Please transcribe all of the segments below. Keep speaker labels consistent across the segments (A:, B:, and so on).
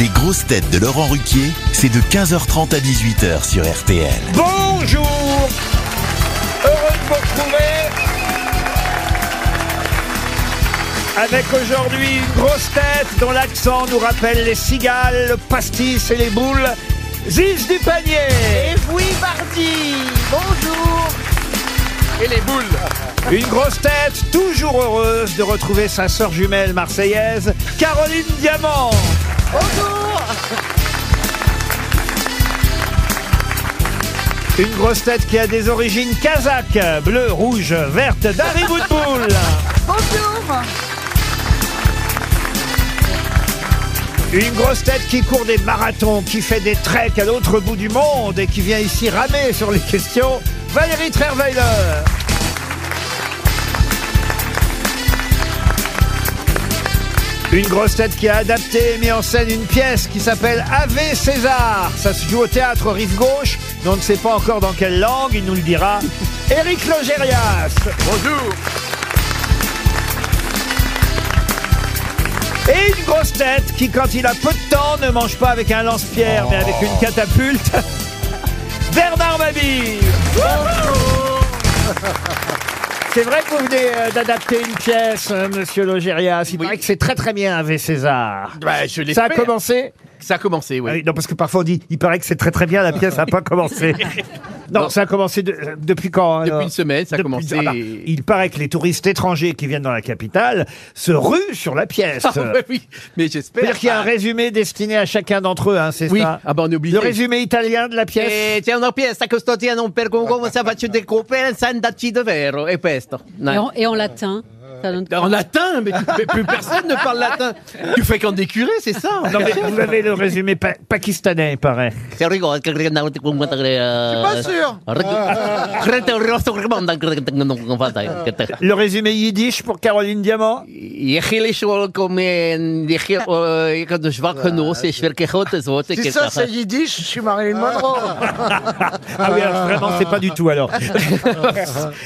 A: Les grosses têtes de Laurent Ruquier, c'est de 15h30 à 18h sur RTL.
B: Bonjour Heureux de vous retrouver avec aujourd'hui une grosse tête dont l'accent nous rappelle les cigales, le pastis et les boules. Ziz du panier
C: Et oui, Bardi Bonjour
D: et les boules.
B: Une grosse tête toujours heureuse de retrouver sa sœur jumelle marseillaise, Caroline Diamant
C: Bonjour
B: Une grosse tête qui a des origines kazakhes, bleu, rouge, verte, d'Harry Boudboul.
C: Bonjour
B: Une grosse tête qui court des marathons, qui fait des treks à l'autre bout du monde et qui vient ici ramer sur les questions, Valérie Trierweiler. Une grosse tête qui a adapté et mis en scène une pièce qui s'appelle Ave César. Ça se joue au théâtre Rive Gauche, mais on ne sait pas encore dans quelle langue, il nous le dira. Éric Logérias.
D: Bonjour.
B: Et une grosse tête qui, quand il a peu de temps, ne mange pas avec un lance-pierre, mais avec une catapulte. Bernard Mabille C'est vrai que vous venez euh, d'adapter une pièce, euh, monsieur Logérias. Il paraît que c'est très très bien, avec César.
D: Bah, je
B: Ça a
D: l'espère.
B: commencé
D: Ça a commencé, oui.
B: Ah oui, Non, parce que parfois on dit, il paraît que c'est très très bien, la pièce n'a pas commencé. Non,
D: Non.
B: ça a commencé de- euh, depuis quand
D: Depuis
B: alors
D: une semaine, ça a
B: Depuis-
D: commencé.
B: Alors, il paraît que les touristes étrangers qui viennent dans la capitale se ruent sur la pièce.
D: Ah, bah oui, mais j'espère.
B: C'est-à-dire qu'il y a un résumé destiné à chacun d'entre eux, hein, c'est
D: Oui,
B: ça
D: ah bah on est obligé.
B: Le résumé italien de la pièce
D: Eh, c'è una pièce che sto tirando per con come sta facendo il coopere senza ci davvero, è E questo. No.
E: Et en, et en latin. ça donne quoi
D: En latin, mais, mais plus personne ne parle latin. Tu fais quand des curés, c'est ça
B: Non, mais vous avez le résumé pa- pakistanais, il paraît.
D: C'est rigolo. Je suis pas sûr.
B: Le résumé yiddish pour Caroline Diamant
D: euh,
F: Si ça c'est Yiddish, je suis Marilyn Monroe.
B: Ah oui, alors vraiment, c'est pas du tout alors.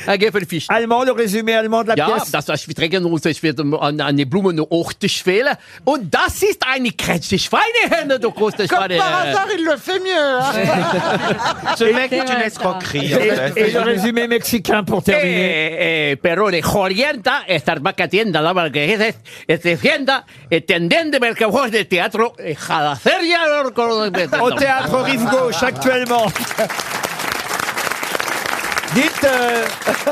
D: Ah, Geffelfisch.
B: Allemand, le résumé allemand de la
D: Ja,
B: pièce
D: das ist wieder genau so. Es wird an eine Blume noch Ochtisch fehlen. Und das ist eine Krätze Schweinehenne, du große
F: Comme
G: euh,
F: par
D: Schweine.
F: hasard, il le fait mieux. hein.
H: Ce mec
E: C'est
H: est une
E: vrai,
H: escroquerie. en
B: et,
H: fait.
B: et le résumé mexicain pour terminer.
D: Eh, eh, pero le jorienta estas vaca tienda, la marquesa es- es tienda, tendente mercabos de teatro, eh, jalaceria, no recuerdo.
B: Au théâtre Rive Gauche, actuellement. Dites, euh,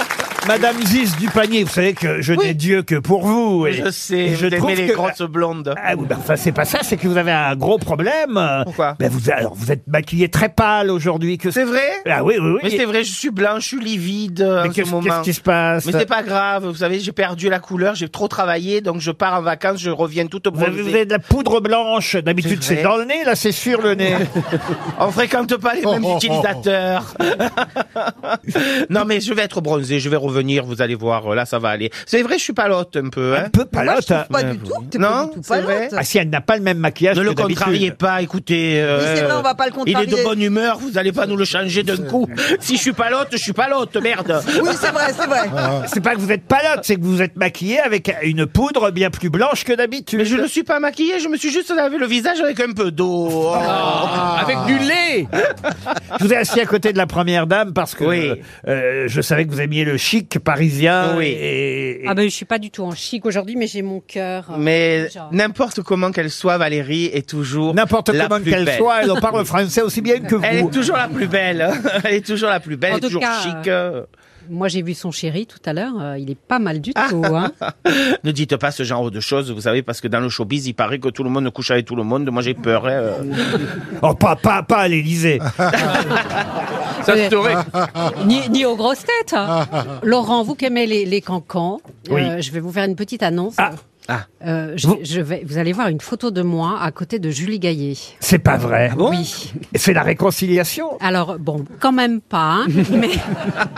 B: Madame Ziz du panier, vous savez que je n'ai Dieu que pour vous. et-
H: Je sais,
B: et
H: vous
B: trouve
H: aimez les
B: que-
H: grosses blondes.
B: Ah oui, ben, enfin, c'est pas ça, c'est que vous avez un gros problème.
H: Pourquoi
B: ben, vous, alors, vous êtes maquillé très pâle aujourd'hui. Que...
H: C'est vrai
B: Ah oui, oui, oui.
H: Mais c'est vrai, je suis blanc, je suis livide
B: Mais
H: euh, en ce
B: qu'est-ce qu'est-ce
H: moment.
B: qui se passe
H: Mais c'est pas grave, vous savez, j'ai perdu la couleur, j'ai trop travaillé, donc je pars en vacances, je reviens tout
B: vous avez, vous avez
H: bronzé.
B: de la poudre blanche, d'habitude
H: C'est
B: c'est
H: vrai.
B: dans le nez, là c'est sur le nez. Oh,
H: On fréquente pas les mêmes utilisateurs. non mais je vais être bronzé, je vais revenir, vous allez voir, là ça va aller. C'est vrai, je suis palote un peu. Hein
B: Un peu palote. hein.
C: Pas du tout, t'es pas
H: non,
C: du tout
H: c'est vrai.
C: palote.
B: Ah si, elle n'a pas le même maquillage
H: Ne
B: que
H: le
B: d'habitude.
H: contrariez pas, écoutez. euh,
C: Oui, c'est vrai, on va pas le
H: Il est
C: contrarier.
H: de bonne humeur, vous allez pas nous le changer d'un coup. Si je suis pas l'autre, je suis pas l'autre, merde.
C: Oui, c'est vrai, c'est vrai.
B: Ah. C'est pas que vous êtes palote, c'est que vous êtes maquillé avec une poudre bien plus blanche que d'habitude.
H: Mais je ne suis pas maquillé, je me suis juste lavé le visage avec un peu d'eau. Oh. Ah.
D: Avec du lait.
B: Je vous ai assis à côté de la première dame parce que
H: Oui.
B: euh, euh, je savais que vous aimiez le chic parisien.
H: Oui.
B: Et, et-
E: Ah ben je suis pas du tout en chic aujourd'hui, mais j'ai mon cœur.
H: Mais
E: Déjà.
H: n'importe comment qu'elle soit, Valérie est toujours
B: N'importe
H: la
B: comment
H: plus
B: qu'elle
H: belle.
B: soit, elle en parle français aussi bien que vous.
H: Elle est toujours la plus belle. Elle est toujours la plus belle,
E: En
H: elle est
E: tout
H: toujours
E: cas, euh,
H: chic.
D: euh.
E: Moi j'ai vu son chéri tout à l'heure, euh, il est pas mal du tout. Hein.
H: Ne dites pas ce genre de choses, vous savez, parce que dans le showbiz, il paraît que tout le monde couche avec tout le monde. Moi, j'ai peur. hein, euh.
B: Oh, pas, pas, pas à l'Élysée.
D: Ça se saurait.
E: ni, ni aux grosses têtes. hein. Laurent, vous qui aimez les, les cancans, euh,
B: Oui.
E: je vais vous faire une petite annonce.
B: Ah.
H: Ah.
E: Euh, je,
B: Vous-
E: je vais, vous allez voir une photo de moi à côté de Julie Gaillet.
B: C'est pas vrai.
H: Ah
E: Oui.
B: C'est la réconciliation.
E: Alors bon, quand même pas, hein, mais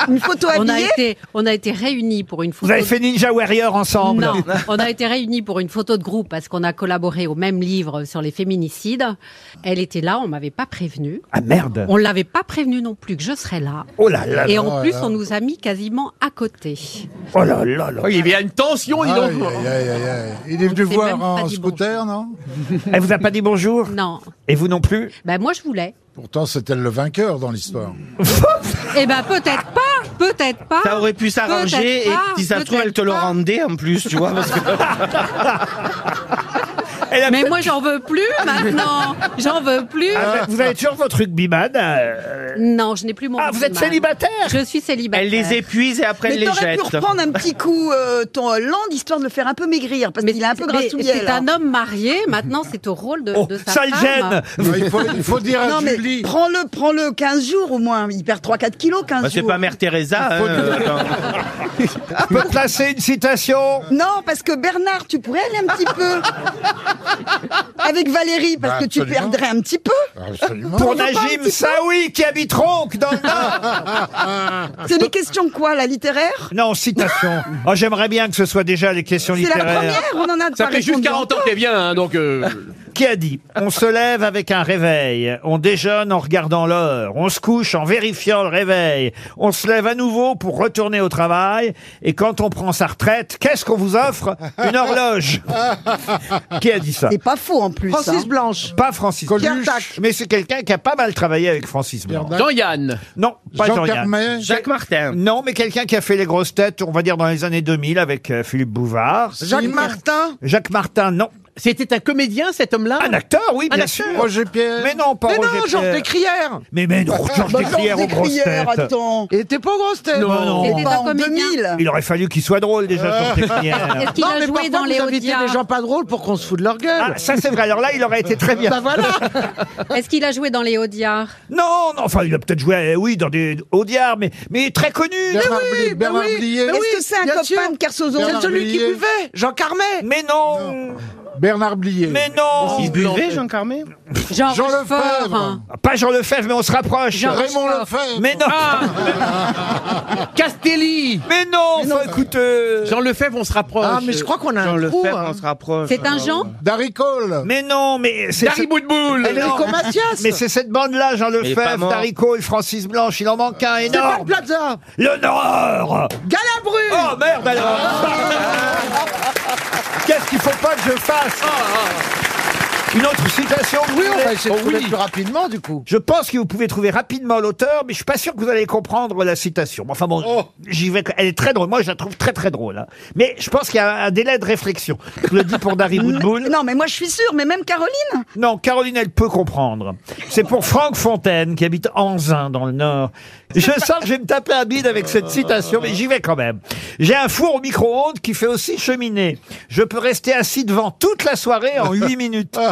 C: Une photo
E: on a
C: habillée
E: été on a été réunis pour une photo.
B: Vous avez fait Ninja Warrior ensemble.
E: Non, on a été réunis pour une photo de groupe parce qu'on a collaboré au même livre sur les féminicides. Elle était là, on m'avait pas prévenu.
B: Ah merde.
E: On l'avait pas prévenu non plus que je serais là.
B: Oh là là.
E: Et en plus, on nous a mis quasiment à côté.
B: Oh là là là.
D: Il y a une tension, dis donc.
I: Il est
E: On
I: venu
E: ne s'est même
I: voir
E: pas
I: en
E: dit
I: scooter, non
B: Elle vous a pas dit bonjour
E: Non.
B: Et vous non plus
E: Ben moi je voulais.
I: Pourtant, c'est elle le vainqueur dans l'histoire.
E: Eh ben peut-être pas, peut-être pas.
H: Ça aurait pu s'arranger
E: Peut-être
H: et
E: pas,
H: si ça se trouve, elle te le
E: peut-être pas.
H: rendait en plus, tu vois. Parce que...
B: Elle a-
E: Mais moi j'en veux plus maintenant. J'en veux plus.
B: Ah, vous avez toujours votre rugbyman euh,
E: Non, je n'ai plus mon.
B: Ah, vous êtes
E: Walkman.
B: célibataire
E: Je suis célibataire.
H: Elle les épuise et après
C: Mais
H: elle les
C: t'aurais
H: jette.
C: pu reprendre un petit coup euh, ton Hollande, histoire de le faire un peu maigrir, parce qu'il a un peu
E: mais
C: grassouillet.
E: C'est
C: là.
E: un homme marié. Maintenant c'est au rôle de,
B: Oh,
E: de sa
B: ça le
E: femme.
B: gêne
I: Non, il, faut, il faut dire à
C: Non, mais
I: Julie.
C: prends-le, prends-le 15 jours au moins. Il perd 3-4 kilos 15
H: Bah, c'est
C: jours.
H: pas Mère Teresa. hein, euh, attends.
B: Je peux placer une citation
C: Oh. Non, parce que Bernard, tu pourrais aller un petit peu avec Valérie, parce
I: Bah,
C: que tu
I: absolument. Ah,
C: perdrais un petit peu.
I: Absolument.
B: pour
C: on en parle un
B: Najim
C: petit
B: Saoui qui habite Ronc dans le Nord.
C: C'est des questions quoi, la littéraire
B: Non, citation. Oh, J'aimerais bien que ce soit déjà les questions
C: C'est la
B: littéraires.
C: première, on en a
D: Ça
C: pas
D: fait juste
C: répondu
D: 40 ans que t'es bien, hein, donc. euh,
B: Qui a dit On se lève avec un réveil, on déjeune en regardant l'heure, on se couche en vérifiant le réveil, on se lève à nouveau pour retourner au travail, et quand on prend sa retraite, qu'est-ce qu'on vous offre Une horloge. qui a dit ça
C: C'est pas faux en plus.
F: Francis
C: hein.
F: Blanche.
B: Pas Francis
I: Coluche.
B: Blanche. Mais c'est quelqu'un qui a pas mal travaillé avec Francis Blanche.
I: Pierre Dac,
D: Jean-Yann.
B: Non, pas
I: Jean
B: Jean-Yann.
I: Carmet.
H: Jacques Martin.
B: Non, mais quelqu'un qui a fait les grosses têtes, on va dire dans les années 2000 avec euh, Philippe Bouvard.
F: Jacques Martin.
B: Jacques Martin, non.
D: C'était un comédien, cet homme-là
B: Un acteur,
F: Ah,
B: oui, bien sûr.
I: Roger Pierre.
B: Mais non, pas
F: Mais
B: Roger
F: non, Georges
B: Pierre.
F: Descrières.
B: Mais, mais non, Georges
C: Bah,
B: Descrières aux
C: Georges
B: grosses
C: Descrières,
B: têtes.
C: attends.
F: Et t'es pas en grosse tête.
B: Non, non.
E: C'était
C: Pas
E: un
C: en
E: comédien.
C: 2000.
B: Il aurait fallu qu'il soit drôle déjà, Georges Descrières.
E: Est-ce qu'il
F: Ah. Non,
E: a
F: mais
E: joué
F: parfois,
E: dans
F: vous
E: les
F: invitez
E: Audiards
F: des gens pas drôles pour qu'on se fout de leur gueule.
B: Ah, ça c'est vrai. Alors là, il aurait été très bien.
F: bah voilà.
E: Est-ce qu'il a joué dans les Audiards
B: Non, non, enfin, il a peut-être joué, euh, oui, dans des Audiards, mais, mais très connu.
I: Bernard, Blier- Bernard
F: oui,
I: Blier.
F: mais oui.
C: Est-ce que c'est un
F: bien
C: copain
F: sûr.
C: de Kersozo
I: Bernard
F: C'est celui qui
I: Blier.
F: buvait. Jean Carmet.
B: Mais non,
I: Bernard Blier.
B: mais Oh, non.
H: Il buvait, Jean Carmé
E: Jean,
I: Jean
E: Rochefort,
I: Lefebvre.
E: hein.
B: Ah, Pas Jean Lefebvre, mais on se rapproche. Ah.
E: Jean-
I: Raymond
E: Rochefort.
I: Lefebvre. Ah.
B: Mais non,
D: Castelli
B: mais non, enfin, écoute. euh,
D: Jean Lefebvre, on se rapproche.
F: Ah, mais je crois qu'on a
H: Jean
F: un trou.
H: Lefebvre,
F: hein.
H: on se rapproche. Ah,
E: C'est un Jean
I: Darry Cole.
B: Mais non, mais c'est.
D: Dari Boudboul
F: Enrico Macias.
B: Mais c'est cette bande-là, Jean
H: est pas
B: Lefebvre,
H: mort.
B: Tarico et Francis Blanche, il en manque un
F: Stéphane
B: énorme.
F: Plaza.
B: L'honneur
F: Galabru.
B: Oh merde alors Qu'est-ce qu'il faut pas que je fasse ah. Une autre citation que vous
F: Oui, on va
B: voulez
F: essayer de
B: Oh
F: trouver
B: oui.
F: plus rapidement du coup.
B: Je pense que vous pouvez trouver rapidement l'auteur, mais je suis pas sûr que vous allez comprendre la citation. Enfin bon, j'y vais. Elle est très drôle. Moi, je la trouve très très drôle. hein. Mais je pense qu'il y a un délai de réflexion. Je vous le dis pour Dari Boudboul.
C: Non, mais moi je suis sûre, mais même Caroline
B: Non, Caroline, elle peut comprendre. C'est pour Franck Fontaine, qui habite Anzin, dans le Nord. Je sens que je vais me taper un bide avec cette citation, mais j'y vais quand même. J'ai un four au micro-ondes qui fait aussi cheminée. Je peux rester assis devant toute la soirée en 8 minutes.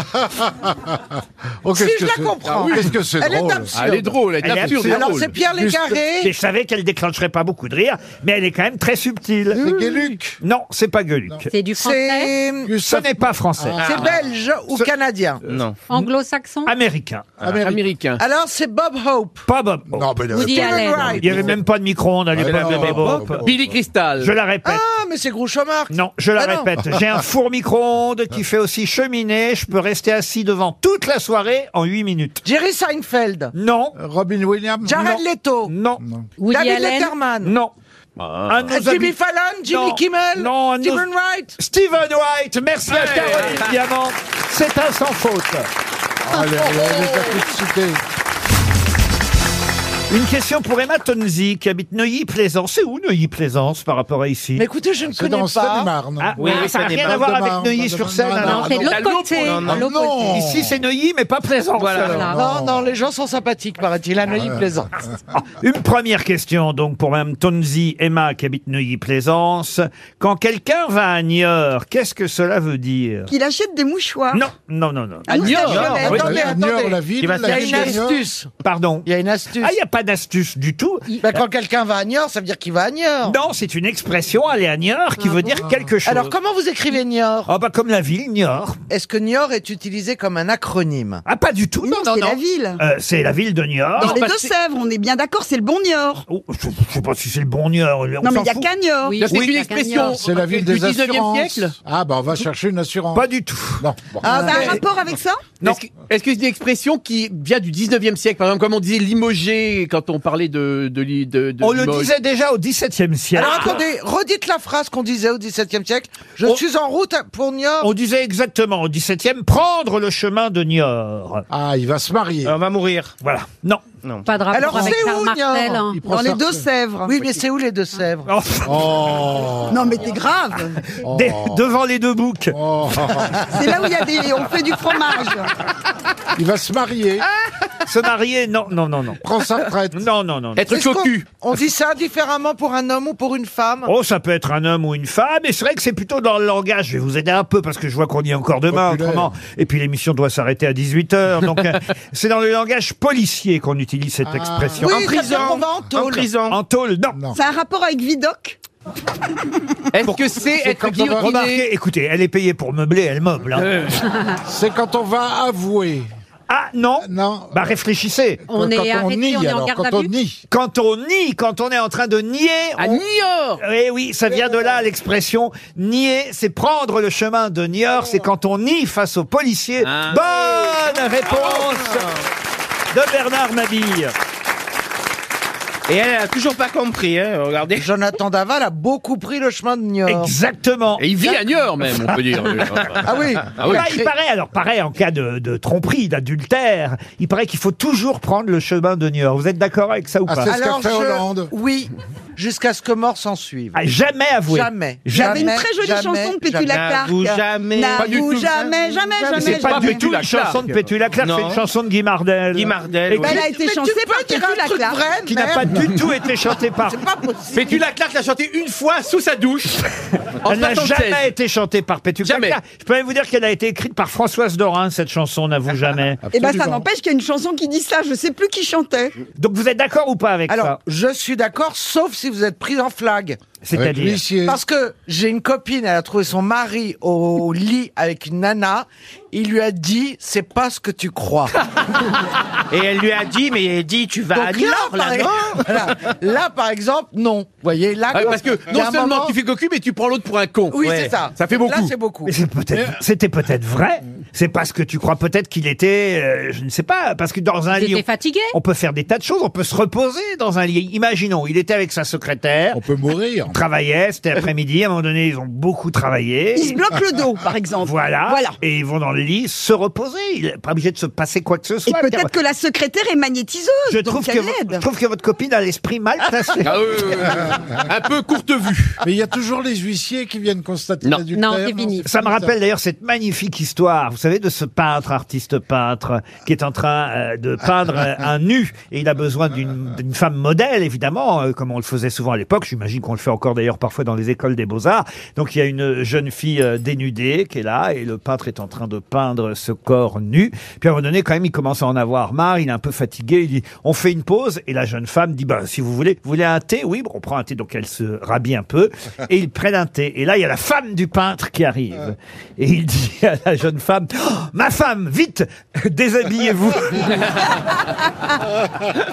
I: Oh,
F: Si
I: qu'est-ce que
F: je la
I: c'est-
F: comprends.
I: Ah oui. Qu'est-ce que c'est
F: Elle est
I: drôle.
F: absurde.
D: Ah, Elle est drôle, elle est
B: Elle est
D: absurde.
B: absurde.
F: Alors
D: drôle.
F: c'est Pierre Légaré.
B: Et je savais qu'elle déclencherait pas beaucoup de rire, mais elle est quand même très subtile.
I: C'est Guéluc.
B: Non, c'est pas Gueuluc.
E: C'est du français
F: C'est
B: Ce n'est pas français.
I: Ah.
F: c'est belge ou canadien.
B: Euh,
H: Non.
E: Anglo-saxon
B: Américain.
I: Amérique.
D: Américain.
F: Alors c'est Bob Hope.
B: Pas Bob. Hope.
I: Non, mais le-
E: Woody
F: Kevin
E: Allen.
F: Wright.
B: Il y avait même pas de micro-ondes à l'époque
I: Ah,
B: de
I: non,
B: Bob
I: non,
B: Hope.
I: non, non.
D: Billy Crystal.
B: Je la répète.
F: Ah mais c'est Groucho Marx.
B: Non, je la
F: Ah non.
B: répète. J'ai un four micro-ondes qui fait aussi cheminée. Je peux rester assis devant toute la soirée en 8 minutes.
F: Jerry Seinfeld.
B: Non,
I: Robin Williams.
F: Jared Leto.
B: non,
E: Woody
F: David
E: Allen.
F: Letterman.
B: non.
D: Ah.
B: Un de nos
F: Jimmy
B: habit-
F: Fallon, Jimmy
B: Non.
F: Kimmel,
B: Non, un de
F: Stephen
B: nos-
F: Wright.
B: Steven White, merci à Caroline Diamant. C'est un sans faute.
I: Allez, allez, allez, les applaudissez.
B: Une question pour Emma Tonzi qui habite Neuilly-Plaisance. C'est où Neuilly-Plaisance par rapport à ici
F: Mais écoutez, je ne
I: Ah, C'est
F: connais
I: dans
F: pas.
I: Seine-et-Marne.
B: Ah, oui,
H: Ah,
B: ça n'a
H: ça
B: rien
H: dépend.
B: à voir avec
I: Demain,
B: Neuilly-sur-Seine.
I: demain,
B: alors.
E: Non, c'est de
H: la
E: l'autre
H: Loupe,
E: côté.
H: non, non.
E: de l'autre
F: Ah,
E: côté.
I: Ah, non.
B: Ici, c'est Neuilly, mais pas Plaisance.
H: Voilà.
B: alors.
E: Voilà.
F: Non, non, les gens sont sympathiques, paraît-il.
I: Ah.
B: Ah
F: À Neuilly plaisant.
B: Une première question donc pour Mme Tonzi Emma qui habite Neuilly-Plaisance. Quand quelqu'un va à Niort, qu'est-ce que cela veut dire
C: qu'il achète des mouchoirs.
B: Non, non, non, non.
C: Un moustache
H: Niort,
C: Genève.
H: oui.
F: Ah, Attendez,
I: Allez,
F: attendez.
I: Niort, la ville,
H: Il va
I: la
F: Il y a
I: ville
F: une
I: de Niort.
F: astuce.
B: Pardon.
F: Il y a une
B: Ah,
F: astuce.
B: il n'y a pas d'astuce du tout.
F: Ben, quand quelqu'un va à Niort, ça veut dire qu'il va à Niort. Ah
B: Non, c'est une expression aller à Niort qui veut dire quelque chose.
F: Alors, comment vous écrivez Niort
B: Ah bah comme la ville, Niort.
F: Est-ce que Niort est utilisé comme un acronyme
B: Ah pas du tout, non,
C: Non,
B: non,
C: c'est la
B: non.
C: ville.
B: Euh, c'est la ville de Niort.
C: Dans les
D: bah,
C: Deux-Sèvres, on est bien d'accord, c'est le bon Niort.
B: Oh, je je sais pas si c'est le bon Niort. on
C: Non, mais
B: s'en
C: il y a
B: fout.
C: qu'un Niort.
E: Oui,
D: C'est une
E: Jacques
D: expression
E: Agniard.
I: C'est la ville
D: du
I: des
D: 19e
I: assurances.
D: siècle.
I: Ah, bah, on va chercher une assurance.
B: Pas du tout.
I: Non, bon.
C: Ça a
F: mais-
C: Ah, bah, un
G: Euh,
C: rapport avec ça
B: Non.
D: Est-ce que est-ce que c'est une expression qui vient du 19e siècle Par exemple, comme on disait limogé,
G: quand on parlait de, de, li- de, de
B: On le
G: Limoges.
B: disait déjà au XVIIe siècle.
F: Alors attendez, redites la phrase qu'on disait au XVIIe siècle. Je
B: On-
F: suis en route à- pour Niort.
B: On disait exactement au XVIIe, prendre le chemin de Niort.
I: Ah, il va se marier.
H: On va mourir.
B: Voilà. Non.
E: Pas de rapport
F: Alors,
E: avec
F: c'est
E: Charles
F: où,
E: Martel.
F: Niort
E: hein.
I: Il prend
J: Dans les
I: sa-
J: Deux-Sèvres.
F: Oui, mais c'est où les Deux-Sèvres
B: Oh,
I: Oh.
J: Non, mais t'es grave.
B: des- devant les deux boucs.
I: Oh.
J: C'est là où il y a des, on fait du fromage.
I: Il va se marier.
B: Se marier, non, non, non, non.
I: Prends sa retraite.
B: Non, non, non. non.
G: Être
F: Est-ce qu'on-
G: cocu.
F: On dit ça différemment pour un homme ou pour une femme
B: Oh, ça peut être un homme ou une femme, et c'est vrai que c'est plutôt dans le langage. Je vais vous aider un peu parce que je vois qu'on y est encore demain,
I: Populaire.
B: autrement. Et puis l'émission doit s'arrêter à 18h. Donc, euh, c'est dans le langage policier qu'on utilise cette
I: Ah.
B: expression.
F: Oui,
H: en
F: ça
H: prison.
F: fait qu'on va en tôle.
H: prison.
B: En tôle, non.
I: Non.
J: Ça a un rapport avec Vidocq
G: Est-ce que c'est être
I: comme ça va-
G: guillotiné
B: Remarquez, écoutez, elle est payée pour meubler, elle meuble. hein.
G: Euh,
I: C'est quand on va avouer.
B: Ah, non.
I: Non.
B: Bah, réfléchissez.
E: On
I: quand
E: est arrêté,
I: nie,
E: on est en
I: alors,
E: garde à
I: quand on
E: vue.
I: nie.
B: Quand on nie, quand on est en train de nier,
G: À
B: on-
G: Niort
B: Eh oui, ça vient de là l'expression nier, c'est prendre le chemin de Niort, c'est quand on nie face aux policiers.
G: Ah.
B: Bonne réponse de Bernard Mabille.
H: Et elle a toujours pas compris, hein, regardez.
F: Jonathan Daval a beaucoup pris le chemin de Niort.
B: Exactement.
G: Et il vit à Niort même, on peut dire.
F: Ah oui
G: Ah oui.
B: Bah, il paraît, alors pareil, en cas de, de tromperie, d'adultère, il paraît qu'il faut toujours prendre le chemin de Niort. Vous êtes d'accord avec ça ou
I: Ah,
B: pas
I: c'est- ce qu'a fait
F: je-
I: Hollande.
F: Oui, jusqu'à ce que mort s'en suive.
B: Ah, Jamais avoué.
F: Jamais.
B: Jamais.
J: J'avais une très jolie
F: jamais,
J: chanson de Pétula
F: jamais.
J: Clark.
H: N'avoue jamais. Pas du
J: N'avoue
H: tout.
J: jamais, jamais,
H: Mais
J: jamais.
B: C'est
J: jamais.
B: pas du tout
G: Pétula
B: une chanson
G: Clark.
B: de Pétula Clark, c'est
H: Non.
B: une chanson de Guy Mardel.
H: Guy Mardel,
B: Et
C: Bah,
H: oui.
J: Elle a été
F: Mais tu
J: chancée
F: peux
J: par
F: dire un
J: Pétula
F: truc
J: Clark.
F: vrai,
B: Qui n'a
F: merde
B: pas du tout été chantée par.
F: C'est pas possible.
G: Pétula Clark l'a chanté une fois sous sa douche. En
B: Elle n'a
G: 76.
B: jamais été chantée par Pétucla.
G: Jamais.
B: Je peux même vous dire qu'elle a été écrite par Françoise Dorin, cette chanson, n'avoue jamais.
J: Et ben ça
I: Absolument.
J: n'empêche qu'il y a une chanson qui dit ça, je sais plus qui chantait.
B: Donc vous êtes d'accord ou pas avec
F: Alors,
B: ça
F: je suis d'accord, sauf si vous êtes pris en
I: Avec
F: flag.
B: C'est-à-dire
I: l'huissier.
F: Parce que j'ai une copine, elle a trouvé son mari au lit avec une nana. Il lui a dit, c'est pas ce que tu crois.
H: Et elle lui a dit, mais elle a dit,
B: Bah,
H: tu vas à
F: Donc là,
H: Niort,
F: par
H: là, non
F: exemple, voilà. là, par exemple, non. Vous voyez, là,
G: Ah oui, parce que
F: il y a
G: non
F: un
G: seulement
F: moment-
G: tu fais cocu, mais tu prends l'autre pour un con.
F: Oui,
H: Ouais.
F: c'est ça.
G: Ça fait beaucoup.
F: Là, c'est beaucoup.
B: Mais c'est
G: Euh.
B: peut-être, c'était peut-être vrai. C'est pas ce que tu crois. Peut-être qu'il était, euh, je ne sais pas, parce que dans un
E: Il
B: lit,
E: était
B: on,
E: fatigué.
B: on peut faire des tas de choses. On peut se reposer dans un lit. Imaginons, il était avec sa secrétaire,
I: On peut mourir.
B: travaillait, c'était après-midi. À un moment donné, ils ont beaucoup travaillé.
J: Il se bloque le dos, par exemple.
B: Voilà.
J: Voilà.
B: Et ils vont dans le lit se reposer. Il n'est pas obligé de se passer quoi que ce
J: Et
B: soit.
J: peut-être que la secrétaire est magnétiseuse.
B: Je
J: donc
B: trouve, que,
J: elle
B: vo- je
J: aide.
B: trouve que votre copine a l'esprit mal placé.
G: Ah oui, oui, oui, oui. Un peu courte vue.
I: Mais il y a toujours les huissiers qui viennent constater
G: Non.
I: l'adultère.
E: Non, c'est fini.
B: Ça me rappelle d'ailleurs cette magnifique histoire, vous savez, de ce peintre, artiste peintre, qui est en train euh, de peindre euh, un nu. Et il a besoin d'une d'une femme modèle, évidemment, euh, comme on le faisait souvent à l'époque. J'imagine qu'on le fait encore d'ailleurs parfois dans les écoles des beaux-arts. Donc il y a une jeune fille euh, dénudée qui est là, et le peintre est en train de peindre ce corps nu. Puis à un moment donné, quand même, il commence à en avoir marre, il est un peu fatigué, il dit, on fait une pause, et la jeune femme dit, ben, si vous voulez, vous voulez un thé? Oui, bon, on prend un thé, donc elle se rhabille un peu, et ils prennent un thé. Et là, il y a la femme du peintre qui arrive. Et il dit à la jeune femme, Oh, ma femme, vite, déshabillez-vous.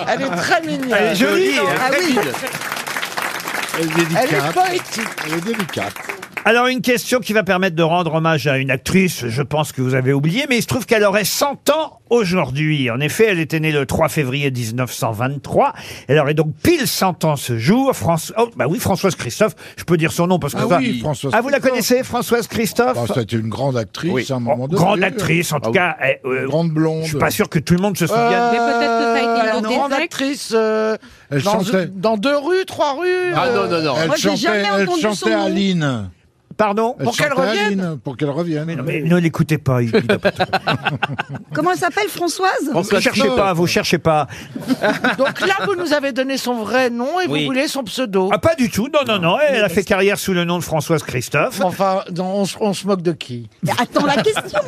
F: Elle est très mignonne.
B: Elle est jolie, hein.
F: Ah oui,
I: Elle est
F: elle est
I: délicate.
F: poétique.
I: Elle est délicate.
B: Alors, une question qui va permettre de rendre hommage à une actrice, je pense que vous avez oublié, mais il se trouve qu'elle aurait 100 ans aujourd'hui. En effet, elle était née le 3 février 1923. Elle aurait donc pile 100 ans ce jour. François, oh, bah oui, Françoise Christophe, je peux dire son nom parce que
I: Ah
B: ça-
I: oui, Françoise
B: Ah, vous la
I: Christophe.
B: connaissez, Françoise Christophe?
I: Bah, C'était une grande actrice à un moment
B: Oh,
I: donné.
B: grande actrice,
G: Ah
B: en tout cas. eh, euh,
I: Une grande blonde. Euh,
B: je suis pas sûr que tout le monde se souvienne.
E: Mais peut-être que ça a été
F: Euh,
E: dans
F: une
E: des
F: grande
E: actes.
F: actrice euh,
I: Elle
F: dans,
I: chantait.
F: dans deux rues, trois rues.
G: Ah
F: euh,
G: non, non, non.
I: Elle
J: Moi, j'ai
I: chantait,
J: jamais
I: elle
J: entendu son
I: chantait
J: nom.
I: Aline.
B: Pardon?
I: Elle
F: Pour qu'elle
I: chantait
F: revienne.
I: Aline, Pour qu'elle revienne.
B: Mais, non, mais ne l'écoutez pas, il- il a pas tout.
J: Comment elle s'appelle, Françoise
G: On
B: Vous cherchez pas, vous cherchez pas.
F: Donc là, vous nous avez donné son vrai nom et
H: Oui.
F: vous voulez son pseudo.
B: Ah, pas du tout, non, non, non. Elle a fait carrière sous le nom de Françoise Christophe.
F: Enfin, non, on, se- on se moque de qui
J: Mais Attends la question.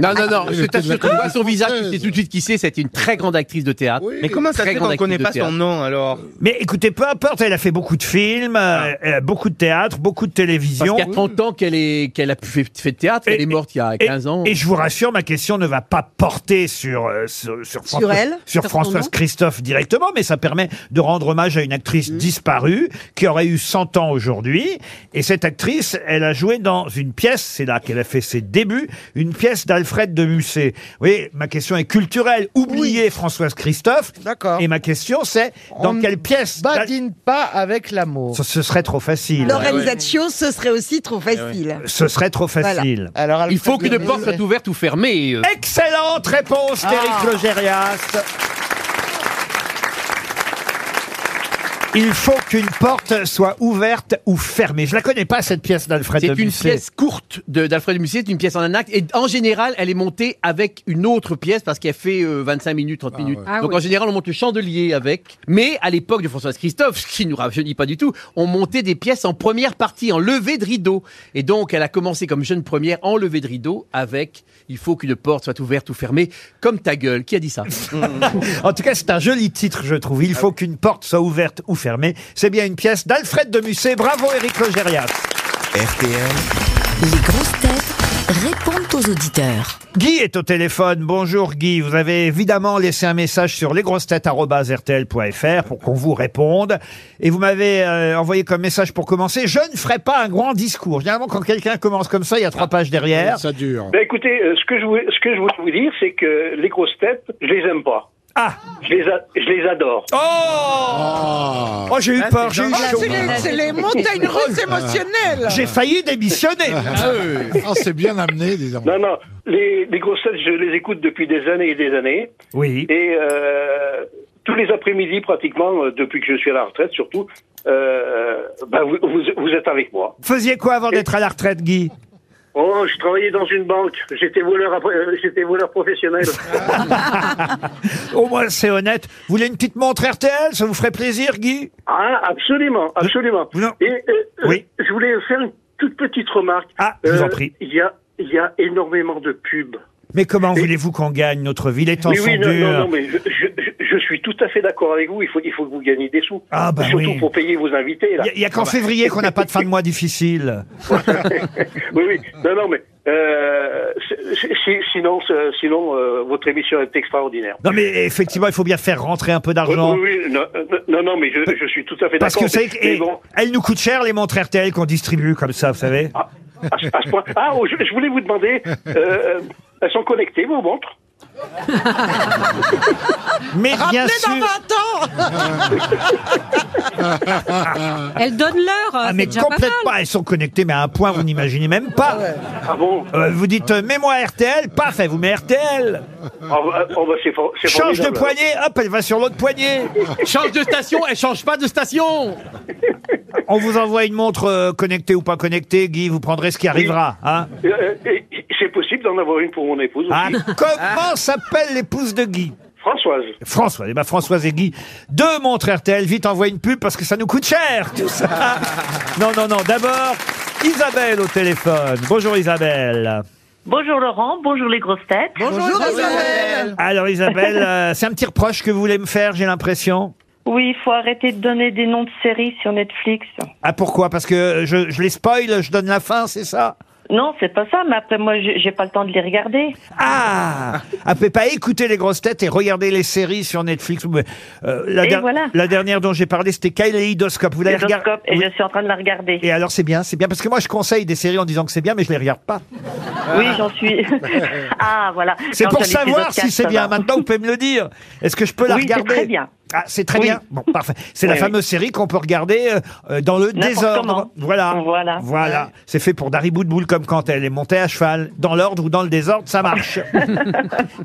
G: Non, non, non. Je
I: était de la
G: t'assure, tu vois son
I: comédie
G: visage, tu
I: française.
G: sais tout de suite qui c'est. C'est une très grande actrice de théâtre.
I: Oui.
H: Mais comment ça se
G: Très
H: fait
G: grande
H: qu'on connaît
G: actrice
H: pas
G: de
H: son
G: théâtre.
H: nom, alors Ah.
B: Mais écoutez, peu importe, elle a fait beaucoup de films, euh, euh, beaucoup de théâtre, beaucoup de télévision.
G: Parce qu'à 30 ans qu'elle est- qu'elle a pu- fait, fait de théâtre, elle est morte il y a
B: Et,
G: 15 ans.
B: et je vous rassure, ma question ne va pas porter sur euh, sur, François-
G: elle
B: sur
G: Sur son
B: Françoise
G: nom
B: Christophe directement, mais ça permet de rendre hommage à une actrice disparue qui aurait eu 100 ans aujourd'hui. Et cette actrice, elle a joué dans une pièce, c'est là qu'elle a fait ses débuts, une pièce d'Alfred de Musset. Vous voyez, ma question est culturelle. Oubliez Françoise Christophe. D'accord. Et ma question, c'est dans quelle pièce Badine pas avec l'amour. Ce, ce serait trop facile. Ah
J: L'organisation, ce serait aussi trop facile.
B: Ce serait trop facile. Alors,
G: Il faut qu'une porte soit ouverte ou fermée. euh.
B: Excellente réponse d'Éric
G: Ah.
B: Logérias. Il faut qu'une porte soit ouverte ou fermée. Je la connais pas cette pièce d'Alfred
G: C'est
B: de
G: une
B: Musset.
G: pièce courte de- d'Alfred de Musset, c'est une pièce en un acte. Et en général, elle est montée avec une autre pièce parce qu'elle fait euh, 25 minutes, 30 minutes.
E: Ah
G: Donc
E: oui.
G: en général, on monte le chandelier avec. Mais à l'époque de Françoise Christophe, ce qui nous rajeunit pas du tout, on montait des pièces en première partie, en levée de rideau. Et donc, elle a commencé comme jeune première en levée de rideau avec Il faut qu'une porte soit ouverte ou fermée, comme ta gueule. Qui a dit ça
B: En tout cas, c'est un joli titre, je trouve.
G: Ah
B: Il faut qu'une porte soit ouverte ou fermée. C'est bien une pièce d'Alfred de Musset. Bravo, Éric Logérias.
A: RTL.
B: Les grosses têtes répondent aux auditeurs. Guy est au téléphone. Bonjour Guy. Vous avez évidemment laissé un message sur lesgrossetêtes.rtl.fr pour qu'on vous réponde. Et vous m'avez euh, envoyé comme message pour commencer. Je ne ferai pas un grand discours. Généralement, quand quelqu'un commence comme ça, il y a trois pages derrière.
I: Ça dure.
K: Ben écoutez, euh, ce que je voulais, ce que je voulais vous dire, c'est que les grosses têtes, je les aime pas.
B: Ah
K: Je les, a- je les adore.
B: Oh Oh, j'ai eu peur, j'ai eu chaud.
K: Ah,
B: J'ai failli démissionner.
I: Ah, c'est bien amené, dis donc.
K: Non, non, les, les grosses têtes, je les écoute depuis des années et des années.
B: Oui.
K: Et euh, tous les après-midi, pratiquement, euh, depuis que je suis à la retraite, surtout, euh, ben vous, vous, vous êtes avec moi.
B: Faisiez quoi avant d'être à la retraite, Guy
K: Oh, je travaillais dans une banque. J'étais voleur, après- euh, j'étais voleur professionnel.
B: Au moins, c'est honnête. Vous voulez une petite montre RTL Ça vous ferait plaisir, Guy
K: Ah, absolument, absolument. Et euh,
B: Oui.
K: euh, je voulais faire une toute petite remarque. Euh,
B: Ah, je vous en prie.
K: Il y a, il y a énormément de pubs.
B: Mais comment voulez-vous qu'on gagne notre vie Les temps
K: Oui,
B: sont
K: oui, non,
B: durs.
K: non, non, mais je, je- je suis tout à fait d'accord avec vous. Il faut, il faut que vous gagniez des sous.
B: Ah, bah
K: Surtout
B: oui.
K: pour payer vos invités. là.
B: Il n'y a, qu'en
K: Ah, bah.
B: février qu'on n'a pas de fin de mois difficile.
K: oui, oui. Non, non, mais euh, c'est- c'est- sinon, c'est- sinon euh, votre émission est extraordinaire.
B: Non, mais effectivement, il faut bien faire rentrer un peu d'argent.
K: Oui, oui, oui, non, non, non, mais je, je suis tout à fait d'accord.
B: Parce que c'est
K: mais- mais bon.
B: elle nous coûte cher les montres RTL qu'on distribue comme ça, vous savez.
K: À ce- à ce point- Ah, oh, je, je voulais vous demander, euh, euh, elles sont connectées, vos montres
B: Mais
K: Ah,
B: bien sûr.
E: Elle donne l'heure.
B: Ah,
E: c'est
B: mais
E: déjà pas mal.
B: complètement, elles sont connectées, mais à un point, vous n'imaginez même pas.
K: Ah bon
B: Euh, vous dites, euh, mets-moi RTL, paf, elle vous met RTL.
K: Oh, bah, oh, bah, c'est for- c'est
B: Change de
K: formidable.
B: poignée, hop, elle va sur l'autre poignée.
G: Change de station, elle change pas de station
B: On vous envoie une montre euh, connectée ou pas connectée, Guy, vous prendrez ce qui arrivera. Hein
K: Euh, euh, et- C'est possible d'en avoir une pour mon épouse aussi.
B: Ah, comment s'appelle l'épouse de Guy
K: Françoise.
B: Françoise, eh ben Françoise et Guy, deux montres RTL, vite envoie une pub parce que ça nous coûte cher tout ça. non, non, non, d'abord Isabelle au téléphone. Bonjour Isabelle.
L: Bonjour Laurent, bonjour les grosses têtes. Bonjour, Isabelle.
B: Alors Isabelle, euh, c'est un petit reproche que vous voulez me faire, j'ai l'impression.
L: Oui, il faut arrêter de donner des noms de séries sur Netflix.
B: Ah pourquoi Parce que je, je les spoil, je donne la fin, c'est ça
L: Non, c'est pas ça, mais après moi, j'ai j'ai pas le temps de les regarder.
B: Ah Ah, peut pas écouter les grosses têtes et regarder les séries sur Netflix. Mais, euh, la,
L: Et voilà.
B: la dernière dont j'ai parlé, c'était Kaleidoscope. Vous l'avez regardé
L: Kaleidoscope, et je suis en train de la regarder.
B: Et alors c'est bien, c'est bien parce que moi je conseille des séries en disant que c'est bien, mais je les regarde pas.
L: Oui, j'en suis. ah, voilà.
B: C'est
L: Quand
B: pour
L: j'en ai fait
B: savoir
L: d'autres cas,
B: si c'est
L: ça
B: bien.
L: va.
B: Maintenant, vous pouvez me le dire. Est-ce que je peux la
L: Oui, c'est
B: regarder
L: très bien.
B: Ah, c'est très
L: Oui.
B: bien. Bon, parfait. C'est la
L: Oui,
B: fameuse série qu'on peut regarder euh, euh, dans le
L: N'importe
B: désordre.
L: comment.
B: Voilà. Voilà. C'est fait pour Dari Boudboul comme quand elle est montée à cheval. Dans l'ordre ou dans le désordre, ça marche.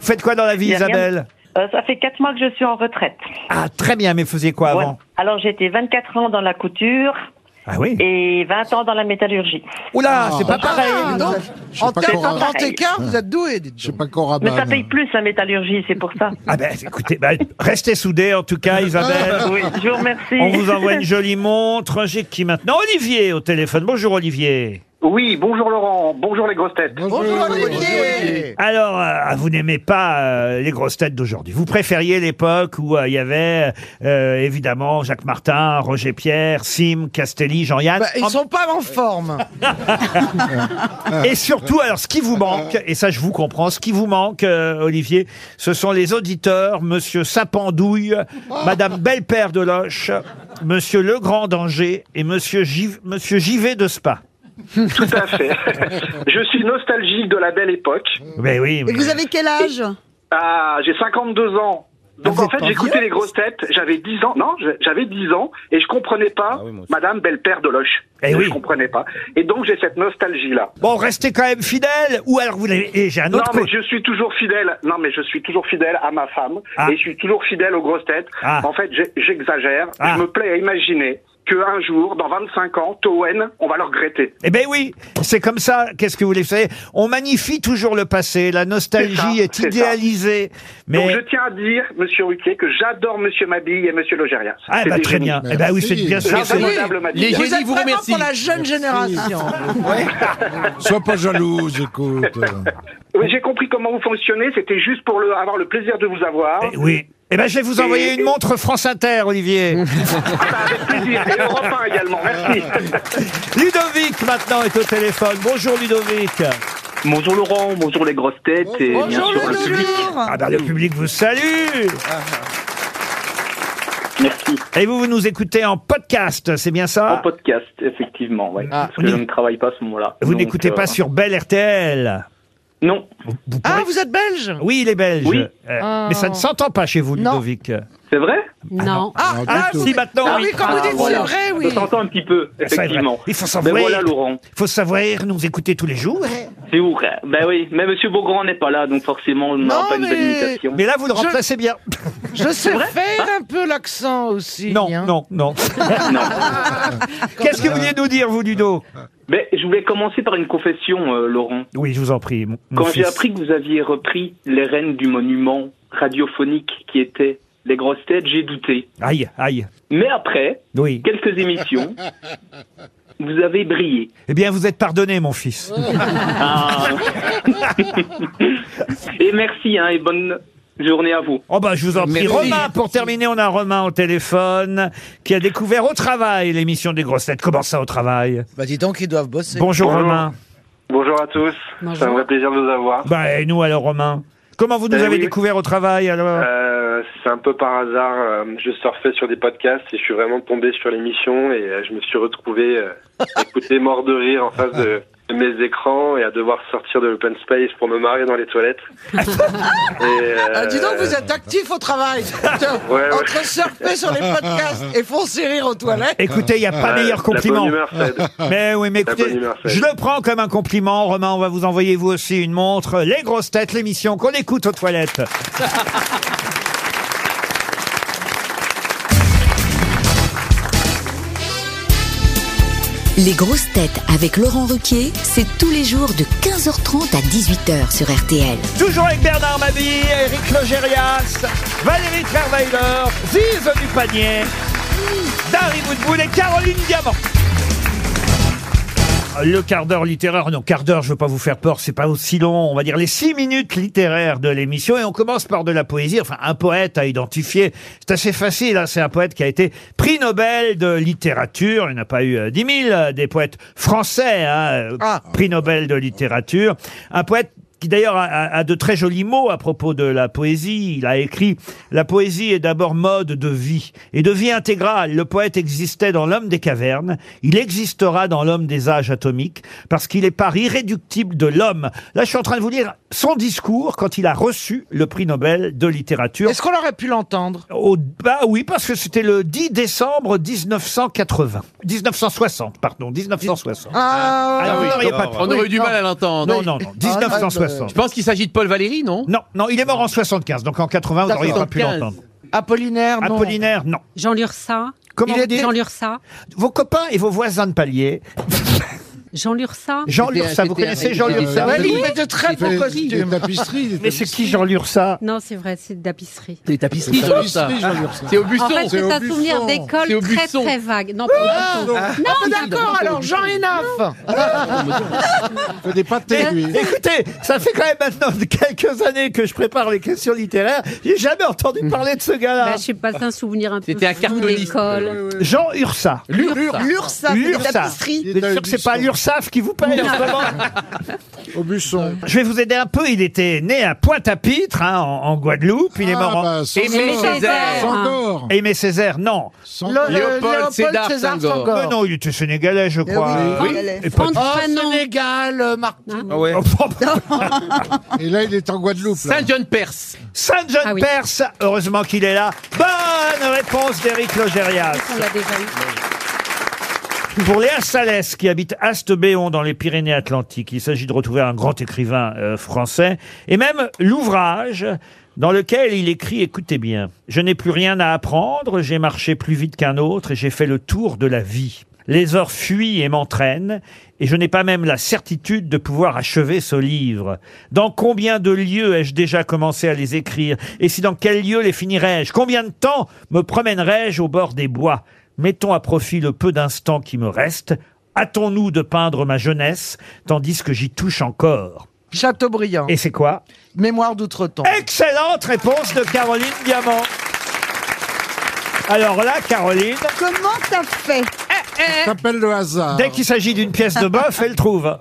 B: Faites quoi dans la vie,
L: Il y a rien-
B: Isabelle
L: Euh, Ça fait quatre mois que je suis en retraite.
B: Ah, très bien, mais vous faisiez quoi avant
L: Alors, j'étais 24 ans dans la couture.
B: Ah oui
L: Et 20 ans dans la métallurgie. Ah.
B: Oula,
F: Ah.
B: c'est pas pareil.
F: donc, en
L: pas
F: termes de
L: comment-
F: grand écart, vous êtes doué, dites Je sais pas qu'on
L: Mais ça paye plus la métallurgie, c'est pour ça.
B: Ah ben, écoutez, ben, restez soudés en tout cas, Isabelle.
L: Oui, je vous remercie.
B: On vous envoie une jolie montre. J'ai qui maintenant Olivier au téléphone. Bonjour Olivier.
M: Oui, bonjour Laurent, bonjour les grosses têtes. Bonjour
B: Alors, euh, vous n'aimez pas euh, les grosses têtes d'aujourd'hui. Vous préfériez l'époque où euh, il y avait euh, évidemment Jacques Martin, Roger Pierre, Sim, Castelli, Jean-Yann.
F: Bah, ils
B: En-
F: sont pas en forme.
B: Et surtout, alors ce qui vous manque, et ça je vous comprends, ce qui vous manque, euh, Olivier, ce sont les auditeurs, Monsieur Sapandouille, Madame Bellepère de Loche, Monsieur Legrand d'Angers et Monsieur, Giv- Monsieur Givet de Spa.
M: Tout à fait. Je suis nostalgique de la belle époque.
B: Mais oui,
C: Et vous avez quel âge Ah,
M: Ah, j'ai 52 ans. Donc en fait, j'écoutais les grosses têtes, j'avais 10 ans, non, je- j'avais 10 ans, et je comprenais pas Madame Belle-Père de Loche.
B: Eh oui.
M: Je comprenais pas. Et donc j'ai cette nostalgie-là.
B: Bon, restez quand même fidèle, ou alors vous l'avez... Et j'ai un
M: Non
B: autre...
M: mais
B: co-
M: je suis toujours fidèle. Non mais je suis toujours fidèle à ma femme
B: Ah.
M: et je suis toujours fidèle aux grosses têtes.
B: Ah.
M: En fait, j'ai- j'exagère.
B: Ah.
M: Je me plais à imaginer que un jour, dans 25 ans, Toen, on va le regretter.
B: Eh ben oui, c'est comme ça. Qu'est-ce que vous voulez faire On magnifie toujours le passé. La nostalgie est,
M: C'est ça.
B: idéalisée.
M: Donc
B: Mais
M: je tiens à dire, Monsieur Ruquier, que j'adore Monsieur Mabille et Monsieur Logérias.
B: Ah,
M: C'est
B: bah,
M: des
B: très bien.
M: génies.
B: Eh bah oui, c'est bien sûr.
M: J'adore
B: Oui.
M: Madame Mabille.
B: Les génies
F: vous remercie. pour la jeune génération.
I: Sois pas jalouse, écoute.
M: Oui, j'ai compris comment vous fonctionnez. C'était juste pour le, avoir le plaisir de vous avoir.
B: oui. Eh ben je vais vous envoyer
M: Et-
B: une montre France Inter, Olivier.
M: Plaisir. Et Europe 1 également. Merci.
B: Ludovic maintenant est au téléphone. Bonjour Ludovic.
N: Bonjour Laurent, bonjour les grosses têtes et bien sûr le public.
B: Ah ben, le public vous salue.
N: Merci.
B: Et vous, vous nous écoutez en podcast, c'est bien ça
N: En podcast, effectivement, ouais. parce que je ne travaille pas à ce moment-là.
B: Ah, Vous
N: Donc,
B: n'écoutez
N: euh,
B: pas sur Belle RTL
N: Non.
F: Ah, vous êtes belge
B: Oui, il est belge.
N: Oui.
B: Euh,
F: Ah.
B: Mais ça ne s'entend pas chez vous, Ludovic.
N: C'est vrai
E: Non.
F: Ah,
B: Ah, si, maintenant,
F: Ah oui, quand vous dites, c'est vrai, oui.
N: Ça s'entend un petit peu,
B: Ça est vrai.
N: effectivement.
B: Il faut
N: Mais
B: savoir.
N: voilà Laurent,
B: Il faut savoir nous écouter tous les jours.
N: c'est ouf. hein. Ben oui, mais Monsieur Beaugrand n'est pas là, donc forcément, on n'aura pas une belle imitation.
B: Mais là, vous le remplacez bien.
F: Je sais
N: Vrai
F: faire un peu l'accent aussi. hein.
B: Non, non, non. Qu'est-ce que vous vouliez nous dire, vous, Ludo
N: Ben, je voulais commencer par une confession, euh, Laurent.
B: Oui, je vous en prie. mon- mon
N: Quand j'ai
B: fils.
N: appris que vous aviez repris les rênes du monument radiophonique qui était les grosses têtes, j'ai douté.
B: Aïe, aïe.
N: Mais après,
B: Oui.
N: quelques émissions, vous avez brillé.
B: Eh bien, vous êtes pardonné, mon fils.
N: Ah. et merci, hein, et bonne journée à vous.
B: Oh bah je vous en prie. Romain, pour terminer, on a Romain au téléphone qui a découvert au travail l'émission des grosses têtes. Comment ça au travail
F: Bah dis donc, ils doivent bosser.
B: Bonjour, Romain.
K: Bonjour à tous. C'est un vrai plaisir de vous avoir.
B: Bah et nous alors Romain Comment vous nous
K: Eh
B: avez
K: oui.
B: découvert au travail alors
K: Euh, c'est un peu par hasard. euh, je surfais sur des podcasts et je suis vraiment tombé sur l'émission et euh, je me suis retrouvé euh, à écouter mort de rire en face de, de mes écrans et à devoir sortir de l'open space pour me marrer dans les toilettes. Et, euh,
F: Ah, dis donc, vous êtes actif au travail.
K: ouais.
F: Entre surfer sur les podcasts et foncer rire aux toilettes.
B: Écoutez, il n'y a pas
K: Ouais,
B: meilleur
K: Ah, la
B: compliment.
K: bonne humeur, Fred.
B: mais oui, mais
K: La
B: écoutez,
K: bonne humeur, Fred.
B: je le prends comme un compliment. Romain, on va vous envoyer vous aussi une montre. Les grosses têtes, l'émission qu'on écoute aux toilettes.
O: Les grosses têtes avec Laurent Ruquier, c'est tous les jours de 15h30 à 18h sur RTL.
B: Toujours avec Bernard Mabille, Eric Logérias, Valérie Trierweiler, Ziz du Panier, Dari Woodbull et Caroline Diamant. Le quart d'heure littéraire, non, quart d'heure, je veux pas vous faire peur, c'est pas aussi long. On va dire les six minutes littéraires de l'émission et on commence par de la poésie. Enfin, un poète à identifier. C'est assez facile, hein, c'est un poète qui a été prix Nobel de littérature. Il n'y en a pas eu euh, dix mille des poètes français, hein, euh, prix Nobel de littérature. Un poète qui d'ailleurs a, a- a de très jolis mots à propos de la poésie. Il a écrit La poésie est d'abord mode de vie et de vie intégrale. Le poète existait dans l'homme des cavernes, il existera dans l'homme des âges atomiques, parce qu'il est part irréductible de l'homme. Là, je suis en train de vous lire son discours quand il a reçu le prix Nobel de littérature. Est-ce
F: qu'on aurait pu l'entendre
B: au, Bah oui, parce que c'était le 10 décembre 1980. 1960, pardon, 1960.
F: Ah,
B: Alors,
G: oui,
B: vous n'auriez pas de
G: on aurait eu du mal à l'entendre. Ah, bah
B: Non, non, non. 1960.
G: Je pense qu'il s'agit de Paul Valéry, non
B: Non, non, il est mort en 75, donc en 80, vous n'auriez pas pu
G: 75.
B: l'entendre.
F: Apollinaire,
B: non. Apollinaire, non.
E: Jean Lursa.
B: Comment
E: Il
B: était-
E: Jean Lursa.
B: Vos copains et vos voisins de palier.
E: Jean Lursa.
B: Jean Lursa, vous connaissez Jean Lursa
F: Oui, il fait de très beaux costumes.
B: Mais c'est qui Jean Lursa
E: Non, c'est vrai, c'est de tapisserie.
G: Des tapisseries,
B: Des
G: Jean Lursa.
B: tapisseries, Jean Lursa.
G: C'est Aubusson.
E: En fait, c'est un souvenir
G: C'est
E: d'école très
G: Aubusson.
E: très vague. Non, pas Aubusson. Non,
G: Ah, ah,
E: non,
G: d'accord,
E: non,
G: alors,
E: Aubusson.
G: Jean Hénaff.
B: des Écoutez, ça fait quand même maintenant quelques années que je prépare les questions littéraires. J'ai jamais entendu parler de ce gars-là.
E: Bah, je sais pas, c'est un souvenir un peu
B: C'était un
E: flou
B: cartooniste.
E: d'école.
B: Jean Ursa.
E: L'Ursa.
B: L'Ursa.
E: L'Ursa, c'est une tapisserie.
B: Vous êtes sûr que c'est pas l'Ursaf qui vous paye hein, en ce moment
I: Aubusson.
B: Je vais vous aider un peu. Il était né à Pointe-à-Pitre, hein, en, en Guadeloupe. Il est
I: Ah,
B: mort en.
I: bah, Sandor. Aimé Césaire. Sandor.
B: Aimé Césaire, non.
I: Léopold Léopold Sédar César Senghor. Senghor.
B: Mais non, il était sénégalais, je crois. Et pas-
C: Oh,
B: Oh,
F: Sénégal, euh, Martinique.
I: Ah
B: Et là, il est en Guadeloupe. Saint-John-Perse. Saint-John-Perse. Heureusement qu'il est là. Bonne réponse d'Éric Logérias.
E: On l'a déjà eu.
B: Pour Léa Salès, qui habite Astebéon dans les Pyrénées-Atlantiques, il s'agit de retrouver un grand écrivain euh, français, et même l'ouvrage dans lequel il écrit, écoutez bien, Je n'ai plus rien à apprendre, j'ai marché plus vite qu'un autre et j'ai fait le tour de la vie. Les heures fuient et m'entraînent, et je n'ai pas même la certitude de pouvoir achever ce livre. Dans combien de lieux ai-je déjà commencé à les écrire Et si dans quel lieu les finirai-je Combien de temps me promènerai-je au bord des bois Mettons à profit le peu d'instants qui me restent. Hâtons-nous de peindre ma jeunesse, tandis que j'y touche encore.
F: Chateaubriand.
B: Et c'est quoi
F: Mémoire d'outre-temps.
B: Excellente réponse de Caroline Diamant. Alors là, Caroline,
C: Comment t'as fait
I: T'appelles le hasard.
B: dès qu'il s'agit d'une pièce de bœuf, elle trouve.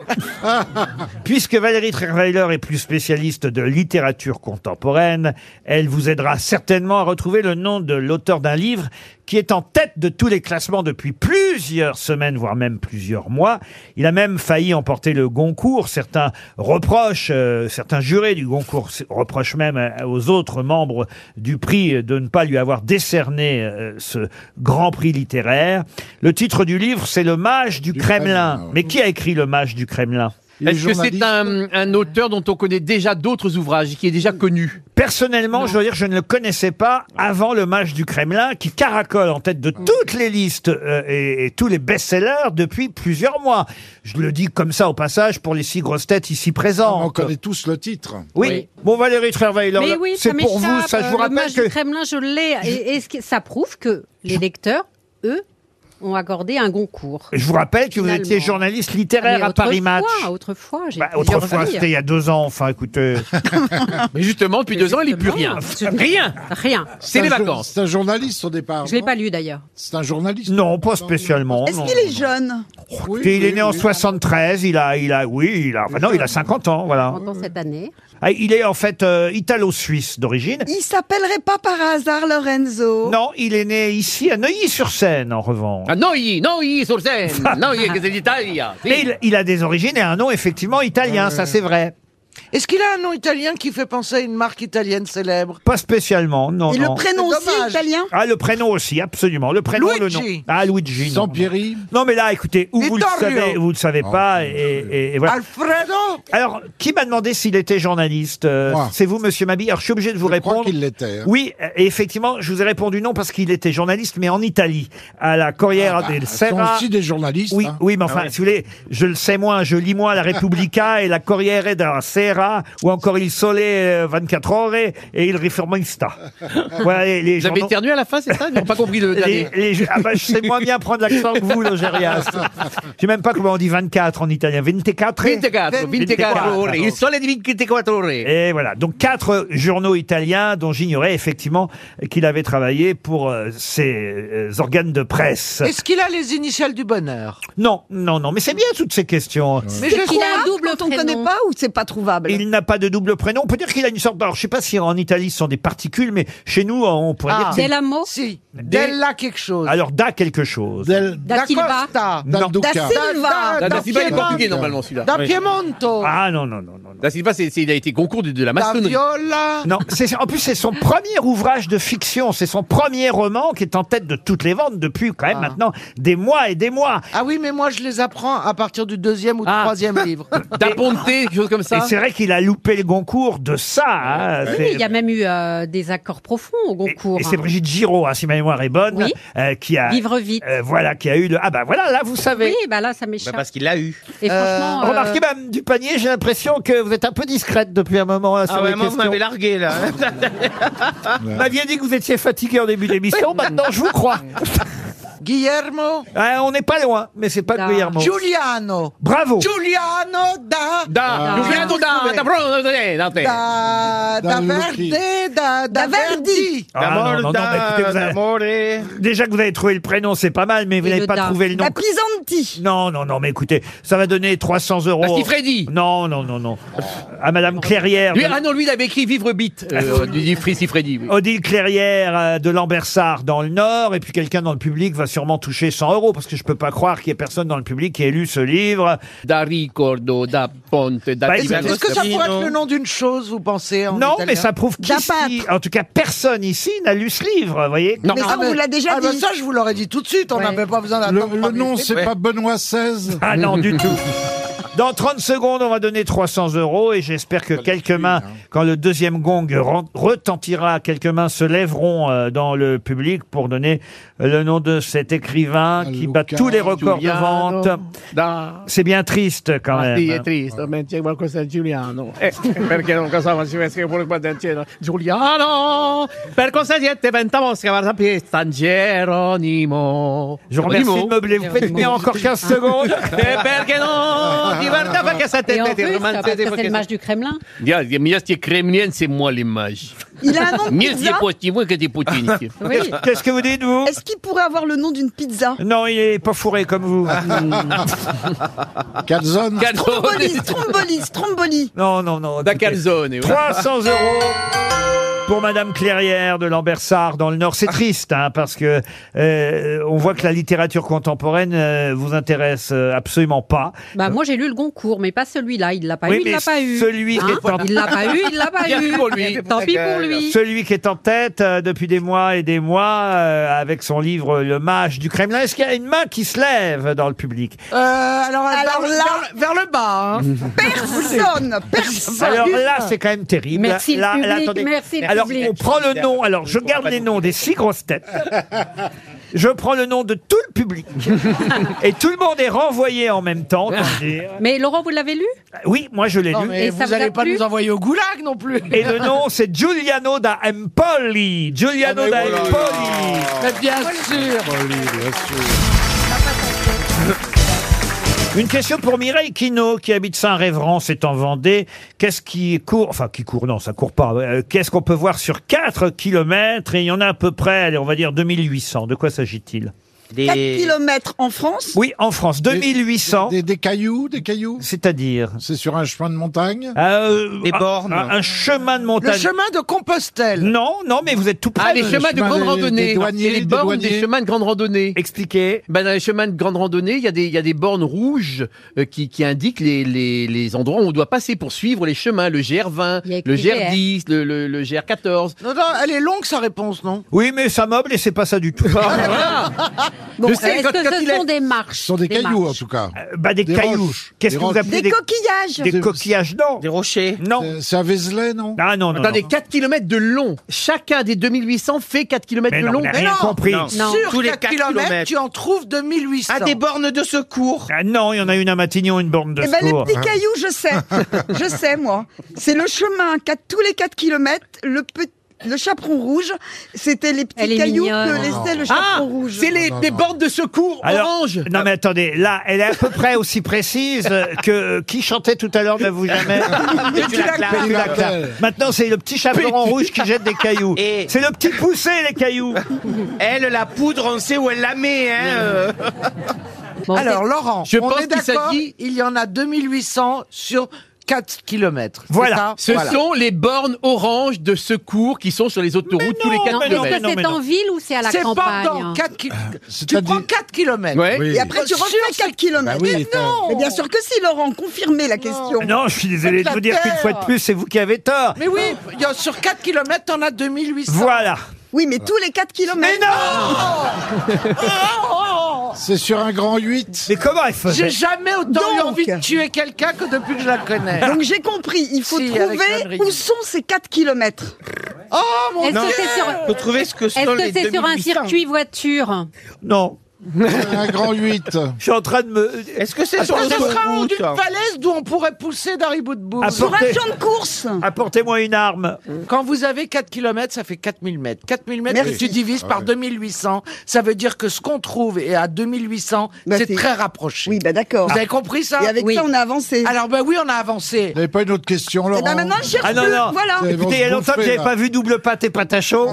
B: Puisque Valérie Trierweiler est plus spécialiste de littérature contemporaine, elle vous aidera certainement à retrouver le nom de l'auteur d'un livre qui est en tête de tous les classements depuis plusieurs semaines, voire même plusieurs mois. Il a même failli emporter le Goncourt. Certains reprochent, euh, certains jurés du Goncourt s- reprochent même euh, aux autres membres du prix euh, de ne pas lui avoir décerné euh, ce grand prix littéraire. Le titre du livre, c'est Le Mage du, Kremlin. Mais qui a écrit Le Mage du Kremlin
G: Est-ce que c'est un, un auteur dont on connaît déjà d'autres ouvrages et qui est déjà connu
B: Personnellement, je dois dire, je ne le connaissais pas avant le match du Kremlin qui caracole en tête de toutes les listes euh, et, et tous les best-sellers depuis plusieurs mois. Je le dis comme ça au passage pour les six grosses têtes ici présentes.
I: On connaît tous le titre.
B: Oui. Bon, Valérie Trierweiler,
E: Mais oui, ça
B: c'est pour vous,
E: m'échappe. euh,
B: ça, je vous
E: Le
B: rappelle
E: mage du
B: que...
E: Kremlin, je l'ai. Et, et ce qui- ça prouve que les lecteurs, eux, ont accordé un Goncourt.
B: Je vous rappelle que vous
E: Finalement.
B: étiez journaliste littéraire
E: Mais
B: à Paris Match.
E: autrefois, Autrefois, j'ai
B: Bah,
E: plusieurs
B: autrefois,
E: vies.
B: c'était il y a deux ans, enfin, euh. écoutez.
G: Mais justement, depuis deux ans, il n'est plus rien. Rien
E: Rien.
G: C'est les
I: un jour-
G: vacances.
I: C'est un journaliste au départ.
E: Je l'ai pas lu d'ailleurs.
I: C'est un journaliste.
B: Non, pas spécialement.
C: Est-ce
B: Oh non. Oh,
C: qu'il est jeune
I: Oui,
B: il est
I: oui,
B: né en
I: oui.
B: 73, il a, il a, oui, il a, enfin, non, il a 50 ans, voilà.
E: Pendant cette année.
B: Ah, il est en fait euh, italo-suisse d'origine.
C: Il s'appellerait pas par hasard Lorenzo
B: Non, il est né ici à Neuilly-sur-Seine, en revanche.
G: Ah, Neuilly, Neuilly sur Seine, Neuilly, que c'est l'Italie. Ah, Si.
B: Mais il, il a des origines et un nom effectivement italien, ça c'est vrai.
F: Est-ce qu'il a un nom italien qui fait penser à une marque italienne célèbre
B: Pas spécialement, non.
C: Et
B: non.
C: le prénom
F: C'est
C: aussi
F: dommage.
C: italien
B: Ah, le prénom aussi, absolument. Le prénom, le nom.
F: Luigi.
B: Ah, Luigi. non.
I: Sampieri.
B: Non, mais là, écoutez, ou vous le
F: Vittorio.
B: savez, ou vous le savez pas, et, et- et voilà.
F: Alfredo
B: Alors, qui m'a demandé s'il était journaliste Euh,
I: Moi.
B: C'est vous, monsieur Mabi. Alors, je suis obligé de vous
I: Je crois
B: répondre.
I: qu'il l'était. hein.
B: Oui, euh, et effectivement, je vous ai répondu non parce qu'il était journaliste, mais en Italie, à la Corriere
I: Ah,
B: del
I: ce sont
B: Sera.
I: aussi des journalistes.
B: Oui,
I: hein.
B: oui, mais enfin, si vous voulez, je le sais moins, je lis moins la Repubblica et la Corriere della Sera, ou encore Il Sole euh, 24 Ore et Il Riformista. Voilà les, les
G: Vous avez
B: journaux.
G: éternué à la fin, c'est ça Ils n'ont pas compris le
B: Les-
G: dernier.
B: les- ah bah, je sais moins bien prendre l'accent que vous, Logérias. Je sais même pas comment on dit 24 en italien. 24
G: 24, 24 ore, il sole di 24 ore.
B: Et voilà, donc quatre journaux italiens dont j'ignorais effectivement qu'il avait travaillé pour euh, ces euh, organes de presse.
F: Est-ce qu'il a les initiales du bonheur
B: Non, non, non, mais c'est bien toutes ces questions.
F: Mais
C: C'est
F: je
C: qu'il a un
E: crois
C: double
E: quand
C: on ne connaît pas ou c'est pas trouvable
B: Il n'a pas de double prénom. On peut dire qu'il a une sorte. Alors, je sais pas si en Italie ce sont des particules, mais chez nous, on pourrait dire.
F: Ah.
B: que c'est-
E: Delamo,
F: Si.
B: Des-
F: Della quelque chose.
B: Alors, da quelque chose.
I: Del
E: Da Silva.
F: Costa.
B: Non.
C: Da Silva
G: Ah,
F: Da
G: bah, c'est pas les
F: Piedmont.
G: portugais normalement celui-là.
F: Da
H: Oui.
F: Piemonte.
B: Ah non, non, non. non.
G: Là, ce qui se passe, c'est c'est- il a été concours de, de la maçonnerie.
B: Non, c'est- en plus c'est son premier ouvrage de fiction, c'est son premier roman qui est en tête de toutes les ventes depuis quand
E: Ah.
B: même maintenant des mois et des mois.
F: Ah oui, mais moi je les apprends à partir du deuxième ou
C: Ah.
F: troisième livre.
G: D'apponter, quelque chose comme
B: Et c'est vrai qu'il a loupé le Goncourt de ça. hein,
E: Ah Oui,
B: c'est-
E: mais il y a même eu euh, des accords profonds au Goncourt.
B: et c'est
E: hein.
B: Brigitte Giraud, hein, si ma mémoire est bonne,
E: Oui.
B: euh, qui a
E: Vivre vite.
B: euh, voilà, qui a eu le ah bah voilà là vous savez.
E: Oui, bah là, ça m'échappe.
H: parce qu'il l'a eu.
E: Et franchement, euh,
B: Remarquez, Madame Dupanier, j'ai l'impression que vous êtes un peu discrète depuis un moment. hein, sur
H: Ah ouais,
B: les
H: moi, vous
B: questions.
H: m'avez largué, là.
B: Vous m'aviez dit que vous étiez fatigué en début d'émission, maintenant je vous crois.
F: Guillermo.
B: Ah, on n'est pas loin, mais c'est pas
F: Da.
B: Guillermo.
F: Giuliano.
B: Bravo.
F: Giuliano da. Ah.
G: Da. Giuliano da. Da. Bro- Da.
F: Da. Da Verde. Da. Da Verdi.
B: Ah, non, non, non, mais écoutez, vous avez- Déjà que vous avez trouvé le prénom, c'est pas mal, mais vous
F: Et
B: n'avez
F: le
B: pas
F: da.
B: trouvé le nom.
F: La
B: Pisanti. Non, non, non, mais écoutez, ça va donner 300 euros.
G: Pastifredi.
B: Non, non, non, non. À Madame Clairière.
G: Lui,
B: de-
G: ah non, lui, il avait écrit Vivre Bite.
B: Ah,
G: Euh, du du Frissi Freddy. oui.
B: Odile Clairière euh, de Lambersart dans le Nord, et puis quelqu'un dans le public va sûrement toucher 100 euros, parce que je peux pas croire qu'il y ait personne dans le public qui ait lu ce livre.
G: Da Ricordo, da Ponte, da
B: Bah,
G: Di
B: écoutez,
F: Est-ce que ça
G: Agostino.
F: pourrait être le nom d'une chose, vous pensez en
B: Non,
F: italien
B: mais ça prouve qu'ici, en tout cas, personne ici n'a lu ce livre, vous voyez
F: Ah, Mais
G: Ah,
F: ça, vous l'a déjà
G: bah,
F: dit. ça, je vous l'aurais dit tout de suite. On n'avait pas besoin d'attendre.
I: Le, le nom, c'est pas Benoît XVI
B: Ah non, du tout. Dans 30 secondes, on va donner 300 euros et j'espère que quelques mains,
I: hein.
B: quand le deuxième gong ren- retentira, quelques mains se lèveront euh, dans le public pour donner le nom de cet écrivain qui bat tous les records de
P: Giuliano.
B: vente. C'est bien triste quand
P: Ah, sì, è
B: même.
P: triste, mentre qualcosa di Giuliano. Eh, perché non casava si mette pure qua dentro. Giuliano, per cosa siete pentavos che va a piedi San Geronimo.
B: Je vous remercie de meubler. Vous faites bien encore 15 secondes. ben,
P: Eh, perché no?
B: Ah,
P: Divertà perché siete
E: Et en
P: te- te-
E: plus, parce que
P: romanzate
E: c'est
P: perché
E: le match du Kremlin.
G: Bien, bien, c'est kremlien, c'est moi l'image.
J: Il a un nom de
G: Mieux
J: pizza
G: c'est poisson que des poutines.
B: Qu'est-ce que vous dites, vous
J: Est-ce qu'il pourrait avoir le nom d'une pizza
B: Non, il est pas fourré comme vous.
E: Ah.
I: Calzone
J: Trombolis, trombolis, trombolis.
B: Non, non, non.
G: Da calzone. voilà.
B: 300 euros pour Madame Clairière de Lambersart dans le Nord. C'est triste, hein, parce que euh, on voit que la littérature contemporaine euh, vous intéresse euh, absolument pas.
E: Bah, moi, j'ai lu le Goncourt, mais pas celui-là. Il l'a pas
B: Oui,
E: eu, Bah, il
B: mais
E: l'a pas eu.
B: celui
E: Hein
B: est en-
E: Il l'a pas eu, il l'a pas
G: Bien
E: eu.
G: pour lui.
E: Tant pis pour lui.
B: Celui qui est en tête euh, depuis des mois et des mois euh, avec son livre Le Mage du Kremlin. Est-ce qu'il y a une main qui se lève dans le public
F: Euh, alors,
J: Alors
F: vers,
J: là-
F: vers- vers le bas. hein.
J: Personne, personne.
B: Alors là, c'est quand même terrible.
J: Merci le
B: Là- là,
J: public,
B: attendez.
J: merci le
B: Alors,
J: public.
B: on prend le nom. Alors, je garde les noms des six grosses têtes. Je prends le nom de tout le public. Et tout le monde est renvoyé en même temps. autant dire.
E: Mais Laurent, vous l'avez lu
B: Oui, moi, je l'ai
F: Non,
B: lu.
F: mais
E: Et
F: vous
E: ça vous a
F: n'allez pas
E: plu
F: nous envoyer au goulag non plus.
B: Et le nom, c'est Giuliano da Empoli. Giuliano da Empoli.
F: Mais bien sûr.
B: Une question pour Mireille Quino, qui habite Saint-Révérend, c'est en Vendée. Qu'est-ce qui court, enfin qui court, non, ça court pas. Euh, Qu'est-ce qu'on peut voir sur 4 kilomètres Et il y en a à peu près, allez, on va dire 2800. De quoi s'agit-il
J: 4 kilomètres en France
B: Oui, en France, 2800.
I: Des, des cailloux, des cailloux
B: C'est-à-dire
I: C'est sur un chemin de montagne
B: Euh,
H: Des
B: un-
H: bornes.
B: Un, un chemin de montagne.
F: Le chemin de Compostelle.
B: Non, non, mais vous êtes tout près.
G: Ah, les chemins de
I: chemin
G: grande
I: des-
G: randonnée.
I: des douaniers,
G: C'est les
I: des
G: bornes des
I: douaniers.
G: chemins de grande randonnée.
B: Expliquez.
G: Ben, dans les chemins de grande randonnée, il y, a des- il y a des bornes rouges euh, qui, qui indiquent les, les- les endroits où on doit passer pour suivre les chemins. Le GR20,
E: Il y a écrit
G: le GR10, le, le- le GR14.
F: Non, non, elle est longue sa réponse, non
B: Oui, mais ça meuble et c'est pas ça du tout. Hein
E: Bon,
G: Je sais,
E: Est-ce
G: quand-
E: que
G: quand
E: ce
G: il a-
E: sont des marches
I: Ce sont des cailloux, en
E: marches.
I: tout cas.
B: Euh, bah, des,
I: Des
B: cailloux.
I: roches.
B: Qu'est-ce
I: Des
B: que vous
I: roches.
B: appelez
J: Des
B: des,
J: coquillages.
B: des coquillages Non.
H: Des rochers.
B: Non.
I: Euh, C'est à Vézelay, non
B: Ah non, non.
G: Attendez,
B: non.
G: 4 km de long. Chacun des 2800 fait 4 km
B: Mais
G: de
B: non,
G: long.
B: on a
F: Mais
B: rien
F: non.
B: compris.
H: Non.
E: Non.
F: Sur
H: Tous les
F: 4
H: quatre
F: kilomètres,
H: kilomètres.
F: tu en trouves 2800.
H: Ah, des bornes de secours.
B: Ah non, il y en a une à Matignon, une borne de
J: Eh ben, les
I: Ah.
B: secours.
J: petits cailloux, je sais. Je sais, moi. C'est le chemin, quatre- tous les 4 kilomètres, le petit. Le chaperon rouge, c'était les petits
E: Elle est
J: cailloux
E: mignonne.
J: que laissait le chaperon
G: Ah,
J: rouge.
G: c'est les,
I: Non, non,
G: des
I: non.
G: bornes de secours
B: Alors,
G: orange.
B: Non mais attendez, là, elle est à peu près aussi précise euh, que euh, qui chantait tout à l'heure ne vous jamais. Pétulacla. Maintenant, c'est le petit chaperon rouge qui jette des cailloux.
H: Et-
B: C'est le petit poussé les cailloux.
H: Elle, la poudre, on sait où elle la met, hein. euh.
E: Bon,
F: Alors Laurent,
G: Je
F: on
G: pense
F: est
G: qu'il
F: d'accord,
G: s'agit-
F: il y en a 2800 sur 4 km.
G: Voilà. Ce sont les bornes orange de secours qui sont sur les autoroutes tous les
E: Non,
G: 4
E: Est-ce
G: km.
E: que c'est en ville ou c'est à la
F: C'est pas
E: campagne
F: dans quatre ki- Tu prends 4 km.
G: Ouais. Euh, Oui.
J: Et après, tu refais 4 km.
B: oui,
J: mais
B: t'as-
J: non Bah Mais bien sûr que si, Laurent, confirmez la question.
B: Non, je suis désolé de
J: Faites
B: vous
J: la
B: dire qu'une
J: terre.
B: fois de plus, c'est vous qui avez tort.
F: Mais oui, il y a- sur 4 km, t'en as 2800.
B: Voilà.
J: Oui, mais tous les 4 km. Mais
F: non
I: C'est sur un grand 8.
B: Mais comment il faisait
F: J'ai jamais autant eu envie de tuer quelqu'un que depuis que je la connais.
J: Donc j'ai compris, il faut
F: Si, avec
J: trouver
F: Madrid.
J: où sont ces 4 km.
F: Oh
E: Est-ce que c'est sur,
H: Faut trouver ce que
E: est-ce que c'est sur un circuit voiture
B: Non.
I: Un grand 8.
B: Je suis en train de me.
H: Est-ce que
F: Est-ce que ce sera en haut d'une
B: hein.
F: falaise d'où on pourrait pousser Dari Boudboul
B: Apportez- Sur un champ
F: de course
B: Apportez-moi une arme.
F: Quand vous avez 4 km, ça fait 4000 mètres. 4000 mètres,
B: Merci.
F: que tu divises
B: Ah
F: par
B: ouais.
F: 2800, ça veut dire que ce qu'on trouve est à 2800,
J: Bah,
F: c'est très rapproché. Oui,
J: ben d'accord.
F: Vous avez compris ça
J: Et avec
F: Oui.
J: ça, on a avancé.
F: Alors, ben oui, on a avancé.
I: Vous n'avez pas une autre question, Laurent
J: ben maintenant, je cherche
B: Ah non,
J: plus,
B: non.
J: voilà.
B: Écoutez, il y a longtemps que je n'avais pas vu double pâte et pâte à chaud.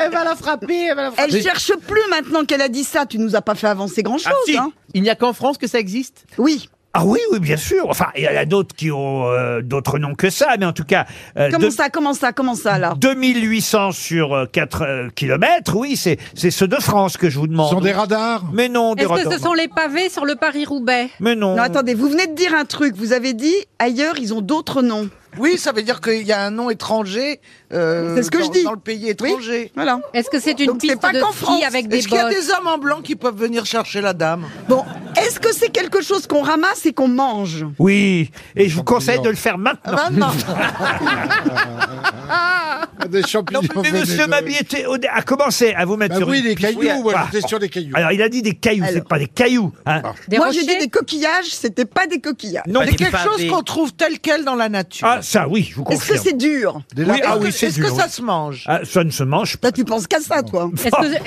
F: Elle va la frapper, elle va la frapper.
J: Elle cherche plus maintenant qu'elle a dit ça. Tu nous as pas fait avancer grand-chose. hein.
G: Ah, Il n'y a qu'en France que ça existe
J: Oui.
B: Ah oui, oui, bien sûr. Enfin, il y en a d'autres qui ont euh, d'autres noms que ça, mais en tout cas. euh,
J: Comment
B: de-
J: ça, comment ça, comment ça, là
B: 2800 sur euh, 4 km, oui, c'est c'est ceux de France que je vous demande. Ce sont des
I: radars
B: Mais non, des
E: Est-ce
B: radars.
E: que ce sont les pavés sur le Paris-Roubaix
B: Mais non.
J: Non, attendez, vous venez de dire un truc. Vous avez dit, ailleurs, ils ont d'autres noms.
F: Oui, ça veut dire qu'il y a un nom étranger euh,
J: C'est ce que
F: dans,
J: je dis.
F: dans le pays étranger.
J: voilà.
E: Est-ce que c'est une
F: Donc,
E: piste
F: pas
E: de
F: qu'en France.
E: ski avec des
F: Est-ce qu'il y a
E: bottes
F: des hommes en blanc qui peuvent venir chercher la dame
J: Bon, est-ce que c'est quelque chose qu'on ramasse et qu'on mange
B: Oui, et je vous conseille de le faire
F: Ah
B: maintenant.
F: bah
J: Ah,
E: Ah.
I: Des champignons.
B: Non, mais
I: venus
B: monsieur
I: de-
B: Mabie était au- a commencé à vous mettre
I: Bah
B: sur
I: oui,
B: une
I: des
B: piste.
I: cailloux, moi,
B: Ah,
I: j'étais
B: bon.
I: sur des cailloux. Ah.
B: Alors, il a dit des cailloux, c'est pas des cailloux. hein.
J: Moi, j'ai dit des coquillages, c'était pas des coquillages.
B: Non,
F: C'est
B: des
F: quelque chose
B: pavés.
F: qu'on trouve tel quel dans la nature.
B: Ah, ça, oui, je vous
J: Est-ce que
B: confirme.
J: c'est dur
B: Des Oui, lapins. ah
F: Est-ce
B: oui,
F: que-
B: c'est
F: Est-ce
B: dur,
F: que ça
B: oui.
F: se mange
B: Ah, ça ne se mange pas.
J: Toi, tu penses qu'à ça, toi
E: Est-ce que,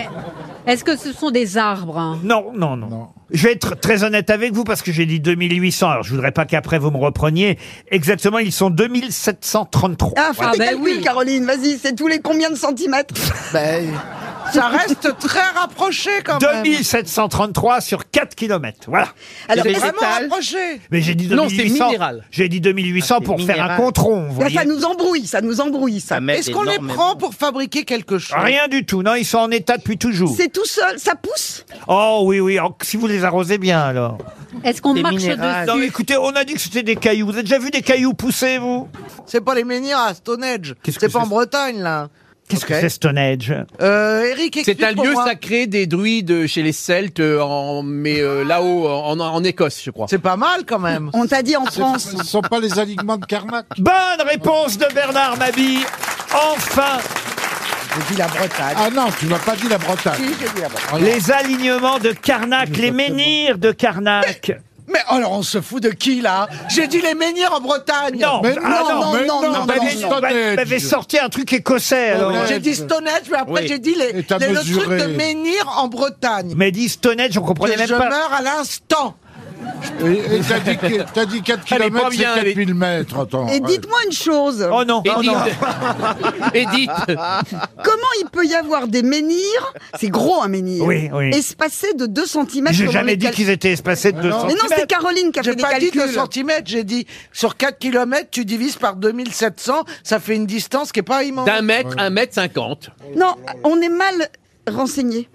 E: est-ce que ce sont des arbres
B: Non, non, non, Je vais être très honnête avec vous parce que j'ai dit 2800. Alors, je voudrais pas qu'après vous me repreniez. Exactement, ils sont 2733.
J: Ah, fais
B: Voilà.
J: tes
E: bah
G: ben
J: calculs, Caroline, vas-y, c'est tous les combien de centimètres
F: Ben, Ça reste très rapproché quand même.
B: 2733 sur 4 km. Voilà.
F: Alors,
B: C'est-
F: c'est vraiment rapproché.
B: Mais j'ai dit
G: Non, c'est
B: 2800.
G: minéral. Ah,
B: J'ai dit 2800
G: c'est
B: pour faire un
G: minéral. Ah,
B: contron, vous
J: Là,
B: voyez.
J: ça nous embrouille, ça nous embrouille, ça.
F: Est-ce qu'on les prend pour fabriquer quelque chose
B: Rien du tout. Non, ils sont en état depuis toujours.
J: C'est tout seul, ça pousse
B: Oh oui, oui. en- Si vous les arrosez bien, alors.
E: Est-ce qu'on marche
B: Non, mais
E: dessus
B: écoutez, on a dit que c'était des cailloux. Vous avez déjà vu des cailloux pousser, vous
F: C'est pas les menhirs à Stone Age. C'est pas en Bretagne, là.
B: Qu'est-ce que c'est Stone Age
F: Euh, Eric,
G: C'est un
F: explique pour
G: lieu
F: moi.
G: sacré des druides chez les Celtes, euh, en, mais euh, là-haut, en, en Écosse, je crois.
F: Ah. C'est pas mal quand même.
J: On t'a dit en France.
I: Ce ne sont pas les alignements de Carnac.
B: Bonne réponse de Bernard Mabille. Enfin,
F: J'ai dit la Bretagne.
I: Ah non, tu m'as pas dit la Bretagne.
F: Si, j'ai dit la Bretagne.
H: euh,
B: les alignements de Carnac, les menhirs de Carnac.
F: Mais alors on se fout de qui là J'ai dit les menhirs en Bretagne.
B: Non,
I: Mais
B: ah
I: non, mais non,
B: non,
I: mais
B: mais
I: non,
B: non,
I: Stone
B: bah,
I: Age.
B: Vous avez sorti un truc écossais, alors.
F: J'ai dit Stone Age, mais après
B: Oui.
F: j'ai dit les,
I: Et t'as
F: les- le truc
I: mesuré.
F: de menhir en Bretagne.
B: Mais dit Stone Age, on comprenait
F: Que
B: même
F: je
B: pas.
F: meurs à l'instant.
I: Et, et t'as dit, que- t'as dit 4
G: Elle est pas
I: km, c'est
G: bien, elle est-
I: 4000 mètres. Attends.
J: Et
I: arrête.
J: dites-moi une chose.
B: Oh non, oh
G: Édith.
B: non.
G: Édith.
J: Comment il peut y avoir des menhirs C'est gros un menhir.
B: Oui, oui.
J: Espacés de 2 cm.
B: J'ai jamais dit qu'ils étaient espacés de 200
J: Mais non, c'est Caroline qui a
F: J'ai
J: fait des
F: pas dit
J: calculs.
F: 2 cm, j'ai dit sur 4 km, tu divises par 2700, ça fait une distance qui est pas immense.
G: D'un mètre, un mètre cinquante.
J: Non, on est mal renseigné.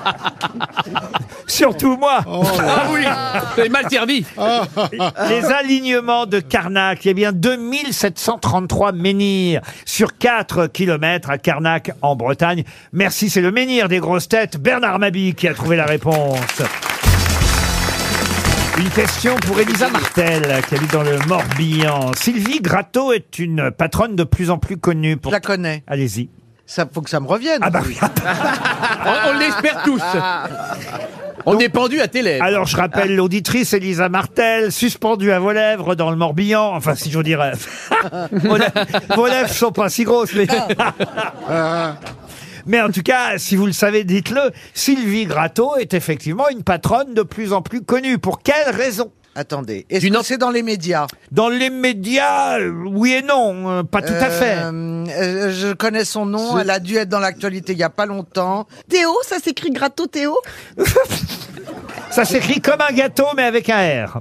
B: Surtout moi.
G: Ah oui T'es mal servi
B: Les alignements de Carnac, il y a bien 2733 menhirs sur 4 km à Carnac en Bretagne. Merci, c'est le menhir des grosses têtes, Bernard Mabille qui a trouvé la réponse. Une question pour Elisa Martel, qui habite dans le Morbihan. Sylvie Gratteau est une patronne de plus en plus connue
F: Je
B: pour...
F: la connais.
B: Allez-y.
F: Ça faut que ça me revienne.
B: Ah bah oui.
G: On, on l'espère tous On est pendu à tes lèvres. Ah.
B: Alors, je rappelle l'auditrice Elisa Martel, suspendue à vos lèvres dans le Morbihan. Enfin, si je dirais. vos, lèvres, vos lèvres sont pas si grosses, mais. Mais en tout cas, si vous le savez, dites-le. Sylvie Gratteau est effectivement une patronne de plus en plus connue. Pour quelle raison
F: Attendez, est-ce que c'est dans les médias
B: Dans les médias, euh, oui et non, euh, pas tout à fait.
F: Euh, euh, je connais son nom, elle a dû être dans l'actualité il y a pas longtemps.
J: Théo, ça s'écrit gratto Théo
B: Ça s'écrit comme un gâteau, mais avec un R.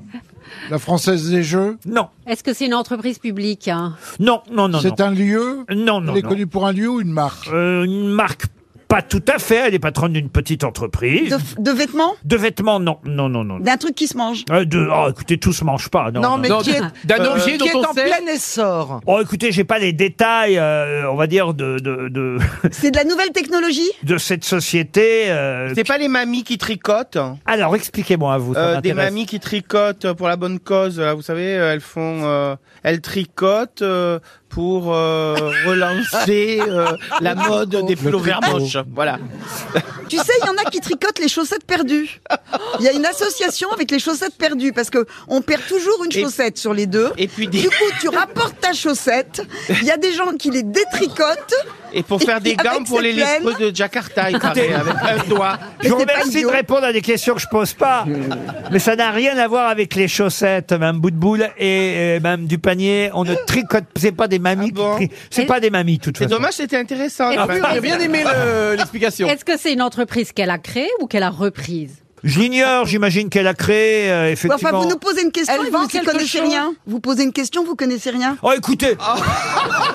I: La Française des Jeux
B: Non.
E: Est-ce que c'est une entreprise publique hein
B: Non, non, non.
I: C'est un lieu
B: Non, non.
I: Elle est connue
B: pour un lieu ou une marque Une marque, pas tout à fait. Elle est patronne d'une petite entreprise.
J: De, de vêtements
B: De vêtements, non, non, non, non.
J: D'un truc qui se mange.
B: Euh, de, oh, écoutez, tout se mange pas. Non,
J: Non, mais qui est-
F: d'un objet
B: qui
F: dont on sait-
B: essor. Oh, écoutez, j'ai pas les détails, euh, on va dire, de de, de,
J: C'est de la nouvelle technologie
B: de cette société. euh,
H: C'est pas les mamies qui tricotent hein
B: Alors, expliquez-moi à vous. ça
H: Euh, des
B: m'intéresse.
H: mamies qui tricotent pour la bonne cause, là, vous savez, euh, elles font, euh, elles tricotent euh, pour euh, relancer euh, la mode des pulls verts
J: tricot.
H: moches. Voilà.
J: Tu sais, il y en a qui tricotent les chaussettes perdues. Il y a une association avec les chaussettes perdues parce que on perd toujours une chaussette sur les deux. Et puis du coup, tu rapportes ta chaussette. Il y a des gens qui les détricotent.
H: Et pour faire des
J: avec
H: gants pour
J: ses
H: les
J: plaines-
H: lépreux de Jakarta, il
B: Écoutez,
H: paraît, avec un doigt.
B: Je vous remercie de répondre à des questions que je pose pas. Mais ça n'a rien à voir avec les chaussettes, même bout de boule et, même du panier. On ne tricote, c'est pas des
J: Ah
B: mamies. qui tri- C'est pas des mamies, de toute
H: C'est
B: façon.
H: dommage, c'était intéressant.
E: Et puis,
H: J'ai
E: bien
G: aimé l'explication.
E: Est-ce que c'est une entreprise qu'elle a créée ou qu'elle a reprise
B: Je l'ignore, j'imagine qu'elle a créé, euh, effectivement.
J: Enfin, vous nous posez une question
E: Elle
J: et
E: vend
J: vous ne
E: quelque
J: connaissez
E: chose
J: rien. Vous posez une question, vous connaissez rien.
B: Oh, écoutez
J: Ah,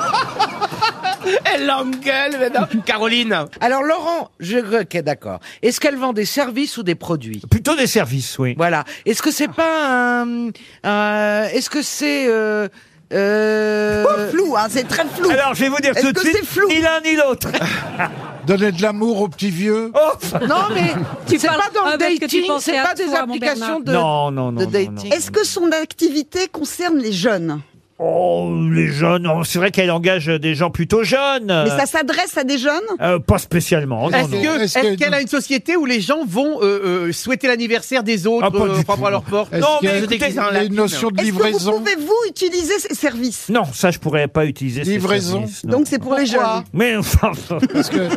H: Elle l'engueule maintenant. Caroline.
F: Alors Laurent, je ok d'accord. Est-ce qu'elle vend des services ou des produits
B: Plutôt des services, oui.
F: Voilà. Est-ce que c'est pas un, un- est-ce que c'est euh, euh,
J: flou, hein, c'est très flou.
B: Alors, je vais vous dire tout de suite, ni l'un ni l'autre. Oh.
I: Donner de l'amour aux petits vieux
F: Non mais
I: Tu
F: c'est
I: parles-
F: pas dans
I: Ah,
F: le
I: parce que tu
F: dating,
I: pensais
F: c'est
I: à
F: pas
I: toi,
F: des
I: mon
F: applications de
B: Non, non, non,
F: de
B: non,
F: dating.
J: Est-ce que son activité concerne les jeunes
B: Oh, les jeunes, oh, c'est vrai qu'elle engage des gens plutôt jeunes.
J: Mais ça s'adresse à des jeunes
B: Euh, pas spécialement. non,
G: Est-ce
B: non.
G: que- est-ce qu'elle a une société où les gens vont euh, euh, souhaiter l'anniversaire des autres
B: Ah, pas
G: euh,
B: du
G: frappant
B: tout.
G: à leur porte
B: Est-ce Non, qu'il y a- mais écoutez, il y a une notion de
J: Est-ce que
B: livraison
J: vous pouvez, vous, utiliser ces services
B: Non, ça, je pourrais pas utiliser. ces
I: Livraison.
B: services, non.
J: Donc, c'est pour les jeunes.
B: Mais enfin.
I: Parce que-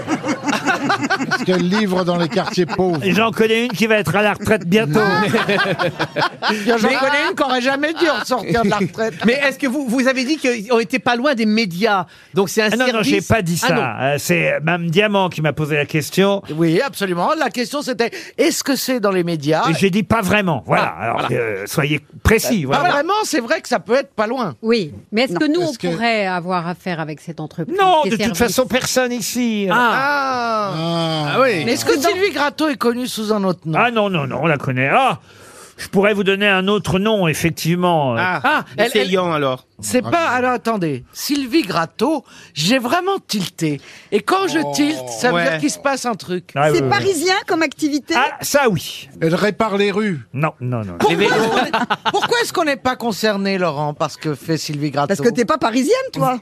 I: parce qu'elle livre dans les quartiers pauvres. Ah.
B: J'en connais une qui va être à la retraite bientôt.
F: J'en connais une qui aurait jamais dû en sortir de la retraite.
G: Mais est-ce que vous, vous avez dit qu'on était pas loin des médias Donc c'est un
B: Ah non, non,
G: service-
B: j'ai pas dit
G: Ah non.
B: ça. Euh, c'est Mme Diamant qui m'a posé la question.
F: Oui, absolument. La question c'était est-ce que c'est dans les médias
B: Et j'ai dit pas vraiment. Voilà.
F: Ah,
B: Alors,
F: voilà.
B: euh, soyez précis.
F: Pas
B: voilà.
F: vraiment, c'est vrai que ça peut être pas loin.
E: Oui, mais est-ce
F: Non.
E: que nous, on
F: Est-ce que-
E: pourrait avoir affaire avec cette entreprise
B: Non,
E: ces
B: de toute
E: services
B: façon, personne ici. hein.
F: Ah,
B: Ah oui.
F: Mais est-ce que Sylvie Gratto est connue sous un autre nom
B: Ah non, non, non, on la connaît. Ah Je pourrais vous donner un autre nom, effectivement.
F: Ah, Ah, elle- essayons,
H: alors.
F: C'est pas. Alors attendez, Sylvie Gratto, j'ai vraiment tilté. Et quand je tilte, ça veut
B: ouais.
F: dire qu'il se passe un truc.
B: Ah, oui,
J: C'est
B: oui,
J: parisien comme activité
B: Ah, ça oui.
I: Elle répare les rues.
B: Non, non, non.
F: Pourquoi est-ce qu'on est- Pourquoi est-ce qu'on n'est pas concerné, Laurent, par ce que fait Sylvie Gratto
J: Parce que t'es pas parisienne, toi.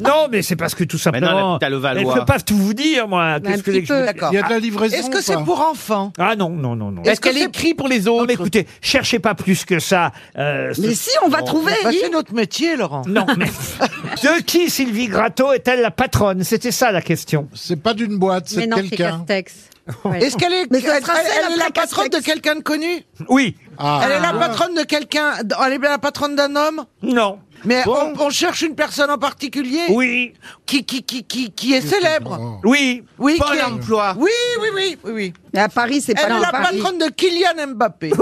B: non, mais c'est parce que tout
H: Maintenant, elle
B: simplement.
H: habite à Levallois.
B: Je peux pas tout vous dire, moi.
F: Mais un
B: Qu'est-ce que
F: petit
B: les- je vous
F: peu.
B: dis
F: D'accord. Il y a de la
B: Ah,
F: livraison Est-ce que ou c'est pas pour enfants
B: Ah non, non, non, non.
F: Est-ce Est-ce que qu'elle c'est- écrit
B: pour les autres Non, mais écoutez, cherchez pas plus que ça. euh, ce-
F: Mais si, on va Non. trouver, Bah, c'est oui. notre métier, Laurent.
B: Non, mais. de qui Sylvie Gratto est-elle la patronne C'était ça la question.
I: C'est pas d'une boîte,
E: Mais non, c'est Castex. Ouais.
F: Est-ce qu'elle est,
E: Mais ça
F: elle-
E: sera
F: elle-
E: celle
F: elle est la
E: après
F: patronne de quelqu'un de connu Ah.
B: Oui.
F: Elle est la patronne de quelqu'un Elle est la patronne d'un homme
B: Non.
F: Mais on, on cherche une personne en particulier
B: Oui.
F: Qui, qui, qui, qui, qui est célèbre
B: Oui.
F: Oui,
H: Pôle
F: qui est-
H: emploi.
F: Oui, oui, oui, oui, oui.
J: à Paris, c'est pas
F: Elle est
J: dans
F: la
J: Paris.
F: patronne de Kylian Mbappé.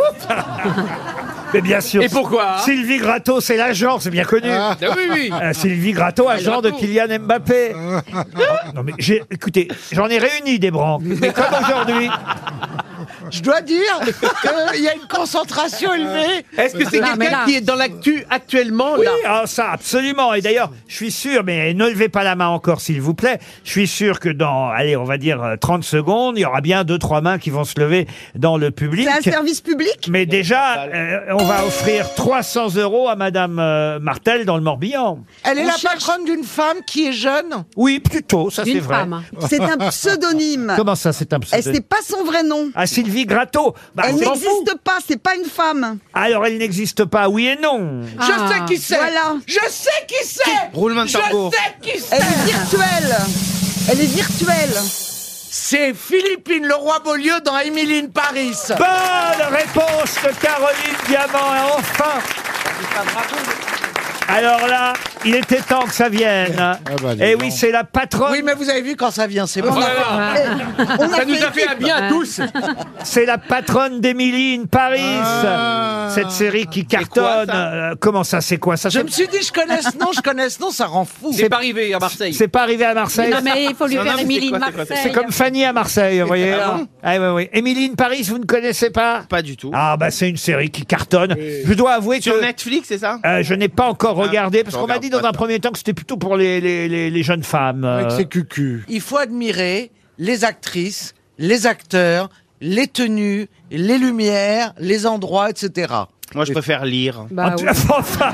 B: Mais bien sûr.
G: Et pourquoi, hein
B: Sylvie Gratto, c'est l'agent, c'est bien connu.
G: Ah. Ah oui, oui. Ah,
B: Euh, Sylvie Gratto, agent de Kylian Mbappé. Oh, non mais j'ai, écoutez, j'en ai réuni des branques, mais comme aujourd'hui.
F: Je dois dire qu'il y a une concentration élevée.
G: Est-ce que c'est
F: Non, mais
G: quelqu'un
F: là-
G: qui est dans l'actu actuellement
B: Oui,
G: là
B: ah, ça, absolument. Et d'ailleurs, je suis sûr, mais ne levez pas la main encore, s'il vous plaît. Je suis sûr que dans, allez, on va dire euh, 30 secondes, il y aura bien deux, trois mains qui vont se lever dans le public.
J: C'est un service public
B: Mais déjà, euh, on va offrir 300 euros à Madame euh, Martel dans le Morbihan.
F: Elle est
J: On
F: la
J: cherche-
F: patronne d'une femme qui est jeune.
B: Oui, plutôt, ça c'est vrai.
J: C'est un pseudonyme.
B: Comment ça, c'est un
J: Elle c'est
B: pseudonyme
J: pas son vrai nom.
B: Ah, Sylvie Gratto Bah,
J: Elle
B: on s'en fout.
J: n'existe pas, c'est pas une femme.
B: Alors, elle n'existe pas, oui et non.
J: Ah.
F: Je sais qui c'est.
J: Voilà.
F: Je sais qui c'est.
H: Roulement de
F: Je
H: tambour.
F: sais qui c'est.
J: Elle est virtuelle. Elle est virtuelle.
F: C'est Philippine Leroy-Beaulieu dans Emily in Paris.
B: Bonne réponse de Caroline Diamant, et enfin Alors là, Il était temps que ça vienne.
F: Ah bah, dis
B: Et
F: donc.
B: oui, c'est la patronne.
F: Oui, mais vous avez vu quand ça vient, c'est bon.
B: Oh là là.
F: Eh, on
B: Ça nous a fait
F: équipe.
B: un bien à tous. C'est la patronne d'Emily in Paris. Cette série qui cartonne. Euh, Comment ça, c'est quoi ça
F: Ah. Je
B: c'est-
F: me suis dit, je connais ce nom, je connais ce nom, ça rend fou.
B: C'est pas
G: arrivé à Marseille.
B: C'est pas arrivé à Marseille.
F: Non, mais il faut lui Non, faire non, mais Émilie c'est quoi, de c'est quoi, Marseille. hein.
B: C'est comme Fanny à Marseille, vous voyez.
F: Ah bon
B: Ah, oui, oui. Émilie in Paris, vous ne connaissez pas Pas du tout. Ah, bah c'est une série qui cartonne. Je dois avouer que.
H: Sur Netflix, c'est ça
B: Euh, je n'ai pas encore
H: Ah,
B: regardé, parce
H: je
B: qu'on m'a
H: regarde
B: dit dans
H: pas
B: un premier temps que c'était plutôt pour les, les, les, les jeunes femmes.
F: Avec
B: euh.
F: ses cucus. Il faut admirer les actrices, les acteurs, les tenues, les lumières, les endroits, etc.
H: Moi, je préfère lire.
B: En tout- Enfin.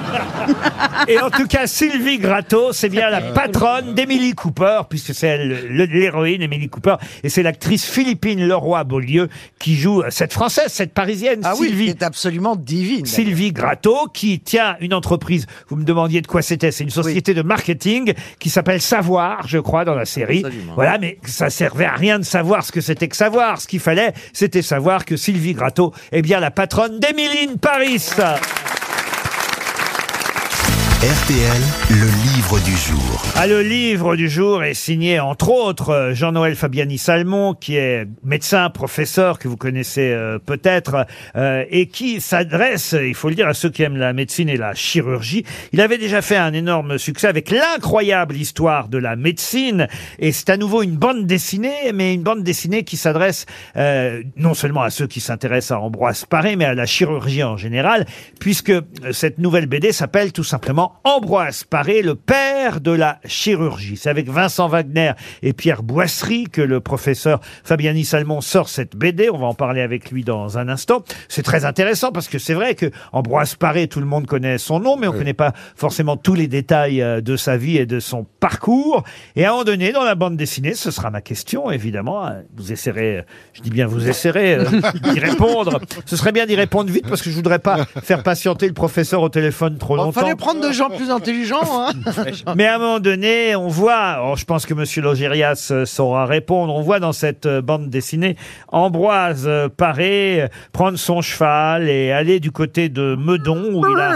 B: Et en tout cas, Sylvie Gratto, c'est bien la patronne d'Emily Cooper, puisque c'est elle, le- l'héroïne Emily Cooper, et c'est l'actrice Philippine Leroy-Beaulieu qui joue cette Française, cette Parisienne,
F: Ah oui,
B: Sylvie.
F: qui est absolument divine.
B: Sylvie Gratto, qui tient une entreprise, vous me demandiez de quoi c'était, c'est une société de marketing qui s'appelle Savoir, je crois, dans la série.
F: Absolument.
B: Voilà, mais ça servait à rien de savoir ce que c'était que savoir. Ce qu'il fallait, c'était savoir que Sylvie Gratto est bien la patronne d'Emily in Paris.
A: RTL, le livre du jour.
B: Ah, le livre du jour est signé, entre autres, euh, Jean-Noël Fabiani Salmon, qui est médecin, professeur, que vous connaissez euh, peut-être, euh, et qui s'adresse, il faut le dire, à ceux qui aiment la médecine et la chirurgie. Il avait déjà fait un énorme succès avec l'incroyable histoire de la médecine, et c'est à nouveau une bande dessinée, mais une bande dessinée qui s'adresse euh, non seulement à ceux qui s'intéressent à Ambroise Paré, mais à la chirurgie en général, puisque euh, cette nouvelle BD s'appelle tout simplement Ambroise Paré, le père de la chirurgie. C'est avec Vincent Wagner et Pierre Boisserie que le professeur Fabiani Salmon sort cette BD. On va en parler avec lui dans un instant. C'est très intéressant parce que c'est vrai que Ambroise Paré, tout le monde connaît son nom, mais on ne connaît pas forcément tous les détails euh, de sa vie et de son parcours. Et à un moment donné, dans la bande dessinée, ce sera ma question, évidemment. hein, Vous essaierez, euh, je dis bien vous essaierez euh, d'y répondre. Ce serait bien d'y répondre vite parce que je voudrais pas faire patienter le professeur au téléphone trop
F: Il
B: longtemps.
F: fallait prendre des gens plus intelligents. hein.
B: Mais à un moment donné, on voit, alors je pense que Monsieur Logérias euh, saura répondre, on voit dans cette euh, bande dessinée Ambroise euh, Paré euh, prendre son cheval et aller du côté de Meudon, où il a,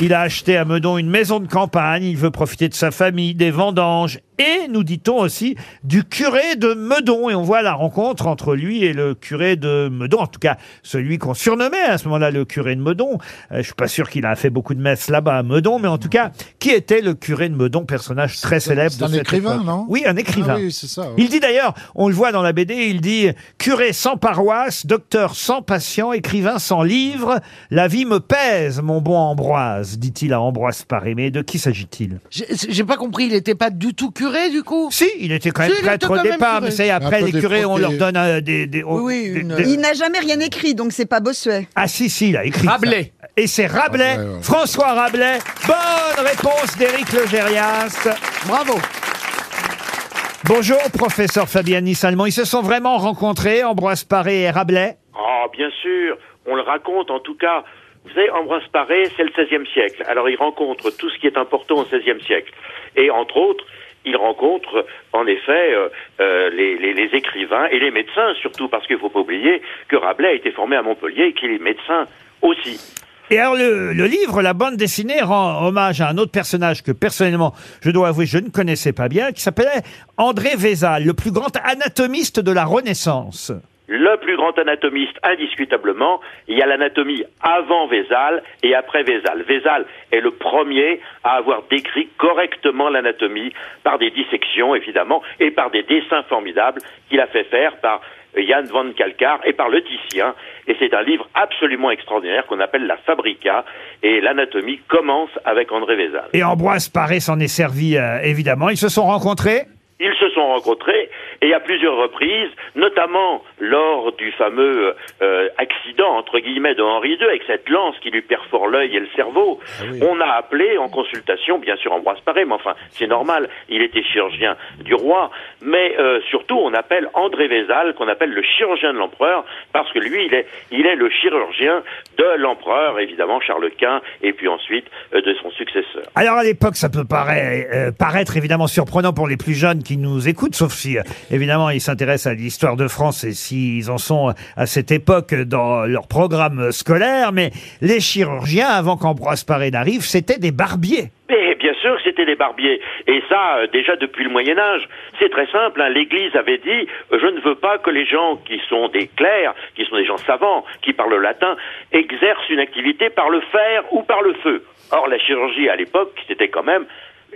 B: il a acheté à Meudon une maison de campagne, il veut profiter de sa famille, des vendanges, et nous dit-on aussi du curé de Meudon. Et on voit la rencontre entre lui et le curé de Meudon, en tout cas celui qu'on surnommait à ce moment-là le curé de Meudon. Euh, je suis pas sûr qu'il a fait beaucoup de messes là-bas à Meudon, mais en tout cas, qui était le curé de Meudon, personnage très célèbre
I: c'est
B: de
I: un
B: cette
I: écrivain,
B: époque.
I: non
B: Oui, un écrivain.
I: Ah oui, c'est ça, ouais.
B: Il dit d'ailleurs, on le voit dans la BD, il dit curé sans paroisse, docteur sans patient, écrivain sans livre, la vie me pèse, mon bon Ambroise, dit-il à Ambroise Paré. Mais de qui s'agit-il
F: J'ai- J'ai pas compris, il n'était pas du tout curé du coup
B: Si, il était quand même
F: il était
B: prêtre au
F: quand même
B: départ,
F: curé.
B: mais c'est après les curés, on leur donne euh, des, des-
J: Oui,
B: des-
J: une-
B: des-
J: Il n'a jamais rien écrit, donc c'est pas Bossuet.
B: Ah si, si, il a écrit. ça.
J: Rabelais.
B: Et c'est Rabelais,
J: Rabelais, ouais.
B: François Rabelais. Bonne réponse d'Éric Legérias. Bravo. Bonjour, professeur Fabiani Salmon. Ils se sont vraiment rencontrés, Ambroise Paré et Rabelais
Q: Ah, bien sûr, on le raconte en tout cas. Vous savez, Ambroise Paré, c'est le XVIe siècle. Alors il rencontre tout ce qui est important au XVIe siècle. Et entre autres, il rencontre en effet euh, euh, les, les- les écrivains et les médecins surtout, parce qu'il ne faut pas oublier que Rabelais a été formé à Montpellier et qu'il est médecin aussi.
B: Et alors, le, le livre, la bande dessinée, rend hommage à un autre personnage que, personnellement, je dois avouer, je ne connaissais pas bien, qui s'appelait André Vézal, le plus grand anatomiste de la Renaissance.
Q: Le plus grand anatomiste, indiscutablement, il y a l'anatomie avant Vézal et après Vézal. Vézal est le premier à avoir décrit correctement l'anatomie par des dissections, évidemment, et par des dessins formidables qu'il a fait faire par Jan van Kalkar et par le Titien. Et c'est un livre absolument extraordinaire qu'on appelle La Fabrica. Et l'anatomie commence avec André Vézal.
B: Et Ambroise Paré s'en est servi, euh, évidemment. Ils se sont rencontrés
Q: Ils se sont rencontrés et à plusieurs reprises, notamment lors du fameux euh, accident entre guillemets de Henri II avec cette lance qui lui perfore l'œil et le cerveau. On a appelé en consultation, bien sûr Ambroise Paré, mais enfin c'est normal, il était chirurgien du roi, mais euh, surtout on appelle André Vézal, qu'on appelle le chirurgien de l'empereur, parce que lui il est, il est le chirurgien de l'empereur, évidemment Charles Quint, et puis ensuite euh, de son successeur.
B: Alors à l'époque, ça peut paraître, euh, paraître évidemment surprenant pour les plus jeunes qui nous écoutent, sauf si euh, évidemment ils s'intéressent à l'histoire de France et s'ils en sont euh, à cette époque euh, dans leur programme euh, scolaire. Mais les chirurgiens, avant qu'Ambroise Paré n'arrive, c'était des barbiers.
Q: Eh bien sûr que c'était des barbiers. Et ça, euh, déjà depuis le Moyen Âge, c'est très simple. hein. L'Église avait dit euh, je ne veux pas que les gens qui sont des clercs, qui sont des gens savants, qui parlent le latin, exercent une activité par le fer ou par le feu. Or, la chirurgie à l'époque, c'était quand même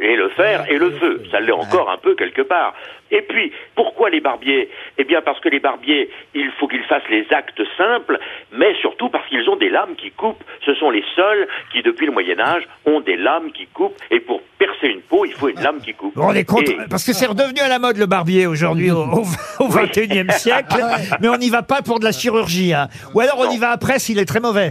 Q: et le fer et
B: Ah,
Q: le feu. Ça l'est encore un peu quelque part. Et puis, pourquoi les barbiers Eh bien, parce que les barbiers, il faut qu'ils fassent les actes simples, mais surtout parce qu'ils ont des lames qui coupent. Ce sont les seuls qui, depuis le Moyen Âge, ont des lames qui coupent. Et pour percer une peau, il faut une lame qui coupe.
B: On est contre,
Q: Et-
B: parce que c'est redevenu à la mode le barbier aujourd'hui au, au, au 21e siècle, mais on n'y va pas pour de la chirurgie. hein. Ou alors on y va après s'il est très mauvais.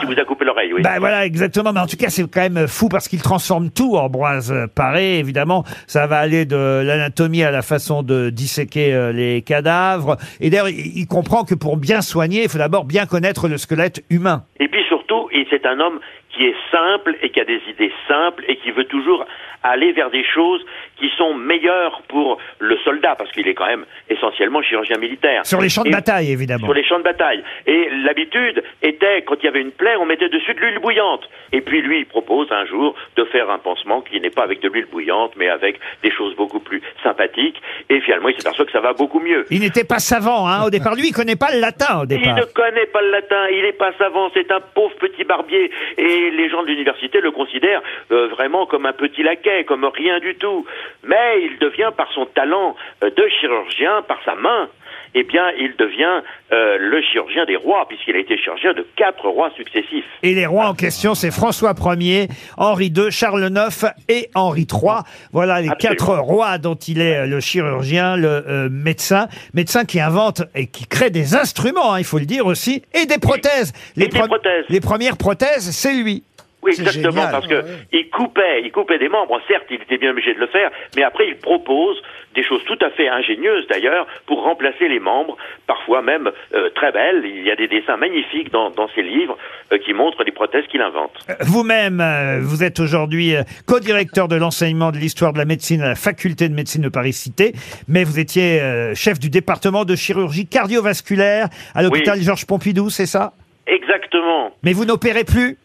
Q: qui vous a coupé l'oreille, oui.
B: Ben voilà, exactement. Mais en tout cas, c'est quand même fou parce qu'il transforme tout en broise parée. Évidemment, ça va aller de l'anatomie à la façon de disséquer euh, les cadavres. Et d'ailleurs, il il comprend que pour bien soigner, il faut d'abord bien connaître le squelette humain.
Q: Et puis surtout, il- c'est un homme qui est simple et qui a des idées simples et qui veut toujours aller vers des choses qui sont meilleures pour le soldat, parce qu'il est quand même essentiellement chirurgien militaire.
B: Sur les champs de
Q: Et-
B: bataille, évidemment.
Q: Sur les champs de bataille. Et l'habitude était, quand il y avait une plaie, on mettait dessus de l'huile bouillante. Et puis lui, il propose un jour de faire un pansement qui n'est pas avec de l'huile bouillante, mais avec des choses beaucoup plus sympathiques. Et finalement, il s'aperçoit que ça va beaucoup mieux.
B: Il n'était pas savant, hein, au départ. Lui, il connaît pas le latin, au
Q: Il
B: départ.
Q: ne connaît pas le latin, il n'est pas savant, c'est un pauvre petit barbier. Et les gens de l'université le considèrent euh, vraiment comme un petit laquais, comme rien du tout. Mais il devient, par son talent euh, de chirurgien, par sa main, eh bien, il devient euh, le chirurgien des rois, puisqu'il a été chirurgien de quatre rois successifs.
B: Et les rois en question, c'est François Ier, Henri II, Charles IX et Henri III. Voilà les quatre rois dont il est euh, le chirurgien, le euh, médecin. Médecin qui invente et qui crée des instruments, hein, il faut le dire aussi, et des prothèses. Les, pre- les premières prothèses, c'est lui.
Q: Oui,
B: C'est
Q: exactement,
B: génial. Ah
Q: parce que il coupait, il coupait des membres. Certes, il était bien obligé de le faire, mais après, il propose des choses tout à fait ingénieuses d'ailleurs pour remplacer les membres, parfois même euh, très belles. Il y a des dessins magnifiques dans, dans ses livres euh, qui montrent les prothèses qu'il invente.
B: Vous-même, euh, vous êtes aujourd'hui euh, co-directeur de l'enseignement de l'histoire de la médecine à la faculté de médecine de Paris-Cité, mais vous étiez euh, chef du département de chirurgie cardiovasculaire à l'hôpital
Q: Oui.
B: Georges Pompidou, c'est ça
Q: Exactement.
B: Mais vous n'opérez plus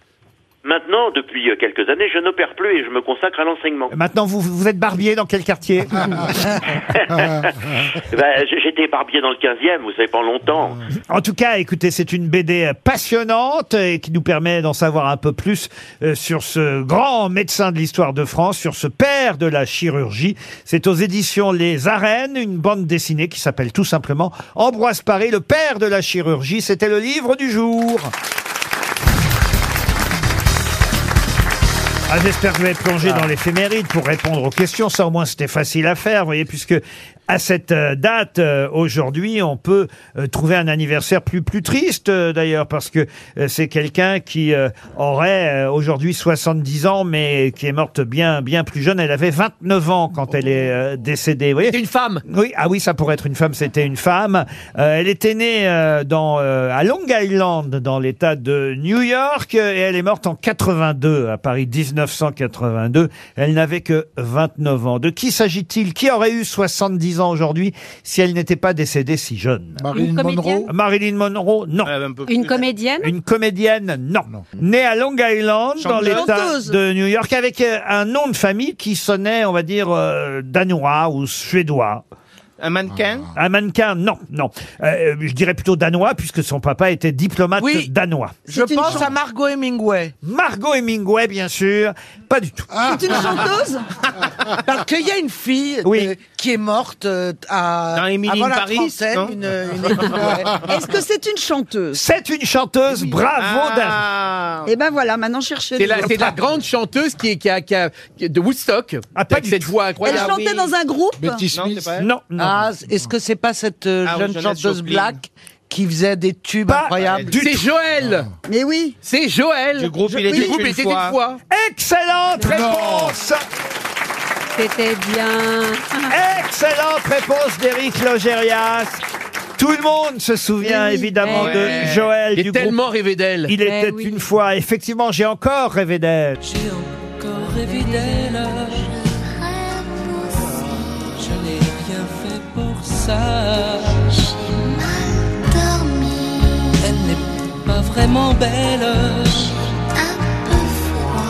Q: Maintenant, depuis euh, quelques années, je n'opère plus et je me consacre à l'enseignement.
B: Maintenant, vous, vous êtes barbier dans quel quartier Ah.
Q: Ben, j- J'étais barbier dans le 15e, vous savez, pendant longtemps.
B: En tout cas, écoutez, c'est une BD passionnante et qui nous permet d'en savoir un peu plus euh, sur ce grand médecin de l'histoire de France, sur ce père de la chirurgie. C'est aux éditions Les Arènes, une bande dessinée qui s'appelle tout simplement Ambroise Paré, le père de la chirurgie. C'était le livre du jour. Ah, J'espère que je vais plonger dans l'éphéméride pour répondre aux questions. Ça, au moins, c'était facile à faire, vous voyez, puisque à cette euh, date, euh, aujourd'hui, on peut euh, trouver un anniversaire plus, plus triste, euh, d'ailleurs, parce que euh, c'est quelqu'un qui euh, aurait euh, aujourd'hui 70 ans, mais qui est morte bien, bien plus jeune. Elle avait 29 ans quand elle est euh, décédée, vous voyez. une femme Oui, ah oui, ça pourrait être une femme, c'était une femme. Euh, elle était née euh, dans, euh, à Long Island, dans l'État de New York, euh, et elle est morte en 82, à Paris 1982. Elle n'avait que 29 ans. De qui s'agit-il Qui aurait eu 70 ans aujourd'hui si elle n'était pas décédée si jeune
E: Marilyn Une comédienne Ah, Monroe
B: Marilyn Monroe, non.
E: Une comédienne
B: Une comédienne, non. Née à Long Island, dans
E: Chanteuse.
B: l'État
E: Chanteuse.
B: de New York, avec euh, un nom de famille qui sonnait, on va dire, euh, danois ou suédois.
H: Un mannequin
B: Un mannequin, non, non. Euh, je dirais plutôt danois, puisque son papa était diplomate danois.
F: Je pense à Margot Hemingway.
B: Margot Hemingway, bien sûr. Pas du tout.
J: C'est une chanteuse
F: Parce qu'il y a une fille euh, qui est morte euh, à,
H: Dans Emily
F: avant
H: in
F: la
H: Paris,
F: Française,
H: non
F: une- une Hemingway.
J: Est-ce que c'est une chanteuse
B: C'est une chanteuse,
F: bravo,
J: Dave Et ben voilà, maintenant cherchez
G: Ah. C'est
J: le
G: la,
J: nom.
G: c'est la grande chanteuse qui, est- qui a, qui a- qui est de Woodstock.
B: Ah,
G: avec cette voix
J: Elle
G: incroyable.
J: chantait dans un groupe
B: Non.
F: Ah, est-ce que c'est pas cette euh,
G: Ah,
F: jeune
G: Janis
F: chanteuse
G: Joplin.
F: black qui faisait des tubes incroyables
G: C'est Joël
J: Mais oui
G: C'est Joël
F: Du groupe Il était
G: Du groupe
F: une
G: Il était
F: fois.
G: une fois.
B: Excellente réponse
E: C'était bien.
B: Excellente réponse d'Éric Logérias. Tout le monde se souvient
G: Oui.
B: évidemment
G: Eh
B: de
G: oui.
B: Joël
G: J'ai
B: du
G: tellement
B: groupe.
G: rêvé d'elle.
B: Il
G: Eh
B: était
G: oui.
B: une fois. Effectivement, j'ai encore rêvé d'elle.
R: encore rêvé d'elle. Je n'ai rien fait pour ça. J'ai mal dormi. Elle n'est pas vraiment belle. Un peu froid.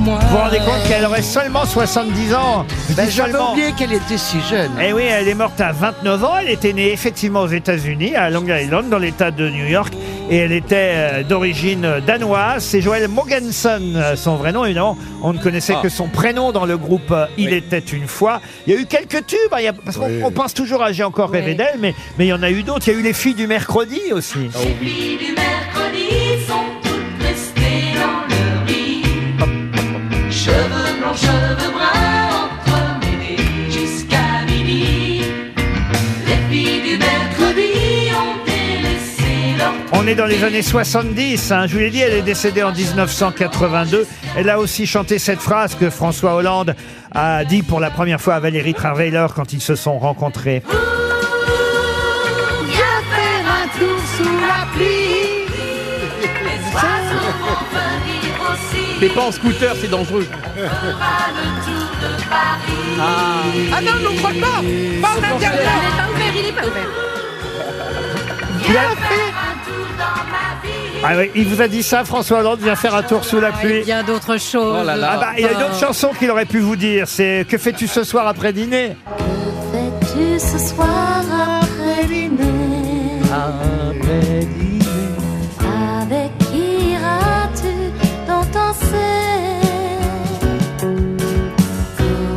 R: moi.
B: Vous vous rendez compte qu'elle aurait seulement 70 ans
F: Ben, j'avais oublié
B: qu'elle était si jeune. Eh oui, elle est morte à 29 ans. Elle était née effectivement aux États-Unis, à Long Island, dans l'État de New York. Et elle était euh, d'origine danoise. C'est Joël Mogensen, euh, son vrai nom. Et non, on ne connaissait
G: Ah.
B: que son prénom dans le groupe euh, Il était une fois. Il y a eu quelques tubes, hein, il y a- parce qu'on on pense toujours à J'ai encore rêvé d'elle, mais mais il y en a eu d'autres. Il y a eu Les filles du mercredi aussi.
R: Ah filles du mercredi sont toutes restées dans leur lit. Cheveux blancs, cheveux bruns, entremêlés jusqu'à midi. Les filles du mercredi ont délaissé leur
B: On est dans les années 70, hein. je vous l'ai dit, elle est décédée en 1982. Elle a aussi chanté cette phrase que François Hollande a dit pour la première fois à Valérie Traveiller quand ils se sont rencontrés.
R: Viens faire un tour sous la pluie. Les oiseaux vont venir aussi.
G: Mais pas en scooter, c'est dangereux.
R: Fera le tour de Paris.
G: Ah.
R: Ah non, non, crois pas. Pas en intérieur. Il est pas ouvert, il est pas ouvert. Viens faire un tour dans ma vie.
B: Ah oui, il vous a dit ça, François Hollande, viens faire un tour sous la pluie.
E: Ah, Il y a d'autres choses. Oh.
B: Ah bah, il y a une autre chanson qu'il aurait pu vous dire, c'est Que fais-tu ce soir après dîner
R: Fais-tu ce soir après dîner Avec qui iras-tu dans ton cerf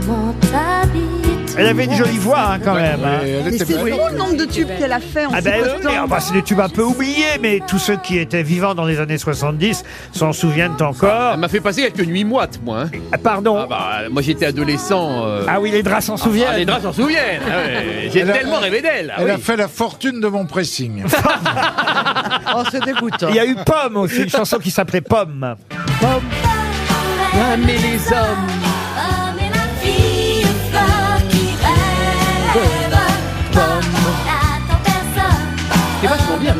R: Comment t'habilles-tu
B: Elle avait une jolie voix hein, quand même. hein.
J: Mais c'est fou le nombre de tubes qu'elle a fait en
B: Ah
J: si
B: ben,
J: peu de
B: euh,
J: temps.
B: mais, ah bah, c'est des tubes un peu oubliés, mais tous ceux qui étaient vivants dans les années 70 s'en souviennent encore.
G: Elle m'a fait passer quelques nuits moites, moi. hein.
B: Ah, pardon
G: Ah bah, moi j'étais adolescent. euh.
B: Ah oui, les draps s'en souviennent.
G: Ah, les draps s'en souviennent. Ah ouais, J'ai
I: Elle a-
G: tellement rêvé d'elle. ah
I: Elle a
G: oui.
I: fait la fortune de mon pressing.
F: Oh, c'est dégoûtant.
B: Il y a eu Pomme aussi, une chanson qui s'appelait Pomme. Pomme.
R: Aimer les hommes Homme et la fille fort qui rêve N'attends personne Homme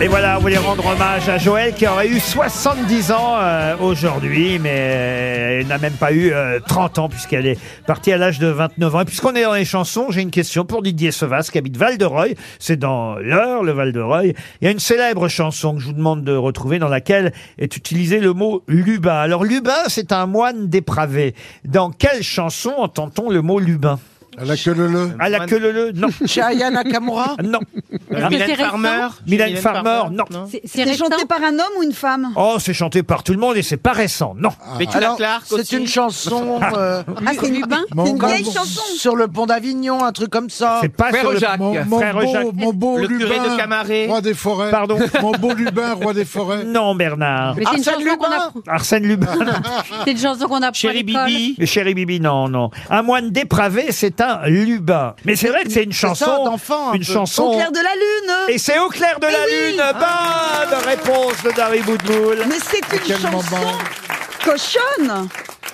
B: Et voilà, on voulait rendre hommage à Joël qui aurait eu 70 ans euh, aujourd'hui, mais elle n'a même pas eu euh, 30 ans puisqu'elle est partie à l'âge de 29 ans. Et puisqu'on est dans les chansons, j'ai une question pour Didier Sevas qui habite Val-de-Reuil. C'est dans l'heure, le Val-de-Reuil. Il y a une célèbre chanson que je vous demande de retrouver dans laquelle est utilisé le mot lubin. Alors lubin, c'est un moine dépravé. Dans quelle chanson entend-on le mot lubin à la queue le le À la queue le le, non.
F: Chez Aya Nakamura
B: Non.
H: Euh, Mylène C'est récent Farmer
B: Mylène
H: Mylène
B: Farmer,
H: Farmer,
B: non.
J: C'est chanté par un homme ou une femme
B: Oh, c'est chanté par tout le monde et c'est pas récent, non.
F: Alors, C'est une chanson. euh,
J: Ah, c'est Lubin
F: mon
J: C'est une vieille
F: beau-
J: chanson.
F: Sur le pont d'Avignon, un truc comme ça.
B: C'est pas sur le-
F: Mon,
B: Mon,
F: mon
B: frère
F: beau-
B: Jacques.
F: mon beau Lubin.
I: Roi des forêts.
B: Pardon.
I: Mon beau Lubin, roi des forêts.
B: Non, Bernard.
E: Mais c'est une
F: Arsène
E: chanson qu'on apprend.
B: Arsène Lubin.
E: C'est une chanson qu'on apprend à l'école.
B: Chéri Bibi, non, non. Un moine dépravé, c'est un lubin. Mais c'est vrai que c'est une
F: C'est ça,
B: chanson.
F: d'enfant, un
B: une
F: peu.
B: chanson.
J: Au clair de la lune
B: Et c'est au clair de
J: Mais
B: la
J: oui. Ah.
B: lune. Bonne réponse de Dari Boudboul.
J: Mais c'est une chanson cochonne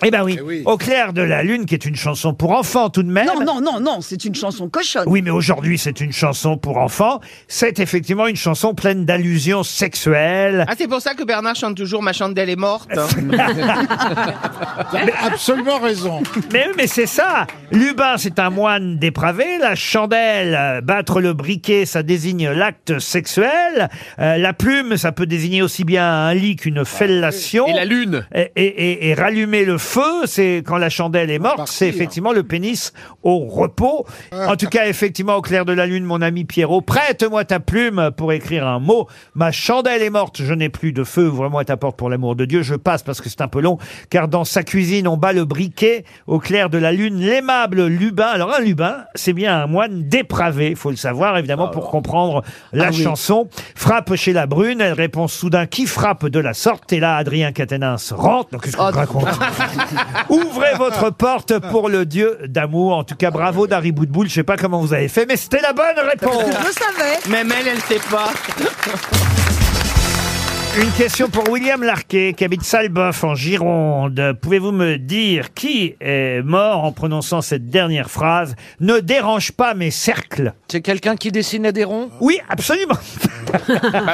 B: Eh ben oui. Au clair de la lune, qui est une chanson pour enfants tout de même.
J: Non, non, non, non, c'est une chanson cochonne.
B: Oui, mais aujourd'hui, c'est une chanson pour enfants. C'est effectivement une chanson pleine d'allusions sexuelles.
H: Ah, c'est pour ça que Bernard chante toujours Ma chandelle est morte.
I: absolument raison.
B: Mais oui, mais c'est ça. Lubin, c'est un moine dépravé. La chandelle, euh, battre le briquet, ça désigne l'acte sexuel. Euh, la plume, ça peut désigner aussi bien un lit qu'une fellation.
G: Ah, Et la lune.
B: Et, et- et- et rallumer le feu, c'est quand la chandelle est morte, c'est effectivement le pénis au repos.
G: Ah.
B: En tout cas, effectivement, au clair de la lune, mon ami Pierrot, prête-moi ta plume pour écrire un mot. Ma chandelle est morte, je n'ai plus de feu, ouvre-moi ta porte pour l'amour de Dieu. Je passe parce que c'est un peu long, car dans sa cuisine, on bat le briquet. Au clair de la lune, l'aimable Lubin. Alors, un Lubin, c'est bien un moine dépravé, faut le savoir, évidemment, pour comprendre la
G: Ah oui.
B: chanson chanson. Frappe chez la brune, elle répond soudain qui frappe de la sorte. Et là, Adrien Catenins rentre. Donc, qu'est-ce
G: Ah,
B: qu'on raconte Ouvrez votre porte pour le dieu d'amour. En tout cas, bravo Dari Boudboul. Je sais pas comment vous avez fait, mais c'était la bonne réponse.
J: Je savais.
H: Même elle, elle sait pas.
B: Une question pour William Larquet, qui habite Salboff, en Gironde. Pouvez-vous me dire qui est mort en prononçant cette dernière phrase Ne dérange pas mes cercles.
F: C'est quelqu'un qui dessinait des ronds
B: Oui, absolument.
G: Bah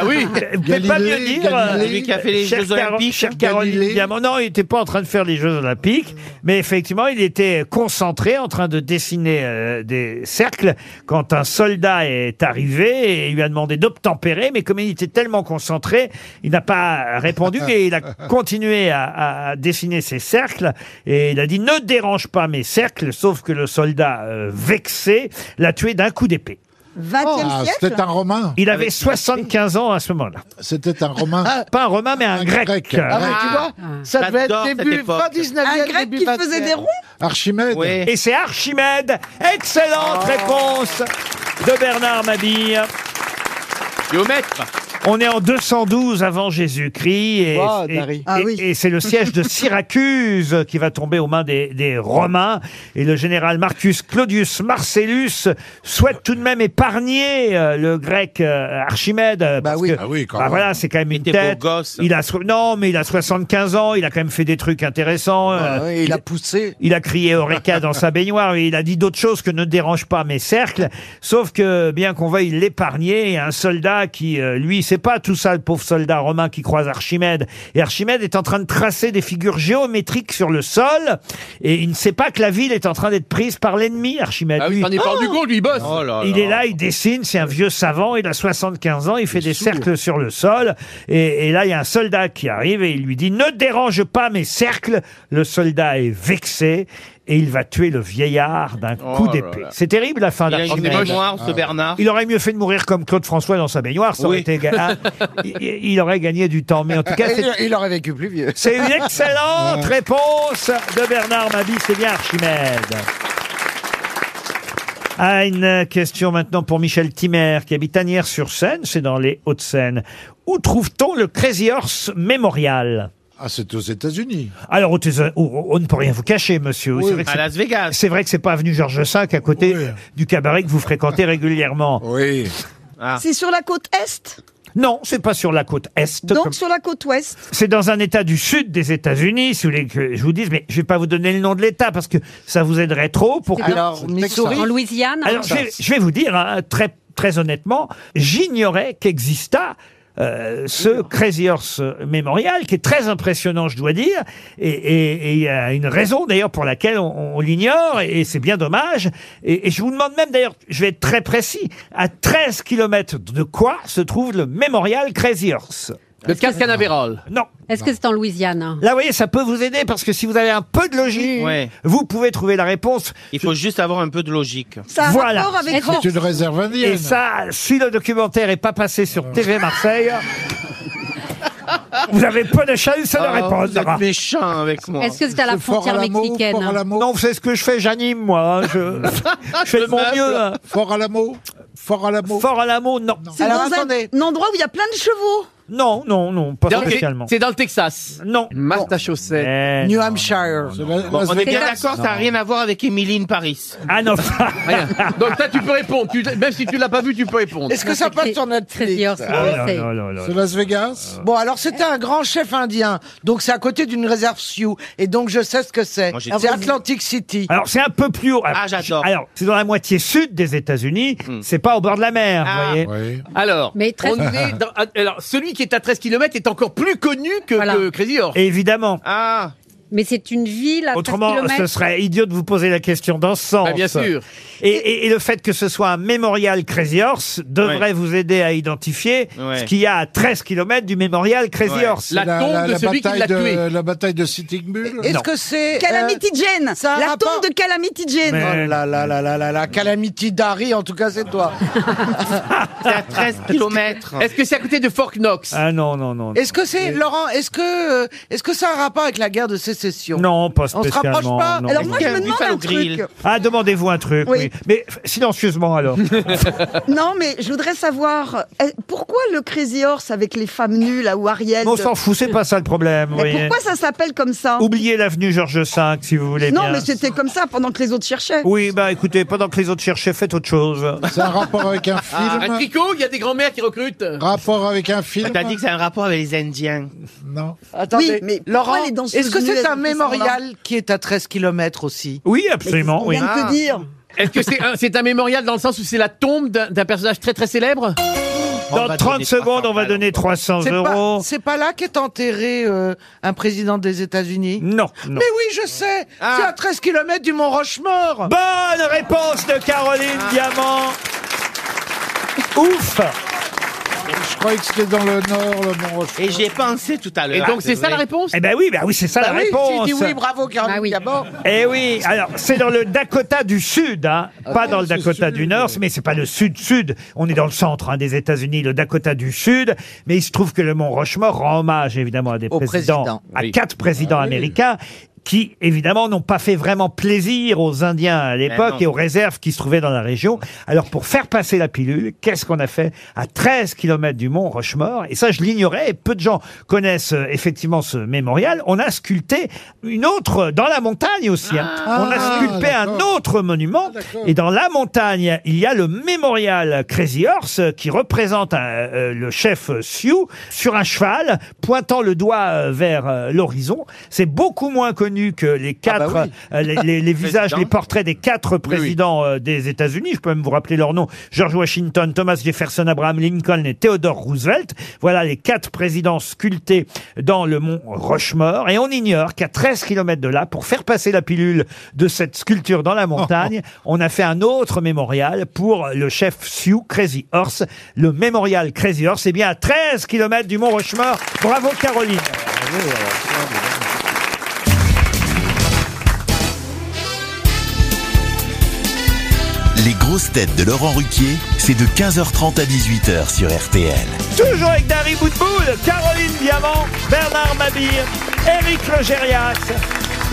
G: oui.
B: Vous pouvez pas mieux
F: Galilée,
B: dire. euh,
H: Celui qui a fait les
B: chère
H: Jeux
B: Caro-
H: Olympiques.
B: chère Caroline
H: Galilée.
B: Diamant. Non, il n'était pas en train de faire les Jeux Olympiques, mais effectivement, il était concentré en train de dessiner euh, des cercles quand un soldat est arrivé et il lui a demandé d'obtempérer, mais comme il était tellement concentré, il n'a pas répondu, mais il a continué à, à dessiner ses cercles. Et il a dit Ne dérange pas mes cercles, sauf que le soldat, euh, vexé, l'a tué d'un coup d'épée.
C: 20e
I: Ah,
C: siècle
I: c'était un Romain
B: Il avait 75 ans à ce moment-là. Ah,
I: C'était un Romain
B: Pas un Romain, mais un, grec.
I: Ah, mais
B: tu vois,
F: ça devait être début fin
J: Un
F: 19e,
J: grec
F: début
J: qui faisait
F: 20e.
J: des ronds
I: Archimède
B: Et c'est Archimède. Excellente réponse de Bernard Mabille. On est en 212 avant Jésus-Christ et,
F: Wow,
B: et-
F: Dari.
B: et-
F: Ah oui.
B: et c'est le siège de Syracuse qui va tomber aux mains des, des Romains et le général Marcus Claudius Marcellus souhaite tout de même épargner euh, le grec euh, Archimède euh, parce que
I: quand
B: bah
I: même.
B: voilà c'est quand même une
H: était beau
B: tête
H: gosse.
B: il a so- non mais il a 75 ans il a quand même fait des trucs intéressants euh,
F: Ah il a poussé.
B: il a crié Eureka dans sa baignoire et il a dit d'autres choses que ne dérange pas mes cercles. Sauf que, bien qu'on veuille l'épargner, il y a un soldat qui, euh, lui, c'est pas tout ça, le pauvre soldat romain qui croise Archimède. Et Archimède est en train de tracer des figures géométriques sur le sol et il ne sait pas que la ville est en train d'être prise par l'ennemi, Archimède.
G: Ah oui,
B: Lui-
G: t'en es pas
F: Oh.
G: rendu compte, lui, il bosse.
B: il est Oh là, il dessine, c'est un vieux savant, il a 75 ans, il fait des cercles sur le sol. Et, et là, il y a un soldat qui arrive et il lui dit Ne dérange pas mes cercles. Le soldat est vexé et il va tuer le vieillard d'un coup
H: Oh là
B: d'épée.
H: là.
B: C'est terrible la fin
H: Il a une
B: d'Archimède. Ah.
H: mémoire, ce Bernard.
B: Il aurait mieux fait de mourir comme Claude François dans sa baignoire, ça aurait
H: Oui.
B: été ga- hein, il, il aurait gagné du temps. Mais en tout cas, c'est-
F: Euh, il, il aurait vécu plus vieux.
B: c'est une excellente réponse de Bernard Mabie, c'est bien Archimède. Ah, une question maintenant pour Michel Timer, qui habite Agnières-sur-Seine, c'est dans les Hauts-de-Seine. Où trouve-t-on le Crazy Horse Memorial
I: Ah, c'est aux États-Unis.
B: alors, aux États- on on ne peut rien vous cacher, monsieur.
I: Oui.
B: C'est vrai que
H: À
B: c'est-
H: Las Vegas.
B: C'est vrai que c'est pas avenue Georges V à côté du cabaret que vous fréquentez régulièrement.
I: Oui.
H: Ah.
J: C'est sur la côte est,
B: Non, c'est pas sur la côte est. comme-
J: donc sur la côte ouest.
B: C'est dans un état du sud des États-Unis, si vous voulez que je vous dise, mais je vais pas vous donner le nom de l'état parce que ça vous aiderait trop pour que-
F: Alors, Missouri.
E: En Louisiane
B: Alors, je vais, je vais vous dire, hein, très, très honnêtement, j'ignorais qu'exista euh, ce Crazy Horse Memorial, qui est très impressionnant, je dois dire, et- et et il y a une raison d'ailleurs pour laquelle on, on l'ignore, et, et c'est bien dommage. Et, et je vous demande même d'ailleurs, je vais être très précis, à 13 kilomètres de quoi se trouve le Memorial Crazy Horse
G: Le casque Canaveral.
B: Non.
E: Est-ce que c'est en Louisiane hein
B: Là, vous voyez, ça peut vous aider parce que si vous avez un peu de logique,
H: Ouais.
B: vous pouvez trouver la réponse.
H: Il faut juste avoir un peu de logique.
J: Ça a
B: Voilà.
J: rapport avec
E: Est-ce-
I: C'est une réserve indienne.
B: Et ça, si le documentaire est pas passé sur TV Marseille, vous avez peu de chance de
H: Ah, vous êtes
B: répondre.
H: méchant avec moi.
E: Est-ce que c'est à la
I: C'est Fort
E: frontière
I: Alamo, Fort
E: mexicaine
I: Alamo,
B: Non, c'est ce que je fais, j'anime, moi. hein, Je, je fais de mon mieux. hein.
I: Fort Alamo, Fort Alamo.
B: Fort à l'amour, non.
J: C'est
F: Alors,
J: dans un,
F: attendez.
J: un endroit où il y a plein de chevaux.
B: Non, non, non, pas
G: Dans le-
B: spécialement.
G: C'est dans le Texas.
B: Non.
G: Massachusetts.
B: Eh,
F: New Hampshire.
I: C'est la-
H: Bon,
I: Las
H: on est
I: Vegas.
H: bien d'accord, ça n'a rien à voir avec Émilie in Paris.
B: Ah non,
G: Rien. Donc ça, tu peux répondre. Tu- même si tu l'as pas vu, tu peux répondre.
F: Est-ce que ça passe sur
E: Crazy
F: Netflix
E: Horse
B: Ah,
E: c'est-
B: non, non, non,
I: C'est
B: non.
I: Las Vegas.
F: Bon, alors c'était un grand chef indien, donc c'est à côté d'une réserve Sioux, et donc je sais ce que c'est.
H: Moi, j'ai-
F: C'est Atlantic City.
B: Alors, c'est un peu plus haut.
H: Ah, j'adore. Hmm.
B: Alors, c'est dans la moitié sud des États-Unis, c'est pas au bord de la mer,
H: Ah.
B: vous voyez.
I: Oui.
G: Alors,
E: Mais très-
G: on est dans- euh, alors, celui qui est à 13 km est encore plus connu que
E: Voilà.
G: le Crazy Horse.
B: Évidemment.
H: Ah,
E: Mais c'est une ville à 13
B: Autrement, ce
E: kilomètres.
B: serait idiot de vous poser la question dans ce sens.
G: Ah, bien sûr.
B: Et, et- et le fait que ce soit un mémorial Crazy Horse devrait
H: Ouais.
B: vous aider à identifier
H: Ouais.
B: ce qu'il y a à 13 km du mémorial Crazy
H: Ouais.
B: Horse.
G: La, tombe de celui qui
I: bataille
G: l'a
I: de-
G: tué.
I: La bataille de Sitting Bull.
F: Est-ce que c'est... euh,
J: Calamity Jane,
F: ça a
J: la
F: rapport-
J: tombe de Calamity Jane.
B: Mais-
F: Oh là là là là là là, Calamity Dari, en tout cas c'est toi.
H: c'est à 13 km.
G: Est-ce que c'est à côté de Fort Knox
B: Ah non, non, non.
F: Est-ce que c'est, Laurent, est-ce que, euh, est-ce que ça a un rapport avec la guerre de sécession
B: Non, pas
F: On se rapproche
B: spécialement.
F: pas
B: non.
J: Alors moi je
H: Est-ce
J: me
H: qu'il y a un
J: demande un
H: Buffalo Grill
J: truc.
B: Ah, demandez-vous un truc, oui.
J: Oui.
B: Mais f- silencieusement alors.
J: Non mais je voudrais savoir euh, pourquoi le Crazy Horse avec les femmes nues là ou Ariel.
B: on s'en fout, c'est pas ça le problème. vous
J: Mais
B: voyez.
J: pourquoi ça s'appelle comme ça
B: Oubliez l'avenue Georges V si vous voulez
J: Non
B: bien.
J: mais c'était comme ça pendant que les autres cherchaient.
B: Oui, bah écoutez, pendant que les autres cherchaient, faites autre chose. Ah,
I: C'est un rapport avec un
G: Un
I: film.
G: tricot, Ah, il y a des grands-mères qui recrutent.
I: Rapport avec un film.
H: T'as dit que c'est un rapport avec les Indiens.
I: Non.
F: Attendez,
J: Oui, mais
F: Laurent,
J: pourquoi les danseuses
F: est-ce que
J: nues,
F: c'est
J: elles
F: un
J: ont fait ce
F: mémorial qui est à 13 km aussi
B: Oui,
J: Mais c'est ce
B: absolument,
J: qu'on
B: oui.
J: vient de te dire.
G: Ah. Est-ce que c'est un, c'est un mémorial dans le sens où c'est la tombe d'un d'un personnage très très célèbre
H: On
B: Dans
H: va
B: 30
H: donner
B: secondes,
H: 300
B: on va
H: balles
B: donner
H: encore.
B: 300
F: C'est pas,
B: euros.
F: c'est pas là qu'est enterré euh, un président des États-Unis
B: Non, non.
F: Mais oui, je sais C'est à 13 km du Mont Rochemort
B: Bonne
H: Ah.
B: réponse de Caroline Diamant. Ouf
I: croyais que c'était dans le Nord, le Mont
H: Et j'ai pensé tout à l'heure.
B: Eh ben oui, ben oui, c'est ça
F: Bah
B: la réponse.
H: bravo,
J: Bah
H: Caroline Diamant.
B: Eh oui, alors c'est dans le Dakota du Sud, hein,
I: Ah
B: pas dans le Dakota du Nord, mais c'est pas le Sud-Sud. On est dans le centre hein, des États-Unis, le Dakota du Sud. Mais il se trouve que le Mont Rushmore rend hommage évidemment à des présidents,
S: président.
B: à quatre
I: Ah
B: présidents américains qui évidemment n'ont pas fait vraiment plaisir aux Indiens à l'époque
S: non.
B: et aux réserves qui se trouvaient dans la région. Alors pour faire passer la pilule, qu'est-ce qu'on a fait à 13 km du mont Rochemort Et ça, je l'ignorais et peu de gens connaissent euh, effectivement ce mémorial. On a sculpté une autre euh, dans la montagne aussi. hein. On
S: Ah,
B: a sculpté un autre monument et dans la montagne, il y a le mémorial Crazy Horse euh, qui représente un, euh, le chef euh, Sioux sur un cheval pointant le doigt euh, vers euh, l'horizon. C'est beaucoup moins connu que les quatre,
S: bah oui.
B: euh, les, les- les visages,
S: Président.
B: les portraits des quatre présidents euh, des États-Unis. Je peux même vous rappeler leurs noms George Washington, Thomas Jefferson, Abraham Lincoln et Theodore Roosevelt. Voilà les quatre présidents sculptés dans le mont Rochemort. Et on ignore qu'à 13 km de là, pour faire passer la pilule de cette sculpture dans la montagne, on a fait un autre mémorial pour le chef Sioux Crazy Horse. Le mémorial Crazy Horse, eh bien à 13 km du mont Rochemort. Bravo Caroline.
A: Les grosses têtes de Laurent Ruquier, c'est de 15h30 à 18h sur RTL.
B: Toujours avec Dari Boutboul, Caroline Diamant, Bernard Mabir, Éric Logérias,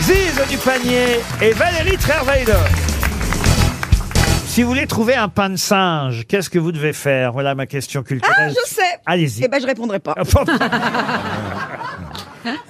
B: Ziz Dupanier et Valérie Trerweiler. Si vous voulez trouver un pain de singe, qu'est-ce que vous devez faire Voilà ma question
J: Ah,
B: culturelle.
J: je sais.
B: Allez-y.
J: Eh ben, je répondrai pas.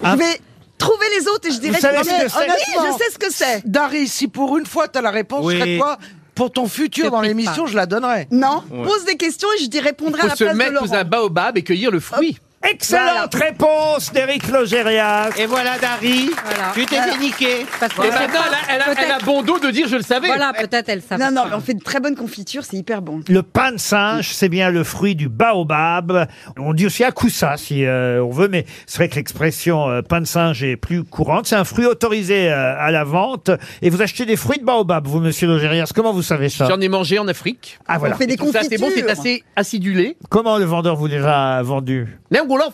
B: Un-
J: Je vais trouver les autres et je dirai
F: Hein savez
J: que-
F: ce que c'est
J: Oui, je sais ce que c'est.
F: Dari, si pour une fois t'as la réponse,
J: Oui.
F: je serais toi, pour ton
J: Te
F: futur dans
J: prive
F: l'émission,
J: pas.
F: je la donnerai.
J: Non,
G: Ouais.
J: pose des questions et je dis
G: Il
J: répondrai à
G: faut
J: la
G: se
J: place de
G: mettre sous
J: Laurent.
G: un baobab et cueillir le fruit.
B: Excellente réponse d'Éric Logérias.
H: Et voilà, Dari. Tu t'es fait niquer.
G: Et maintenant, Eh ben, elle a- elle a- elle a bon dos de dire je le savais.
J: peut-être elle savait. Non, non, mais on fait de très bonnes confitures, c'est hyper bon.
B: Le pain de singe, c'est bien le fruit du baobab. On dit aussi akoussa si euh, on veut, mais c'est vrai que l'expression euh, pain de singe est plus courante. C'est un fruit autorisé euh, à la vente. Et vous achetez des fruits de baobab, vous, monsieur Logérias. Comment vous savez ça
G: J'en ai mangé en Afrique.
B: Ah, voilà. On fait des
G: Et tout ça, C'est bon, c'est
B: confitures.
G: assez acidulé.
B: Comment le vendeur vous les a vendus
G: Né Goulof.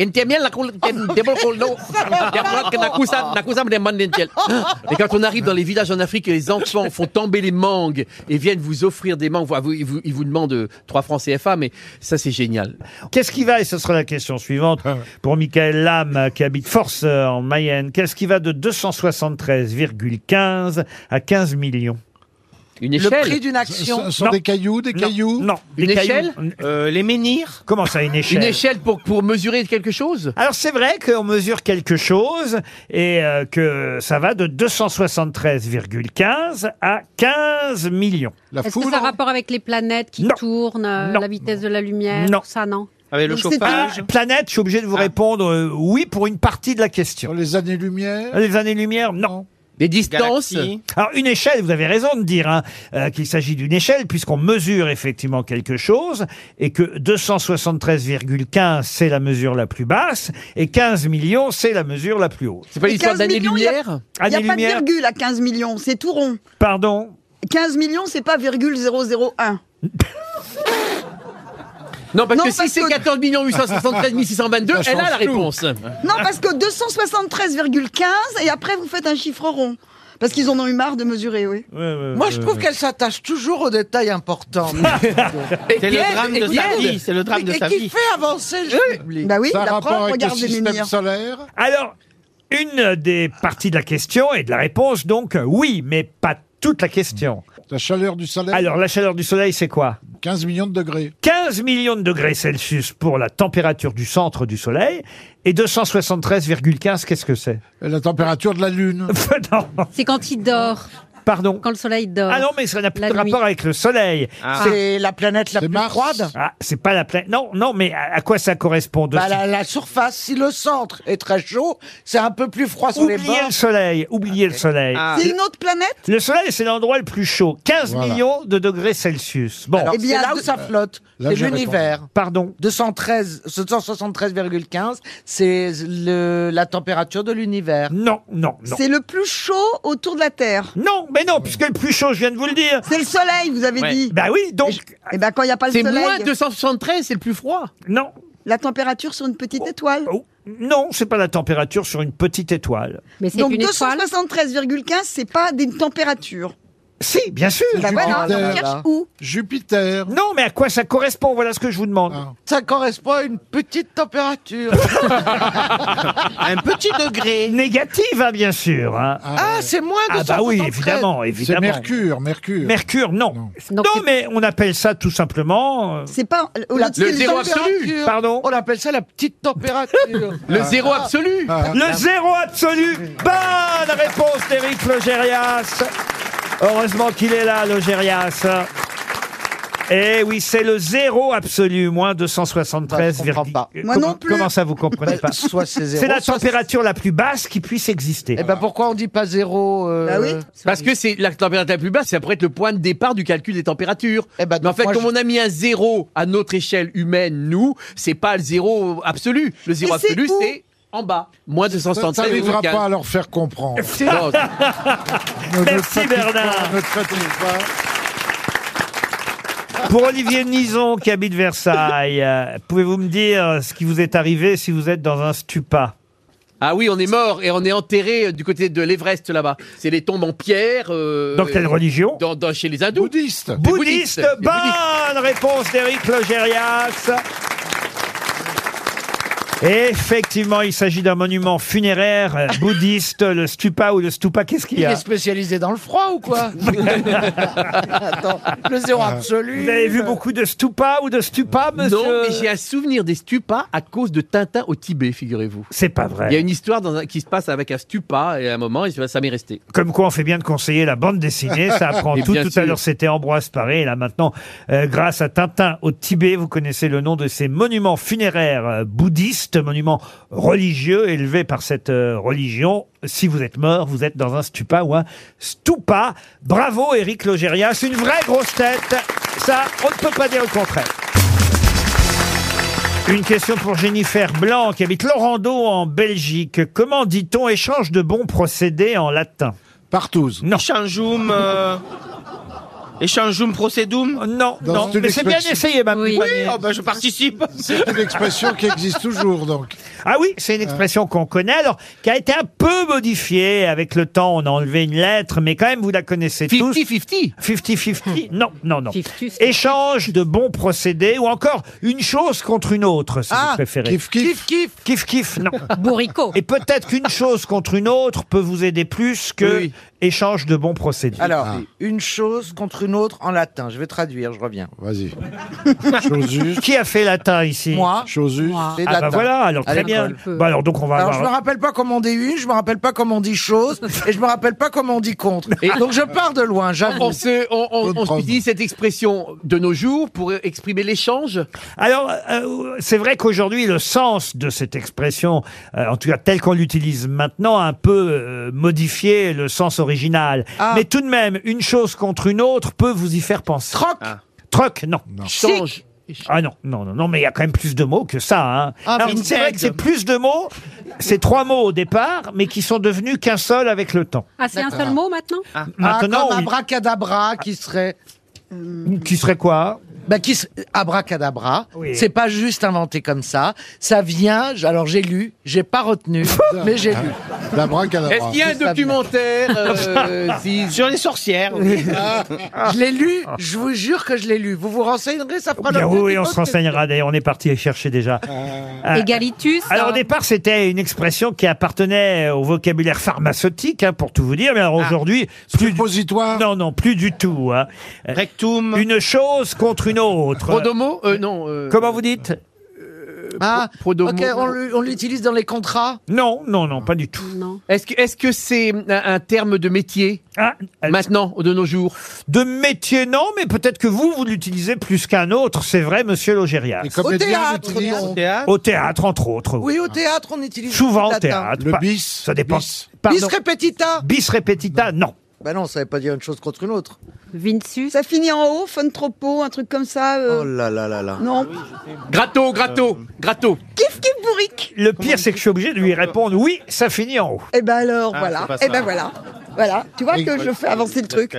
G: Intermien la coul- tem- tebol koldo. Ya prat que na kusa- na kusa mde mande ntiel. Et quand on arrive dans les villages en Afrique et les enfants font tomber les mangues et viennent vous offrir des mangues, vous- vous- ils vous, ils vous demandent euh, 3 francs CFA, mais ça c'est génial.
B: Qu'est-ce qui va, et ce sera la question suivante pour Michael Lam euh, qui habite Force euh, en Mayenne, qu'est-ce qui va de 273,15 à 15 millions
G: Une
F: échelle prix d'une action. Ce- ce sont des
B: cailloux, des cailloux Non.
G: Une
B: des
G: échelle
B: cailloux.
H: Euh, Les menhirs
B: Comment ça, une échelle
G: Une échelle pour, pour mesurer quelque chose
B: Alors c'est vrai qu'on mesure quelque chose et euh, que ça va de 273,15 à 15 millions. La
E: Est-ce que ça a rapport avec les planètes qui tournent, euh, la vitesse de la lumière,
B: Non.
E: tout ça, non
H: Avec
E: Donc, c'est
B: Ah, planète, je suis obligé de vous répondre euh, oui pour une partie de la question. Les années-lumière Les années-lumière, non.
G: Les distances
B: Galaxies. Alors une échelle, vous avez raison de dire hein, euh, qu'il s'agit d'une échelle puisqu'on mesure effectivement quelque chose et que 273,15 c'est la mesure la plus basse et 15 millions c'est la mesure la plus haute. C'est
J: Et 15 millions, il y a-
B: Ah,
J: Il n'y a, pas de
B: Années-lumière
J: virgule à 15 millions, c'est tout rond.
B: Pardon
J: 15 millions, c'est pas virgule 001.
G: Non, parce
J: Non,
G: que si
J: parce
G: c'est
J: que-
G: 14 873 622,
J: Ça
G: elle a
J: change
G: la
J: tout.
G: réponse.
J: Non, parce que 273,15 et après vous faites un chiffre rond. Parce qu'ils en ont eu marre de mesurer, oui.
B: Euh,
F: Moi,
J: euh.
F: je trouve qu'elle s'attache toujours aux détails importants.
H: C'est le drame de sa vie, c'est le drame de
F: Et
H: sa
F: qui
H: vie.
F: fait avancer le public.
J: Bah oui,
F: Ça a
J: la
F: rapport
J: preuve,
F: avec le
J: regarde les
F: système
J: menhirs.
F: solaire
B: Alors, une des parties de la question et de la réponse, donc, euh, oui, mais pas toute la question. La chaleur du soleil Alors, la chaleur du soleil, c'est quoi 15 millions de degrés. 15 millions de degrés Celsius pour la température du centre du soleil. Et 273,15, qu'est-ce que c'est
F: Euh,
B: La température de la Lune. non.
E: C'est quand il dort.
B: Pardon
E: Quand le soleil dort.
B: Ah non, mais ça n'a plus
E: La
B: de
E: nuit.
B: rapport avec le soleil.
F: Ah. C'est la planète la plus froide
B: Ah, c'est pas la planète. Non, non, mais à, à quoi ça correspond
F: Bah, la, la surface, si le centre est très chaud, c'est un peu plus froid sur les
B: Oubliez
F: bords.
B: le soleil, oubliez le soleil.
J: C'est une autre planète
B: Le soleil, c'est l'endroit le plus chaud. 15 millions de degrés Celsius. Bon.
F: Alors, Eh bien, c'est là où ça flotte.
B: là,
F: C'est
B: j'ai
F: l'univers.
B: répondu. Pardon
F: 213, 273,15, c'est le- la température de l'univers.
B: Non, non,
J: C'est le plus chaud autour de la Terre.
B: Non, Mais non, puisque le plus chaud, je viens de vous le dire.
J: C'est le soleil, vous avez
B: Ouais.
J: dit.
B: Bah oui, donc.
J: Et ben quand il n'y a pas le
B: C'est
J: soleil.
B: moins
G: 273, c'est le plus froid.
B: Non.
J: La température sur une petite étoile.
B: Oh. Non, c'est pas la température sur une petite étoile.
J: Donc 273,15, c'est pas des températures.
B: Si, bien sûr.
J: Bah voilà, on en cherche où
B: Jupiter. Non, mais à quoi ça correspond Voilà ce que je vous demande.
F: Ah. Ça correspond à une petite température.
B: un petit degré. Négative, hein, bien sûr. hein.
F: Ah, c'est moins de
B: Ah bah oui, évidemment, évidemment.
I: Mercure,
B: Mercure. Mercure, non. Non, mais on appelle ça tout simplement... euh,
J: C'est pas
F: Oh,
J: au
B: La- le zéro absolu. Pardon
F: On appelle ça la petite température. Ah,
B: Le zéro absolu. Le zéro absolu. Bonne réponse d'Éric Logérias. Heureusement qu'il est là, Logérias. Eh oui, c'est le zéro absolu, moins 273.
F: Bah, je comprends
B: virgule-
F: pas. Moi
B: Comment-
F: non plus.
B: Comment ça, vous comprenez
F: Bah,
B: pas
F: soit c'est zéro,
B: la
F: soit
B: température la plus basse qui puisse exister.
F: Eh ben pourquoi on dit pas zéro euh,
G: Parce que c'est la température la plus basse, ça pourrait être le point de départ du calcul des températures. Mais en fait,
F: Eh ben, moi,
G: comme
F: je-
G: on a mis un zéro à notre échelle humaine, nous, c'est pas le zéro absolu. Le zéro
F: Et c'est
G: absolu,
F: où
G: c'est en bas. Moins
I: Ça
G: 273.
I: ça n'arrivera
G: aucun.
I: pas à leur faire comprendre.
G: Non, c'est-
I: Ne- ne
B: Merci,
I: fatigue pas,
B: Bernard.
I: ne fatigue pas.
B: Pour Olivier Nison qui habite Versailles, euh, pouvez-vous me dire ce qui vous est arrivé si vous êtes dans un stupa
G: Ah oui, on est mort et on est enterré euh, du côté de l'Everest là-bas. C'est les tombes en pierre. euh,
B: Dans quelle
G: euh,
B: religion
G: dans, dans- Chez les hindous. Bouddhistes.
B: Bouddhiste, bonne réponse d'Éric Logérias. Effectivement, il s'agit d'un monument funéraire euh, bouddhiste, le stupa ou le stupa, qu'est-ce qu'il
F: Il
B: y a
F: est spécialisé dans le froid ou quoi Attends, le zéro absolu.
B: Euh, Vous avez vu beaucoup de stupa ou de stupa, monsieur
G: Non, mais j'ai un souvenir des stupas à cause de Tintin au Tibet, figurez-vous.
B: C'est pas vrai.
G: Il y a une histoire dans un- qui se passe avec un stupa et à un moment, et ça m'est resté.
B: Comme quoi, on fait bien de conseiller la bande dessinée, ça apprend
G: Et
B: tout.
G: bien
B: Tout à
G: sûr.
B: l'heure, c'était Ambroise Paré, et là maintenant, euh, grâce à Tintin au Tibet, vous connaissez le nom de ces monuments funéraires euh, bouddhistes, monuments religieux élevés par cette euh, religion. Si vous êtes mort, vous êtes dans un stupa ou un stupa. Bravo, Éric Logérias, une vraie grosse tête. Ça, on ne peut pas dire le contraire. Une question pour Jennifer Blanc qui habite Lorando en Belgique. Comment dit-on échange de bons procédés en latin Partouze. Non.
H: Échangeum. euh, Échangeum procedum
B: Non,
I: Dans
H: Euh, non.
I: une
H: Mais c'est bien
I: expression-
H: essayé,
B: ma
H: Oui, oh,
B: ben,
H: bah, je participe.
I: C'est une expression qui existe toujours, donc. Euh.
B: Ah oui, c'est une expression qu'on connaît, alors qui a été un peu modifiée avec le temps. On a enlevé une lettre, mais quand même, vous la connaissez tous.
G: 50-50
B: 50-50 Non, non, non. Échange de bons procédés ou encore une chose contre une autre, si vous préférez.
I: Ah, kiff.
B: Kiff, kiff, kiff, non. Bourrico. Et peut-être qu'une chose contre une autre peut vous aider plus que échange de bons procédés.
F: Alors,
G: Ah.
F: une chose contre une autre en latin. Je vais traduire, je reviens.
I: Vas-y.
B: Qui a fait latin ici
F: Moi.
I: Chosus.
F: Moi.
B: Ah
F: Et
B: bah
F: latin.
B: voilà, alors
F: À
B: très bien.
F: l'école.
B: Bah alors donc on va
F: Alors,
B: avoir-
F: je me rappelle pas comment on dit une, je me rappelle pas comment on dit chose, et je me rappelle pas comment on dit contre.
G: Et-
F: Donc je pars de loin, j'avoue.
G: On, se, on, on- on
F: Comprendre.
G: utilise cette expression de nos jours pour exprimer l'échange.
B: Alors, euh, c'est vrai qu'aujourd'hui, le sens de cette expression, euh, en tout cas tel qu'on l'utilise maintenant, a un peu euh, modifié le sens original.
G: Ah.
B: Mais tout de même, une chose contre une autre peut vous y faire penser. Troc Troc, non.
G: Change.
B: Ah non, non, non, non, mais il y a quand même plus de mots que ça. hein.
G: Ah,
B: Alors,
G: mais
B: c'est vrai
G: Ted.
B: que c'est plus de mots, c'est trois mots au départ, mais qui sont devenus qu'un seul avec le temps.
E: Ah, c'est un seul mot maintenant
B: Ah. Maintenant,
G: Ah,
F: comme
B: oui.
F: abracadabra qui serait. Euh,
B: Qui serait quoi
F: bah, qui se- abracadabra,
B: Oui.
F: c'est pas juste inventé comme ça. Ça vient. j- Alors j'ai lu, j'ai pas retenu, mais j'ai lu.
I: L'abracadabra.
G: Est-ce qu'il y a un documentaire euh, si-
H: Sur les sorcières.
F: Ah. Je l'ai lu. Je vous jure que je l'ai lu. Vous vous renseignerez, ça fera
B: Bien
F: l'objet
B: oui,
F: d'une
B: on se
F: autre
B: renseignera. D'ailleurs, on est parti chercher déjà. Euh,
E: Égalitus
F: hein.
B: Alors au départ, c'était une expression qui appartenait au vocabulaire pharmaceutique, hein, pour tout vous dire. Mais alors aujourd'hui, plus
I: suppositoire.
B: Non, non, plus du tout. hein. Euh, Une chose contre une autre.
G: Prodomo Euh, Non. euh,
B: Comment vous dites
F: Ah,
G: Prodomo.
F: ok, on l'u- on l'utilise dans les contrats.
B: Non, non, non, pas du tout.
G: Est-ce que est-ce que c'est un, un terme de métier maintenant, de nos jours
B: Ah, De métier, non, mais peut-être que vous, vous l'utilisez plus qu'un autre. C'est vrai, Monsieur Logérias.
I: Les comédiens
F: Au théâtre,
I: l'utilisent.
F: donc.
B: Au théâtre, entre autres.
F: Oui, au théâtre, on utilise
B: Souvent
F: le
B: au
F: latin.
B: théâtre.
I: Le
B: Pas-
I: bis,
B: Ça dépend.
I: bis.
B: Pardon.
F: Bis repetita.
B: Bis repetita, non.
F: Bah non, ça veut pas dire une chose contre une autre.
E: Vinsus
J: Ça finit en haut, fun tropo, un truc comme ça. euh,
F: Oh là là là là.
B: Ah
J: Non.
G: Gratto, gratto, gratto.
J: Kiff kiff bourrique.
B: Le pire, c'est que je suis obligé de lui répondre oui, ça finit en haut.
J: Et ben alors,
B: Ah,
J: voilà.
B: c'est pas
J: Et
B: ça.
J: ben voilà. Voilà, tu vois que je fais avancer le truc.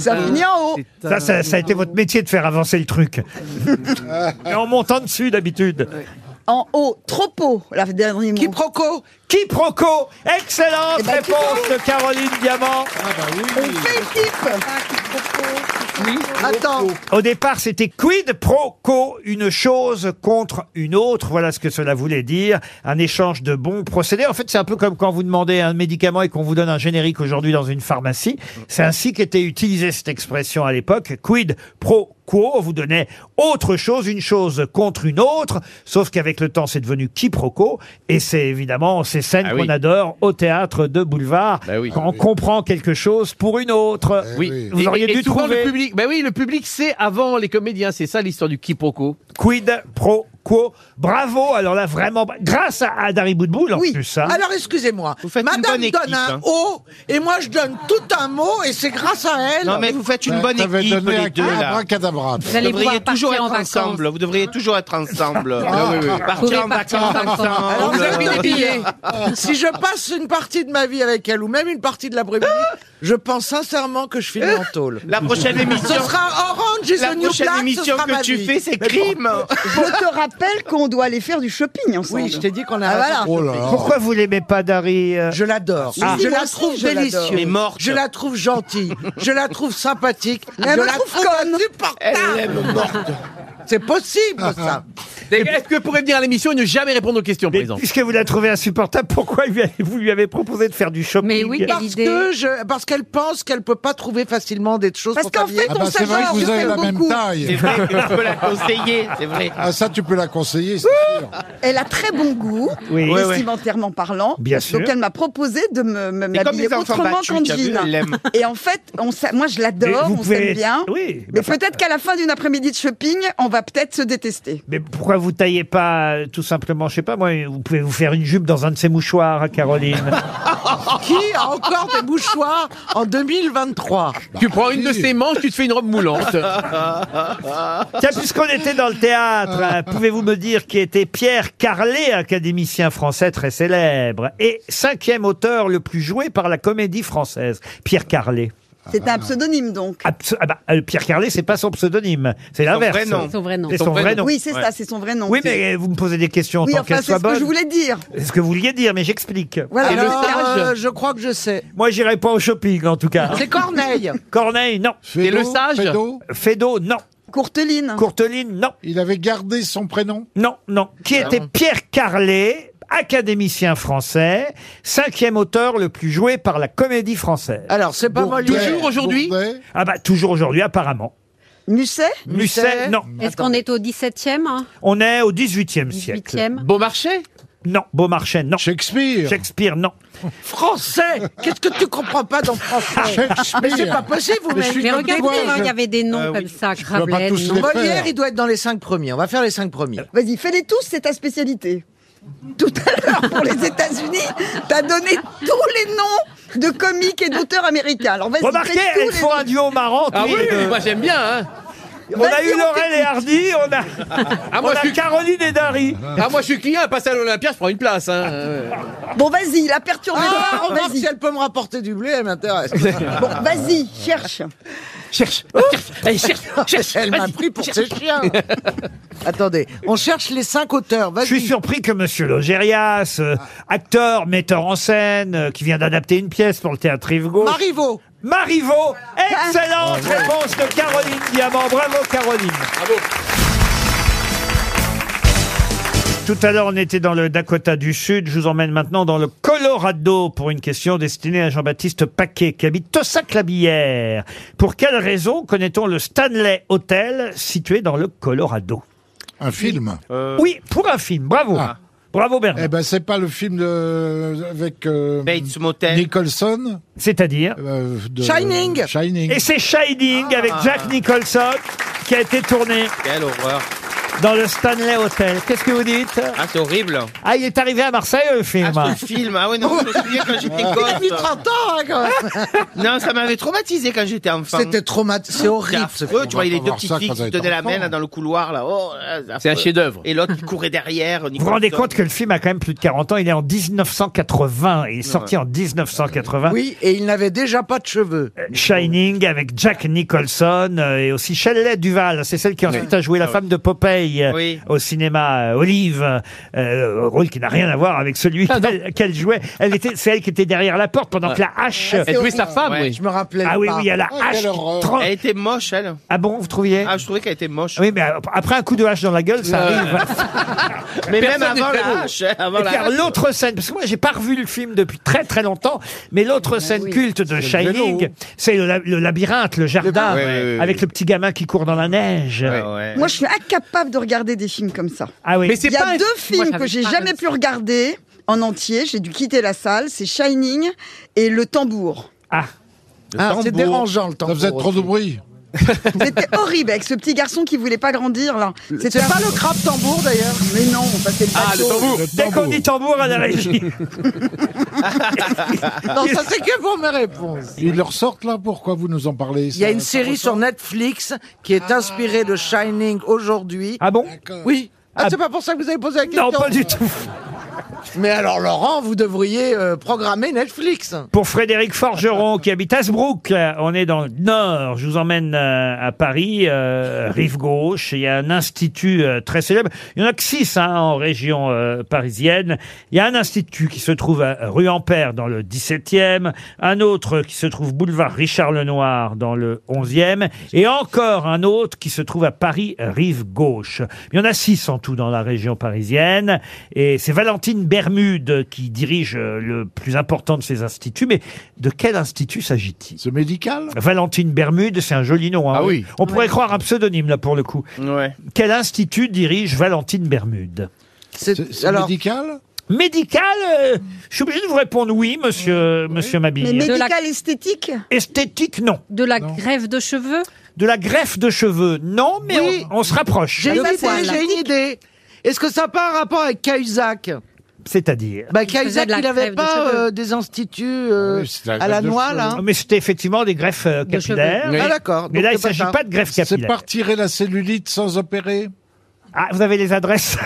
J: Ça finit en haut.
B: Ça, ça, ça a été votre métier de faire avancer le truc. Et en montant dessus d'habitude.
J: En haut, trop haut, la dernier mot. Eh ben,
B: Quiproquo Quiproquo Excellente réponse de Caroline Diamant.
J: On fait équipe Attends,
B: Au départ, c'était quid pro quo, une chose contre une autre. Voilà ce que cela voulait dire. Un échange de bons procédés. En fait, c'est un peu comme quand vous demandez un médicament et qu'on vous donne un générique aujourd'hui dans une pharmacie. C'est ainsi qu'était utilisée cette expression à l'époque. Quid pro quo. On vous donnait autre chose, une chose contre une autre. Sauf qu'avec le temps, c'est devenu quiproquo. Et c'est évidemment ces scènes
G: Ah oui. Bah
B: qu'on adore au théâtre de boulevard. Quand on comprend quelque chose pour une autre.
G: Oui.
B: Vous
G: Et-
B: auriez
G: et
B: dû
G: souvent,
B: trouver.
G: Le public, ben oui, le public sait avant les comédiens. C'est ça l'histoire du quiproquo.
B: Quid pro quo. Bravo. Alors là, vraiment, grâce à, à Dari Boudboul, en plus. ça.
F: Alors excusez-moi, madame
B: bonne équipe,
F: donne un
B: hein.
F: O et moi je donne tout un mot et c'est grâce à elle.
H: Non, mais vous faites une
F: Ouais,
H: bonne
F: t'avais
H: équipe,
F: donné
H: les
F: un
H: deux, là.
F: abracadabra.
H: Vous devriez toujours être
F: en
H: ensemble. Vous devriez toujours être ensemble.
F: Ah, oui, oui.
H: Partir en
F: Vous pouvez partir
H: vacances
F: en vacances.
H: ensemble.
F: Alors, vous
I: Euh,
F: êtes bien habillés. si je passe une partie de ma vie avec elle ou même une partie de l'après-midi, je pense sincèrement que je finis en tôle.
H: La prochaine émission-
F: Ce sera Orange is
H: La
F: the New
H: prochaine
F: Black, ce
H: émission
F: sera
H: que
F: ma
H: tu
F: vie.
H: fais, c'est
F: Mais bon,
H: crime.
J: je te rappelle qu'on doit aller faire du shopping ensemble.
F: Oui, je t'ai dit qu'on a-
J: Ah, voilà.
F: Oh là là.
B: Pourquoi vous l'aimez pas, Dari euh
F: Je l'adore.
B: Ah.
F: Je
B: Si, moi
F: la
B: aussi,
F: trouve
B: je l'adore.
F: délicieuse.
B: Mais morte.
F: Je la trouve gentille. je la trouve sympathique.
R: Elle
F: je
R: me
F: la
R: trouve
F: insupportable. C'est possible,
J: Ah,
F: ça.
G: Est-ce que pourrait venir à l'émission et ne jamais répondre aux questions, par exemple
B: Puisque vous la trouvez insupportable, pourquoi lui avez- vous lui avez proposé de faire du shopping Mais
F: parce que je, parce qu'elle pense qu'elle peut pas trouver facilement des choses.
J: Parce
F: pour
J: qu'en
F: s'habiller.
J: fait, Ah on bah, c'est vrai s'adore, que vous je avez t'aime la même beaucoup. taille. C'est vrai que tu peux la conseiller, c'est vrai.
I: Ah, ça, tu peux la conseiller, c'est sûr.
J: Elle a très bon goût,
I: Oui. Ouais, ouais.
J: vestimentairement parlant.
I: Bien sûr.
J: Donc elle m'a proposé de me, me
H: Et comme
J: m'habiller
H: les enfants
J: autrement
H: battus,
J: qu'en
H: t'as vu,
J: jean.
H: elle l'aime.
J: Et en fait, on s'a- moi je
B: Mais
J: l'adore,
B: vous
J: on s'aime
B: pouvez-
J: bien.
B: oui,
J: mais peut-être qu'à la fin d'une après-midi de shopping, on va peut-être se détester.
B: Mais pourquoi vous taillez pas, euh, tout simplement, je sais pas moi, vous pouvez vous faire une jupe dans un de ces mouchoirs, hein, Caroline.
F: Qui a encore des mouchoirs en 2023
G: Tu prends
F: Bah,
G: une de ses manches, tu te fais une robe moulante.
B: Tiens, puisqu'on était dans le théâtre,
F: Ah.
B: euh, pouvez-vous me dire qui était Pierre Carlet, académicien français très célèbre et cinquième auteur le plus joué par la comédie française Pierre Carlet.
J: C'est un pseudonyme donc.
B: Abso- ah bah, euh, Pierre Carlet, c'est pas son pseudonyme, c'est l'inverse. C'est son vrai nom.
J: Oui, c'est
B: Ouais.
J: ça, c'est son vrai nom.
B: Oui, mais euh, vous me posez des questions
J: Oui,
B: tant
J: enfin,
B: qu'elles
J: c'est
B: soient
J: ce que
B: bonnes.
J: je voulais dire.
B: C'est ce que vous vouliez dire, mais j'explique.
J: Voilà. Et le Alors, sage euh,
F: je crois que je sais.
B: Moi, j'irai pas au shopping, en tout cas.
F: C'est Corneille.
B: Corneille, non.
I: Fédo, Et le sage Fédo
B: Fédo, non.
J: Courteline.
B: Courteline, non.
I: Il avait gardé son prénom
B: Non, non. Qui était Pierre Carlet, académicien français, cinquième auteur le plus joué par la comédie française.
F: Alors, c'est pas Bourdet. Molière. Toujours aujourd'hui Bourdet.
B: Ah bah, toujours aujourd'hui, apparemment.
J: Musset
F: Eh,
B: Musset, non.
E: Est-ce qu'on est au 17e hein
B: On est au 18e siècle.
E: 18e.
B: Beaumarchais Non, Beaumarchais, non.
I: Shakespeare
B: Shakespeare, non.
F: Français Qu'est-ce que tu comprends pas dans français Mais c'est pas possible, vous
E: Mais,
F: mettez
E: mais
F: comme des
E: regardez,
F: bois,
E: hein, il
F: je-
E: y avait des noms
F: Euh,
E: comme
F: oui.
E: ça,
F: Je peux pas
E: Rabelais.
F: tous
E: non.
F: les Molière, il doit être dans les cinq premiers. On va faire les cinq premiers.
J: Vas-y, fais-les tous, c'est ta spécialité. Tout à l'heure, pour les États-Unis, t'as donné tous les noms de comiques et d'auteurs américains. Alors vas-y,
B: Remarquez,
J: fais tous
B: elles
J: les
B: font
J: noms.
B: un duo marrant. euh,
G: Ah
B: tous les
G: oui,
B: deux.
G: moi j'aime bien. Hein.
B: On a eu Laurel et Hardy, on a,
G: Ah, moi,
B: on a
G: je suis-
B: Caroline et Dari.
G: Ah moi je suis client, passe à l'Olympia, je prends une place. hein. Euh,
J: Bon, vas-y, il a perturbé.
F: Ah,
J: le-
F: remarque,
J: vas-y.
F: si elle peut me rapporter du blé, elle m'intéresse.
J: Bon, vas-y, cherche.
G: Cherche, allez, cherche, cherche.
F: Oh. Elle m'a
G: Vas-y,
F: pris pour
G: cherche.
F: ses chiens. Attendez, on cherche les cinq auteurs.
B: Je suis surpris que Monsieur Logérias, euh, acteur, metteur en scène, euh, qui vient d'adapter une pièce pour le théâtre Rive Gauche.
F: Marivaux.
B: Marivaux. Excellente réponse de Caroline Diamant. Bravo Caroline. Tout à l'heure, on était dans le Dakota du Sud. Je vous emmène maintenant dans le Colorado pour une question destinée à Jean-Baptiste Paquet, qui habite Tossac-la-Bière. Pour quelle raison connaît-on le Stanley Hotel situé dans le Colorado Euh,
I: Un film
B: Oui, pour un film. Bravo. Bravo Bernard.
I: Ah. Eh ben, c'est pas le film de... avec euh,
H: Bates Motel.
I: Nicholson
B: C'est-à-dire
I: euh, de-
F: Shining.
I: Shining.
B: Et c'est Shining avec Jack Nicholson qui a été tourné.
H: Ah. Quelle horreur.
B: dans le Stanley Hotel. Qu'est-ce que vous dites
H: Ah, c'est horrible.
B: Ah, il est arrivé à Marseille, le film.
H: Ah, ce film, ah ouais, non, je me souviens quand j'étais
B: Il a
H: gosse.
B: mis
F: 30 ans, hein, quand même.
H: Non, ça m'avait traumatisé quand j'étais enfant. Ah,
F: C'était traumatisé, c'est horrible, ce
H: affreux,
F: film.
H: tu vois,
F: On
H: les
F: va
H: deux
F: voir
H: petites
F: ça
H: filles
F: quand
H: qui
F: on
H: se
F: est
H: donnaient la
F: enfant.
H: main, là, dans le couloir, là. Oh, là,
G: C'est un
H: affreux.
G: chef-d'œuvre.
H: Et l'autre qui courait derrière.
B: Vous vous rendez compte que le film a quand même plus de 40 ans Il est en 1980. Il est sorti en 1980.
F: Oui, et il n'avait déjà pas de cheveux.
B: Euh, Shining avec Jack Nicholson euh, et aussi Shelley Duval. C'est celle qui ensuite a joué la femme de Popeye euh,
F: Oui.
B: au cinéma euh, Olive, euh, rôle qui n'a rien à voir avec celui qu'elle- qu'elle jouait. Elle était, c'est elle qui était derrière la porte pendant que la hache.
F: Ah, c'est horrible. Je me rappelais
B: Ah oui,
F: pas.
B: oui, il y a la hache. qui trempe.
H: Elle était moche, elle.
B: Ah bon, vous trouviez
H: Ah, je trouvais qu'elle était moche.
B: Oui, mais après un coup de hache dans la gueule, ça
H: Ouais.
B: arrive.
H: Mais même
B: Personne
H: avant
B: n'est
H: la
B: fait.
H: hache. hein, Avant
B: Et
H: la
B: car
H: hache.
B: l'autre scène, parce que moi j'ai pas revu le film depuis très très longtemps, mais l'autre scène culte de Shining, c'est le, la- le labyrinthe, le jardin,
H: Oui, oui, oui,
B: avec
H: oui.
B: le petit gamin qui court dans la neige.
J: Moi, je suis incapable de regarder des films comme ça.
B: Ah oui. Mais c'est
J: Il y a
B: pas un-
J: deux
B: Moi,
J: films
B: j'avais
J: que j'ai
B: pas
J: jamais pu regarder en entier. J'ai dû quitter la salle. C'est Shining et Le Tambour.
B: Ah.
F: Ah, c'est dérangeant, le
I: Ça faisait
F: tambour
I: trop de
F: aussi.
I: bruit.
J: C'était horrible avec ce petit garçon qui voulait pas grandir là. C'était
F: pas le crabe tambour d'ailleurs.
J: Mais non, ça, c'est le
F: Ah,
J: bateau.
F: le tambour. Le
B: Dès qu'on dit tambour à la régie.
F: Non, ça c'est que pour mes réponses.
I: Ils leur sortent là, pourquoi vous nous en parlez
F: Il y a une série sur Netflix qui est inspirée de Shining aujourd'hui.
B: Ah bon
F: Oui. Ah, c'est pas pour ça que vous avez posé la question
B: pas du tout.
F: Mais alors, Laurent, vous devriez euh, programmer Netflix.
B: Pour Frédéric Forgeron qui habite Asbrook, euh, on est dans le nord, je vous emmène euh, à Paris, euh, rive gauche, il y a un institut euh, très célèbre, il n'y en a que six hein, en région euh, parisienne, il y a un institut qui se trouve à rue Ampère dans le 17e, un autre qui se trouve boulevard Richard Lenoir dans le 11e, et encore un autre qui se trouve à Paris, rive gauche. Il y en a six en tout dans la région parisienne, et c'est Valentine Bermude qui dirige euh, le plus important de ces instituts. Mais de quel institut s'agit-il Ce médical Valentine Bermude, c'est un joli nom. hein.
I: Ah oui.
B: On pourrait croire un pseudonyme là pour le coup. Quel institut dirige Valentine Bermude
F: C'est
I: c'est alors- médical
B: Médical euh, Je suis obligé de vous répondre oui, monsieur, monsieur Mabille.
J: Mais médical esthétique
B: Esthétique, non.
E: De la greffe de cheveux
B: De la greffe de cheveux, non, mais on, on se rapproche.
F: J'ai une idée, j'ai une idée. Est-ce que ça n'a pas un rapport avec Cahuzac
B: C'est-à-dire
F: Bah,
B: faisait
F: Cahuzac,
B: de la
F: il n'avait
B: crève de
F: pas
B: cheveux.
F: euh, des instituts
B: Ah
F: euh, à la noix, là
B: Oh, Mais c'était effectivement des greffes euh, capillaires.
F: cheveux. Ah, d'accord.
B: Mais
F: Donc,
B: là, il ne
F: c'est pas
B: s'agit
F: ça.
B: pas de greffe
F: C'est
B: capillaire.
I: par tirer la cellulite sans opérer
B: Ah, vous avez les adresses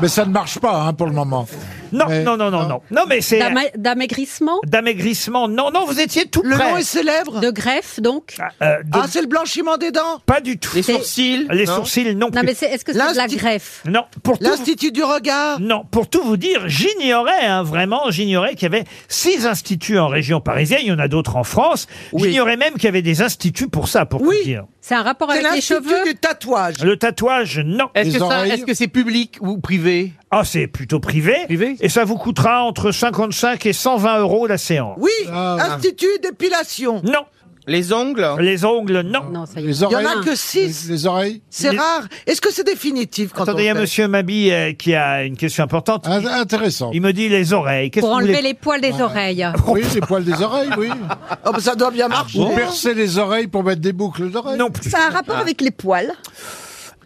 I: Mais ça ne marche pas hein, pour le moment. Ah.
B: Non, non, non, non, non. Non, mais c'est.
E: D'ama- D'amaigrissement
B: D'amaigrissement. Non, non, vous étiez tout
E: Le
B: près.
E: nom est
F: célèbre.
E: De greffe, donc
B: Euh, de-
F: Ah, c'est le blanchiment des dents
B: Pas du tout. Les
H: sourcils
B: Les sourcils, non.
E: Non,
B: plus.
E: mais c'est- est-ce que c'est de la greffe
B: Non, pour tout-
F: L'Institut du regard
B: Non, pour tout vous dire, j'ignorais, hein, vraiment, j'ignorais qu'il y avait six instituts en région parisienne, il y en a d'autres en France. J'ignorais même qu'il y avait des instituts pour ça, pour tout dire.
E: C'est un rapport avec les cheveux
F: du tatouage.
B: Le tatouage, non.
G: Est-ce que ça- est-ce que c'est public ou privé
B: Ah, c'est plutôt privé. Et ça vous coûtera entre 55 et 120 euros la séance.
F: Oui,
I: Ah,
F: Institut d'épilation.
B: Non.
H: Les ongles
B: Les ongles, non.
I: Les
F: Il y en
I: oreilles
F: a que six.
I: Les, les oreilles
F: C'est
B: Les-
F: rare. Est-ce que c'est définitif quand
B: Attendez, il y a
F: on fait Ah,
B: monsieur Mabi euh, qui a une question importante.
I: intéressant.
B: Il me dit les oreilles. Qu'est-ce
E: Pour
B: que vous
E: enlever
B: voulez- ben. Oh,
E: les poils des oreilles.
I: Oui, les poils des oreilles, oui. Ah,
F: Oh, bah, ça doit bien marcher.
I: Vous percez les oreilles pour mettre des boucles d'oreilles
B: Non plus.
J: Ça a un
F: Ah.
J: rapport avec les poils.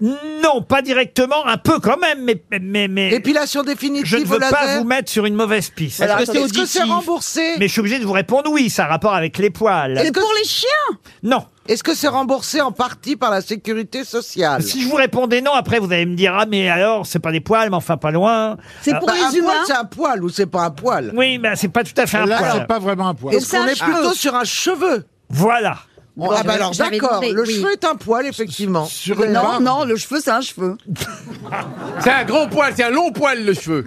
B: Non, pas directement, un peu quand même, mais. mais, mais
F: Épilation définitive
B: Je ne veux
F: au laser.
B: pas vous mettre sur une mauvaise piste.
F: Est-ce Alors, que c'est attendez, est-ce que c'est auditif remboursé
B: Mais je suis obligé de vous répondre oui, ça a rapport avec les poils.
F: Est-ce que-
J: les chiens
B: Non.
F: Est-ce que c'est remboursé en partie par la sécurité sociale
B: Si je vous répondais non, après vous allez me dire ah mais alors c'est pas des poils, mais enfin pas loin. Ah,
F: Bah, un poil, c'est un poil ou c'est pas un poil
B: Oui, mais c'est pas tout à fait un
I: Là,
B: poil.
I: c'est pas vraiment un poil.
F: Est-ce qu'on est plutôt sur un cheveu
B: Voilà.
F: On- Ah bah alors
J: J'avais
F: d'accord,
J: demandé,
F: le
J: oui.
F: cheveu est un poil effectivement. Vous avez-
J: non, non, le cheveu, c'est un cheveu.
G: C'est un grand poil, c'est un long poil le cheveu.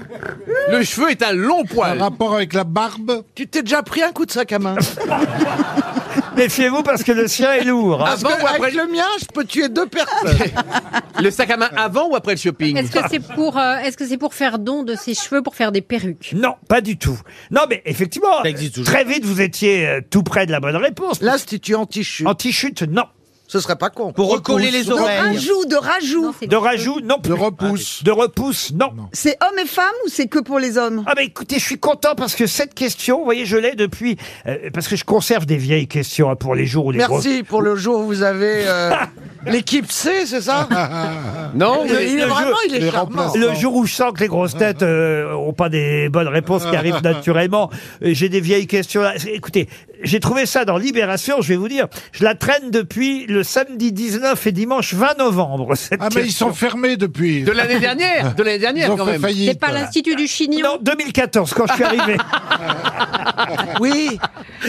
G: Le cheveu est un long poil.
I: rapport avec la barbe
F: Tu t'es déjà pris un coup de sac à main
B: Méfiez-vous parce que le sien est lourd.
F: Parce que
G: Avant ou après
F: avec le mien, je peux tuer deux personnes.
G: Le sac à main avant ou après le shopping
E: Est-ce que c'est pour, euh, est-ce que c'est pour faire don de ses cheveux pour faire des perruques
B: Non, pas du tout. Non, mais effectivement, très vite, vous étiez euh, tout près de la bonne réponse.
F: L'institut anti-chute.
B: Anti-chute, non.
F: Ce serait pas con.
H: Pour recoller les
J: De rajout, de rajout.
B: De rajout, non. De
I: repousse.
B: De repousse, non.
J: C'est hommes et femmes ou c'est que pour les hommes
B: Ah bah écoutez, je suis content parce que cette question, vous voyez, je l'ai depuis... euh, parce que je conserve des vieilles questions hein, pour les jours où les grosses-
F: Merci pour le jour où vous avez euh, L'équipe C, c'est ça
B: Non,
F: il,
B: mais
F: il est
B: le
F: vraiment,
B: jour-
F: il est
B: les
F: charmant.
B: remplaçants. Le jour où je sens que les grosses têtes euh, ont pas des bonnes réponses qui arrivent naturellement, euh, j'ai des vieilles questions. là. Écoutez, j'ai trouvé ça dans Libération, je vais vous dire. Je la traîne depuis le samedi 19 et dimanche 20 novembre. Cette
I: Ah, mais ils sont fermés depuis.
B: De l'année dernière, de l'année dernière, Ils ont quand fait même. faillite.
E: C'est pas l'Institut du Chignon.
B: Non, 2014, quand je suis arrivé.
J: Oui.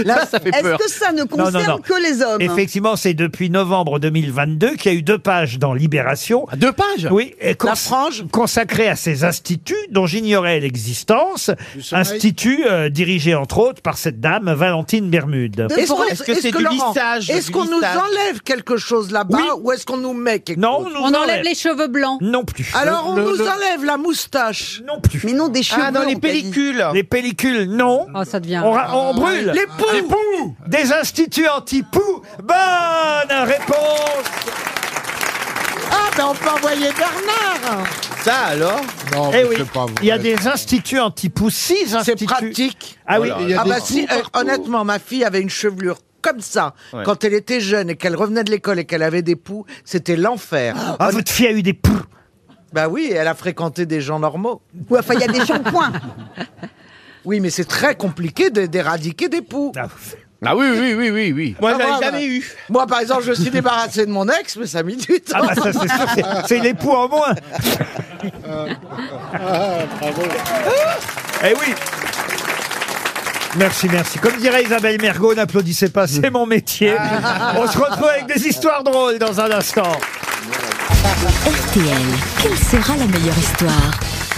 B: Là, ça fait
J: Est-ce
B: peur.
J: que ça ne
B: Non,
J: concerne
B: non, non.
J: que les hommes
B: Effectivement, c'est depuis novembre 2022 qu'il y a eu deux pages dans Libération.
F: Ah,
B: deux pages Oui. et cons- Consacrées à ces instituts dont j'ignorais l'existence.
F: sommeil.
B: Institut euh, dirigé, entre autres, par cette dame, Valentine Bermude.
F: Est-ce qu'on- est-ce que, Laurent, Est-ce qu'on nous enlève quelque chose là-bas ou est-ce qu'on nous met quelque
B: Non,
F: chose
B: on nous On enlève enlève. les
E: cheveux blancs.
B: Non plus.
F: Alors on
B: Le-
F: nous
B: le-
F: enlève la moustache.
B: Non plus.
J: Mais non, des
F: cheveux,
B: Ah, dans
F: on t'a dit.
B: Les pellicules, non.
E: Oh, ça devient.
B: On, ra- on brûle.
F: Les poux.
B: Les poux. Des instituts anti-poux. Bonne réponse.
F: Ah ben on peut envoyer Bernard.
B: Ça alors
I: Non,
B: eh
I: mais
B: oui.
I: c'est pas vrai.
B: Il y a des instituts anti-poux, six instituts.
F: pratique.
B: Ah oui.
F: Ah bah si, euh, honnêtement, ma fille avait une chevelure comme ça
B: Ouais.
F: quand elle était jeune et qu'elle revenait de l'école et qu'elle avait des poux, c'était l'enfer.
B: Ah, votre fille a eu des poux.
F: Bah oui, elle a fréquenté des gens normaux.
J: Ou enfin, il y a des shampoings.
F: Oui, mais c'est très compliqué de- d'éradiquer des poux.
G: Ah oui, oui, oui, oui, oui.
F: Ah, moi, bah, Moi, par exemple, je suis débarrassé de mon ex, mais ça a mis du temps.
B: Ah bah ça c'est sûr, c'est- c'est les poux en moins. Eh oui Merci, merci. Comme dirait Isabelle Mergot, n'applaudissez pas, c'est mon métier. On se retrouve avec des histoires drôles dans un instant.
O: RTL, quelle sera la meilleure histoire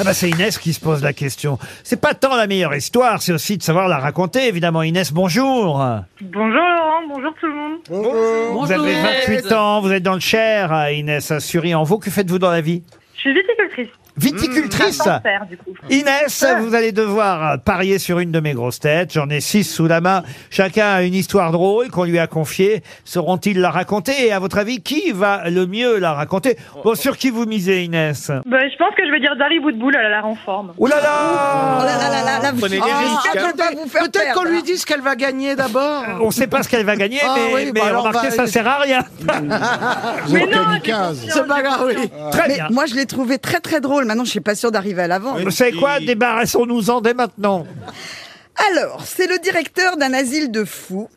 B: Ah bah c'est Inès qui se pose la question. C'est pas tant la meilleure histoire, c'est aussi de savoir la raconter. Évidemment, Inès, bonjour.
L: Bonjour Laurent, bonjour tout le monde. Bonjour.
B: Vous avez 28 ans, vous êtes dans le Cher, Inès, à Sury. En Vaud, que faites-vous dans la vie
L: Je suis viticultrice.
B: Viticultrice
L: Mmh, cancer, du coup.
B: Inès, vous allez devoir euh, parier sur une de mes grosses têtes. J'en ai six sous la main. Chacun a une histoire drôle qu'on lui a confiée. Sauront-ils la raconter Et à votre avis, qui va le mieux la raconter Bon, sur qui vous misez, Inès
L: Bah, je pense que je vais dire Dari Boudboul, elle a l'air en forme.
B: Ouh là là
J: Oh là là là là, la
B: Prenez des
J: Ah,
B: risques,
J: ça
B: hein.
J: peut pas vous faire
F: Peut-être
J: perdre.
F: qu'on
J: hein.
F: lui dise qu'elle va gagner d'abord.
B: On ne sait pas ce qu'elle va gagner,
F: Ah
B: mais,
F: oui,
B: mais
F: bah alors on
B: remarquez,
F: va-
B: ça sert à rien.
F: Mais
B: non,
F: non, C'est pas grave, oui.
B: Très
J: Ah. Mais
B: bien.
J: moi, je l'ai trouvé très très drôle. Maintenant, je suis pas sûre d'arriver à l'avant.
B: Vous savez quoi Débarrassons-nous-en dès maintenant.
J: Alors, c'est le directeur d'un asile de fous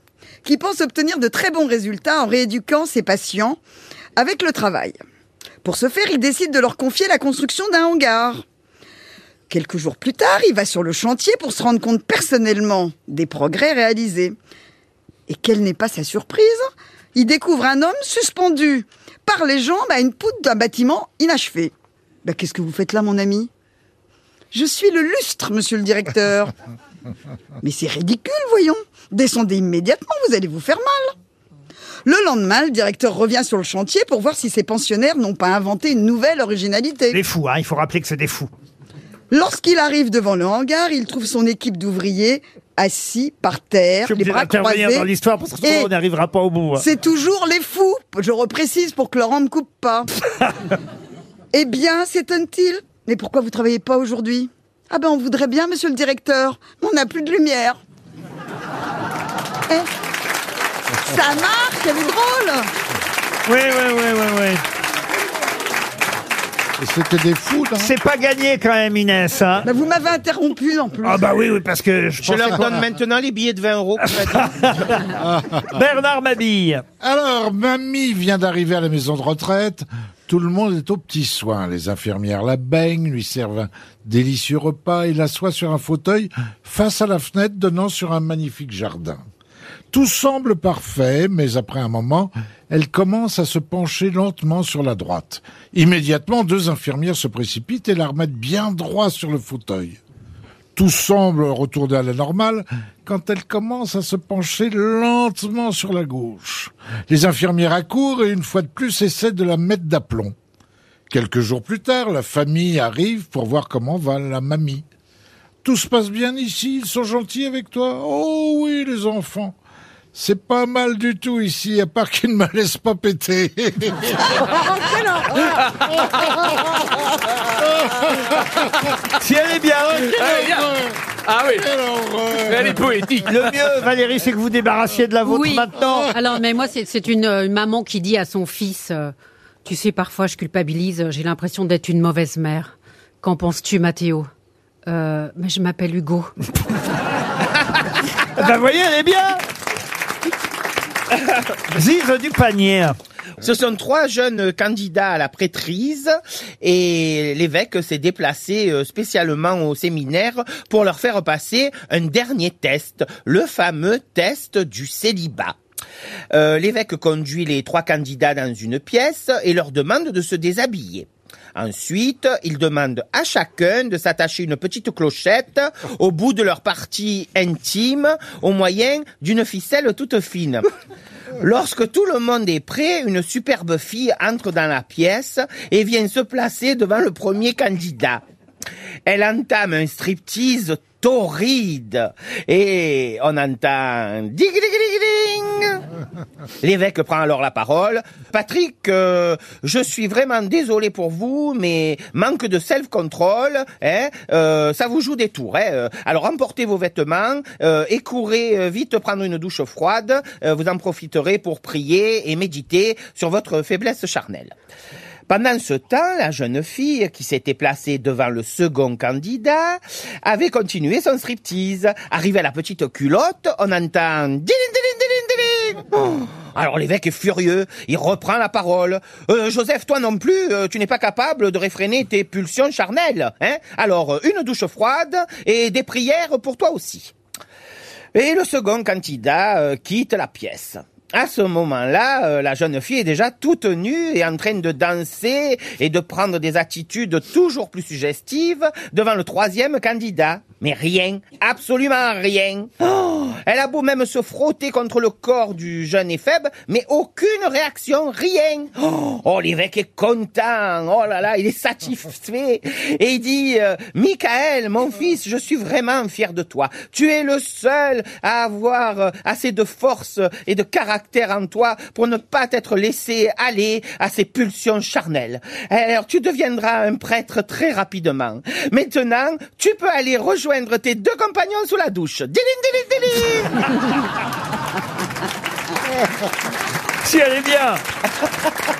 J: qui pense obtenir de très bons résultats en rééduquant ses patients avec le travail. Pour ce faire, il décide de leur confier la construction d'un hangar. Quelques jours plus tard, il va sur le chantier pour se rendre compte personnellement des progrès réalisés. Et quelle n'est pas sa surprise Il découvre un homme suspendu par les jambes à une poutre d'un bâtiment inachevé. Bah, Qu'est-ce que vous faites là, mon ami Je suis le lustre, monsieur le directeur. Mais c'est ridicule, voyons. Descendez immédiatement, vous allez vous faire mal. Le lendemain, le directeur revient sur le chantier pour voir si ses pensionnaires n'ont pas inventé une nouvelle originalité.
B: Des fous, hein, il faut rappeler que c'est des fous.
J: Lorsqu'il arrive devant le hangar, il trouve son équipe d'ouvriers assis par terre,
B: Je suis
J: les
B: obligé
J: bras
B: d'intervenir
J: croisés.
B: dans l'histoire parce que sinon,
J: Et
B: on n'arrivera pas au bout. hein.
J: c'est toujours les fous. Je reprécise pour que Laurent me coupe pas. eh bien, s'étonne-t-il. Mais pourquoi vous travaillez pas aujourd'hui Ah ben, on voudrait bien, monsieur le directeur. mais On n'a plus de lumière. Eh, ça marche, elle est drôle.
B: Oui, oui, oui, oui, oui. C'était des fous, C'est pas gagné quand même, Inès. hein.
J: Bah, vous m'avez interrompu en plus.
B: Ah bah oui, oui, parce que je
H: Je
B: pensais
H: leur
B: qu'on-
H: donne maintenant les billets de 20 euros.
B: Bernard Mabille.
I: Alors, mamie vient d'arriver à la maison de retraite. Tout le monde est aux petits soins. Les infirmières la baignent, lui servent un délicieux repas et l'assoient sur un fauteuil face à la fenêtre donnant sur un magnifique jardin. Tout semble parfait, mais après un moment, elle commence à se pencher lentement sur la droite. Immédiatement, deux infirmières se précipitent et la remettent bien droit sur le fauteuil. Tout semble retourner à la normale quand elle commence à se pencher lentement sur la gauche. Les infirmières accourent et une fois de plus essaient de la mettre d'aplomb. Quelques jours plus tard, la famille arrive pour voir comment va la mamie. Tout se passe bien ici, ils sont gentils avec toi. Oh oui, les enfants. C'est pas mal du tout ici, à part qu'ils ne me laissent pas péter.
B: Si elle est bien, hein.
R: Elle est bien.
G: Ah oui.
B: Elle est poétique. Le mieux, Valérie, c'est que vous débarrassiez de la vôtre
E: oui.
B: maintenant.
E: Alors, mais moi, c'est c'est une, euh, une maman qui dit à son fils euh, Tu sais, parfois, je culpabilise, euh, j'ai l'impression d'être une mauvaise mère. Qu'en penses-tu, Mathéo Euh, Mais je m'appelle Hugo.
B: Ben, vous voyez, elle est bien Ziz du panier.
H: Ce sont trois jeunes candidats à la prêtrise et l'évêque s'est déplacé euh, spécialement au séminaire pour leur faire passer un dernier test, le fameux test du célibat. Euh, l'évêque conduit les trois candidats dans une pièce et leur demande de se déshabiller. Ensuite, il demande à chacun de s'attacher une petite clochette au bout de leur partie intime au moyen d'une ficelle toute fine. Lorsque tout le monde est prêt, une superbe fille entre dans la pièce et vient se placer devant le premier candidat. Elle entame un striptease torride et on entend ding ding ding ding. L'évêque prend alors la parole. Patrick, euh, je suis vraiment désolé pour vous, mais manque de self-control, hein, euh, ça vous joue des tours. Hein, euh. alors emportez vos vêtements euh, et courez euh, vite prendre une douche froide. Euh, vous en profiterez pour prier et méditer sur votre faiblesse charnelle. Pendant ce temps, la jeune fille qui s'était placée devant le second candidat avait continué son striptease. Arrivée à la petite culotte, on entend Dilin, dilin, dilin, dilin. Oh. Alors l'évêque est furieux, il reprend la parole. Euh, Joseph, toi non plus, euh, tu n'es pas capable de réfréner tes pulsions charnelles. Hein Alors euh, une douche froide et des prières pour toi aussi. Et le second candidat euh, quitte la pièce. À ce moment-là, euh, la jeune fille est déjà toute nue et en train de danser et de prendre des attitudes toujours plus suggestives devant le troisième candidat. Mais rien, absolument rien. Oh, elle a beau même se frotter contre le corps du jeune et faible, mais aucune réaction, rien. Oh, oh, l'évêque est content. Oh là là, il est satisfait. Et il dit, euh, Michael, mon fils, je suis vraiment fier de toi. Tu es le seul à avoir euh, assez de force et de caractère en toi pour ne pas t'être laissé aller à ces pulsions charnelles. Alors, tu deviendras un prêtre très rapidement. Maintenant, tu peux aller rejoindre tes deux compagnons sous la douche. Dilin, dilin, dilin
B: Si elle est bien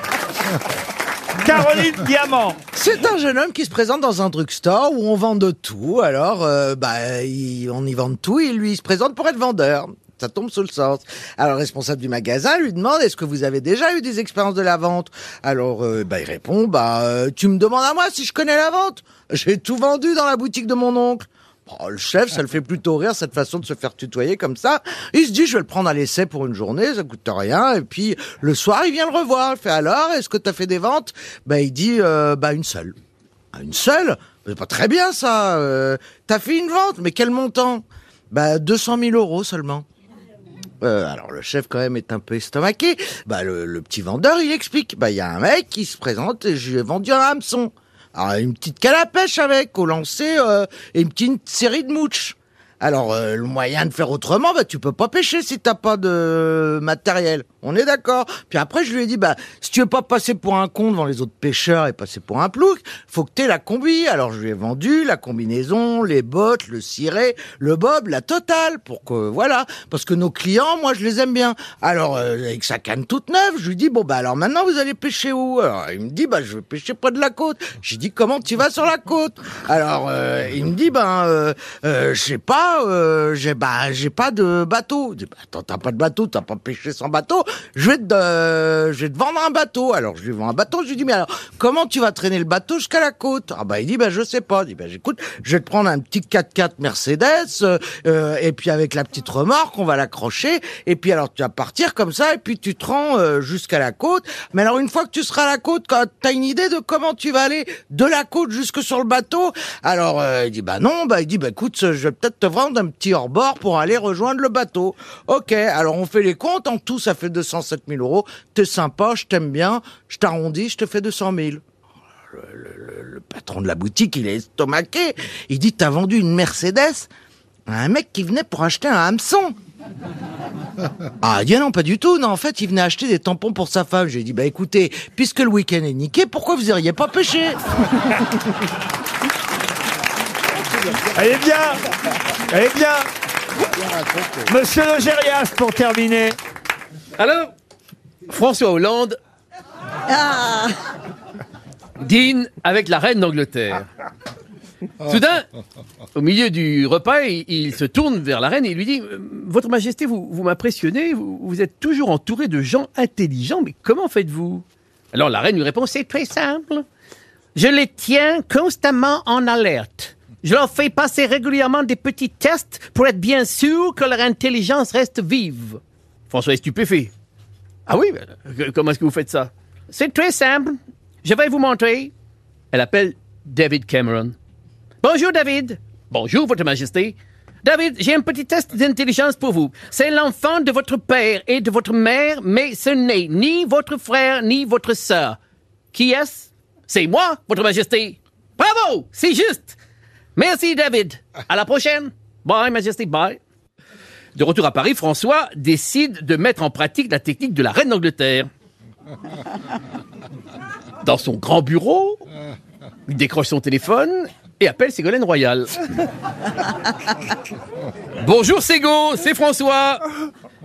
B: Caroline Diamant.
F: C'est un jeune homme qui se présente dans un drugstore où on vend de tout. Alors, euh, bah, il- on y vend de tout et lui, il se présente pour être vendeur. Ça tombe sous le sens. Alors, le responsable du magasin lui demande Est-ce que vous avez déjà eu des expériences de la vente Alors, euh, bah, il répond Bah, euh, tu me demandes à moi si je connais la vente. J'ai tout vendu dans la boutique de mon oncle. Oh, le chef, ça le fait plutôt rire, cette façon de se faire tutoyer comme ça. Il se dit, je vais le prendre à l'essai pour une journée, ça coûte rien. Et puis, le soir, il vient le revoir. Il fait, alors, est-ce que t'as fait des ventes Ben, il dit, euh, bah, une seule. Ah, une seule C'est pas très bien, ça. Euh, t'as fait une vente, mais quel montant Bah, 200 000 euros seulement. Euh, alors le chef quand même est un peu estomaqué. Bah le, le petit vendeur il explique. Bah il y a un mec qui se présente et je lui ai vendu un hameçon. Alors, une petite canne à pêche avec, au lancer euh, et une petite série de mouches. Alors euh, le moyen de faire autrement, bah tu peux pas pêcher si t'as pas de matériel. On est d'accord. Puis après je lui ai dit bah si tu veux pas passer pour un con devant les autres pêcheurs et passer pour un plouc, faut que t'aies la combi. Alors je lui ai vendu la combinaison, les bottes, le ciré, le bob, la totale pour que voilà parce que nos clients, moi je les aime bien. Alors euh, avec sa canne toute neuve, je lui dis bon bah alors maintenant vous allez pêcher où Alors il me dit bah je vais pêcher près de la côte. J'ai dit comment tu vas sur la côte Alors euh, il me dit ben euh, euh, je sais pas, euh, j'ai bah j'ai pas de bateau. Je dis bah attends t'as pas de bateau, t'as pas pêché sans bateau. Je vais te euh, je vais te vendre un bateau. Alors je lui vends un bateau. Je lui dis mais alors comment tu vas traîner le bateau jusqu'à la côte Ah bah il dit bah je sais pas. Je dis bah j'écoute, je vais te prendre un petit 4x4 Mercedes euh, euh, et puis avec la petite remorque on va l'accrocher et puis alors tu vas partir comme ça et puis tu te rends euh, jusqu'à la côte. Mais alors une fois que tu seras à la côte, quand t'as une idée de comment tu vas aller de la côte jusque sur le bateau Alors euh, il dit bah non, bah il dit bah écoute, je vais peut-être te vendre un petit hors-bord pour aller rejoindre le bateau. Ok, alors on fait les comptes, en tout ça fait 207 000 euros. T'es sympa, je t'aime bien, je t'arrondis, je te fais 200 000 patron de la boutique, il est estomaqué. Il dit, t'as vendu une Mercedes à un mec qui venait pour acheter un hameçon. Ah, il dit, non, pas du tout. Non, en fait, il venait acheter des tampons pour sa femme. J'ai dit, bah écoutez, puisque le week-end est niqué, pourquoi vous iriez pas pêcher
B: Elle est Eh bien eh, Elle est bien
J: Ah.
B: Monsieur Logérias, pour terminer.
G: Alors, François Hollande
J: Ah,
G: dîne avec la reine d'Angleterre. Soudain, au milieu du repas, il, il se tourne vers la reine et il lui dit euh, Votre Majesté, vous, vous m'impressionnez, vous, vous êtes toujours entouré de gens intelligents, mais comment faites-vous Alors la reine lui répond C'est très simple. Je les tiens constamment en alerte. Je leur fais passer régulièrement des petits tests pour être bien sûr que leur intelligence reste vive. François est stupéfait. Ah oui mais, euh, Comment est-ce que vous faites ça C'est très simple. Je vais vous montrer. Elle appelle David Cameron. Bonjour David. Bonjour Votre Majesté. David, j'ai un petit test d'intelligence pour vous. C'est l'enfant de votre père et de votre mère, mais ce n'est ni votre frère ni votre sœur. Qui est-ce C'est moi, Votre Majesté. Bravo, c'est juste. Merci David. À la prochaine. Bye Majesté, bye. De retour à Paris, François décide de mettre en pratique la technique de la reine d'Angleterre. Dans son grand bureau, il décroche son téléphone et appelle Ségolène Royal. Bonjour Ségo, c'est François.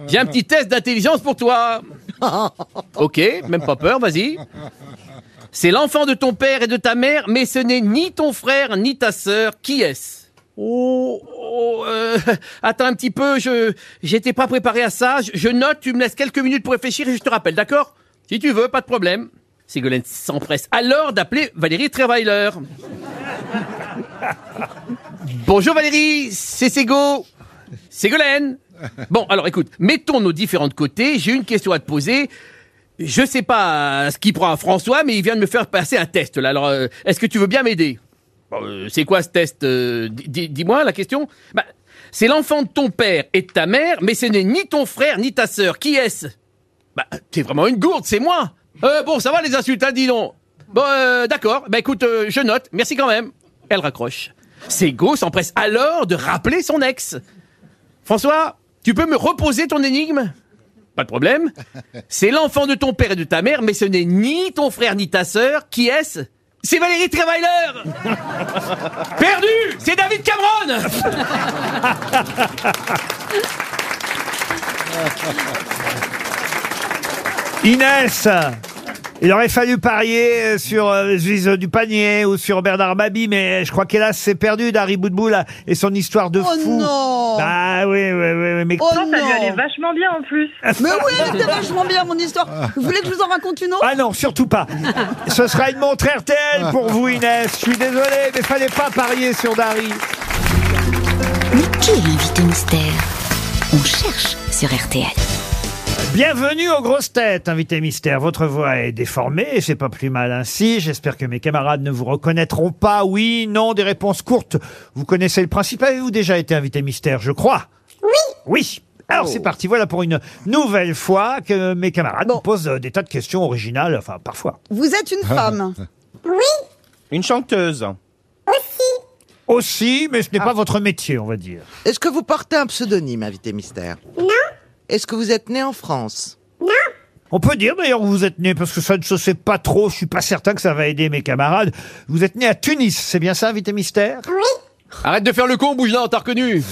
G: J'ai un petit test d'intelligence pour toi. Ok, même pas peur, vas-y. C'est l'enfant de ton père et de ta mère, mais ce n'est ni ton frère ni ta sœur. Qui est-ce Oh, oh, euh, attends un petit peu, je j'étais pas préparé à ça. Je, je note, tu me laisses quelques minutes pour réfléchir et je te rappelle, d'accord Si tu veux, pas de problème. Ségolène s'empresse alors d'appeler Valérie Travailer. Bonjour Valérie, c'est Ségo. Ségolène. Bon, alors écoute, mettons nos différents de côté. J'ai une question à te poser. Je sais pas euh, ce qu'il prend à François, mais il vient de me faire passer un test là. Alors, euh, est-ce que tu veux bien m'aider Bon, euh, C'est quoi ce test euh, di- di- Dis-moi la question. Bah, c'est l'enfant de ton père et de ta mère, mais ce n'est ni ton frère ni ta sœur. Qui est-ce Bah, t'es vraiment une gourde, c'est moi. Euh, bon, ça va les insultes, hein, dis donc. Bon, euh, d'accord. Bah écoute, euh, je note. Merci quand même. Elle raccroche. Ségo s'empresse alors de rappeler son ex. François, tu peux me reposer ton énigme Pas de problème. C'est l'enfant de ton père et de ta mère, mais ce n'est ni ton frère ni ta sœur. Qui est-ce C'est Valérie Travailer Perdu C'est David Cameron
B: Inès il aurait fallu parier euh, sur euh, Ziz du panier ou sur Bernard Mabi, mais je crois qu'hélas, c'est perdu d'Harry Boudboul et son histoire de
R: Oh
B: fou.
R: non
B: Bah oui, oui, oui, oui, mais...
R: Oh Non, ça lui non. allait
J: vachement bien en plus. Mais oui, c'était vachement bien mon histoire. Vous voulez que je vous en raconte une autre
B: Ah non, surtout pas. Ce sera une montre RTL pour vous, Inès. Je suis désolé, mais fallait pas parier sur Dari.
O: Mais qui est l'invité mystère On cherche sur RTL.
B: Bienvenue aux grosses têtes, invité mystère. Votre voix est déformée et c'est pas plus mal ainsi. J'espère que mes camarades ne vous reconnaîtront pas. Oui, non, des réponses courtes. Vous connaissez le principe. Avez-vous déjà été invité mystère, je crois Oui. Oui. Alors c'est parti, voilà pour une nouvelle fois que mes camarades me posent euh, des tas de questions originales, enfin parfois.
J: Vous êtes une femme.
B: Oui.
H: Une chanteuse.
B: Aussi, mais ce n'est pas votre métier, on va dire.
F: Est-ce que vous portez un pseudonyme, invité mystère Non. Est-ce que vous êtes né en France
B: On peut dire d'ailleurs où vous êtes né, parce que ça ne se sait pas trop, je suis pas certain que ça va aider mes camarades. Vous êtes né à Tunis, c'est bien ça, invité mystère Oui.
G: Arrête de faire le con, Bougelin, t'as reconnu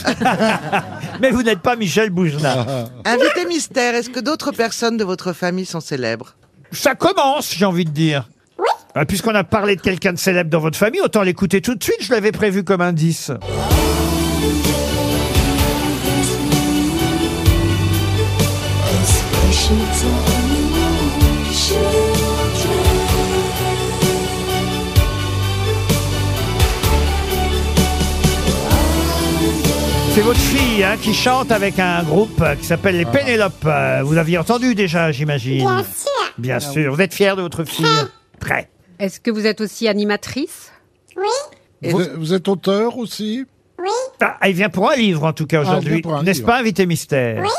B: Mais vous n'êtes pas Michel
G: Ah,
B: Bougelin.
F: Invité mystère, est-ce que d'autres personnes de votre famille sont célèbres
B: Ça commence, j'ai envie de dire. Ah, Puisqu'on a parlé de quelqu'un de célèbre dans votre famille, autant l'écouter tout de suite, je l'avais prévu comme indice. C'est votre fille hein, qui chante avec un groupe euh, qui s'appelle les Pénélopes. Euh, Vous l'aviez entendu déjà, j'imagine.
E: Bien sûr. Ah.
B: Bien sûr. Vous êtes fier de votre fille Très.
E: Est-ce que vous êtes aussi animatrice Oui.
I: Vous, vous êtes auteur aussi
E: Oui.
B: Ah, il vient pour un livre, en tout cas,
I: Ah, il vient
B: aujourd'hui.
I: pour un
B: N'est-ce
I: livre.
B: pas, invité mystère Oui.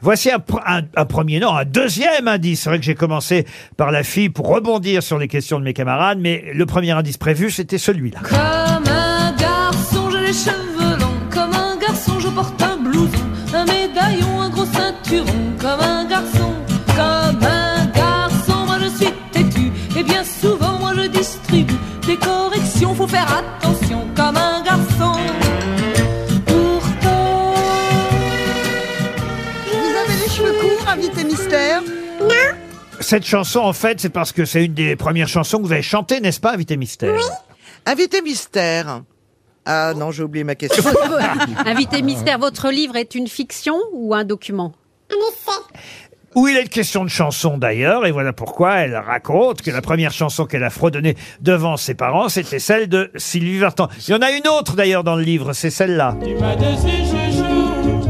B: Voici un, pr- un- un premier, non, un deuxième indice. C'est vrai que j'ai commencé par la fille pour rebondir sur les questions de mes camarades, mais le premier indice prévu, c'était celui-là.
R: Comme un garçon, j'ai les cheveux longs. Comme un garçon, je porte un blouson, un médaillon, un gros ceinturon. Comme un garçon, comme un garçon, moi je suis têtu. Et bien souvent, moi je distribue des corrections. Faut faire attention, comme un garçon.
B: Cette chanson, en fait, c'est parce que c'est une des premières chansons que vous avez chantées, n'est-ce pas, Invité Mystère
F: Invité Mystère. Ah non, j'ai oublié ma question.
E: Invité mystère, votre livre est une fiction ou un document
B: Où il est question de chanson d'ailleurs, et voilà pourquoi elle raconte que la première chanson qu'elle a fredonnée devant ses parents, c'était celle de Sylvie Vartan. Il y en a une autre d'ailleurs dans le livre, c'est celle-là.
R: Pas de ces chouchous,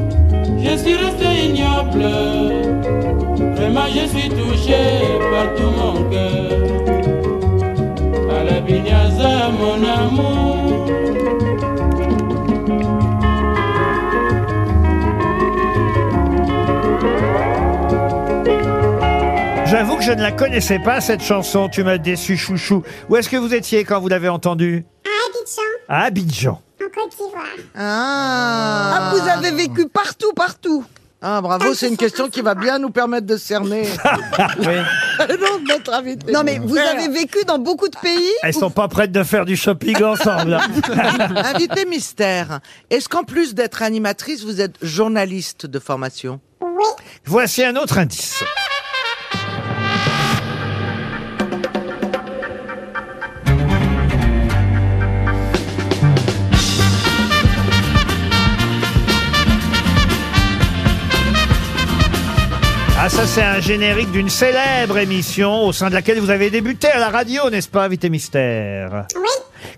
R: je suis resté ignoble. Vraiment, je suis touché par tout mon cœur. À la Bignaza, mon amour.
B: J'avoue que je ne la connaissais pas cette chanson, tu m'as déçu chouchou. Où est-ce que vous étiez quand vous l'avez entendue À Abidjan.
F: Ah.
J: Ah, vous avez
F: vécu partout, partout. Ah, bravo, c'est une question qui va bien nous permettre de cerner.
B: Ah,
F: non, notre invité.
J: Non, mais vous avez vécu dans beaucoup de pays
B: Elles sont pas prêtes de faire du shopping ensemble. hein.
F: Invité mystère, est-ce qu'en plus d'être animatrice, vous êtes journaliste de formation
B: Voici un autre indice. Ah ça c'est un générique d'une célèbre émission au sein de laquelle vous avez débuté à la radio, n'est-ce pas, Invité Mystère Oui.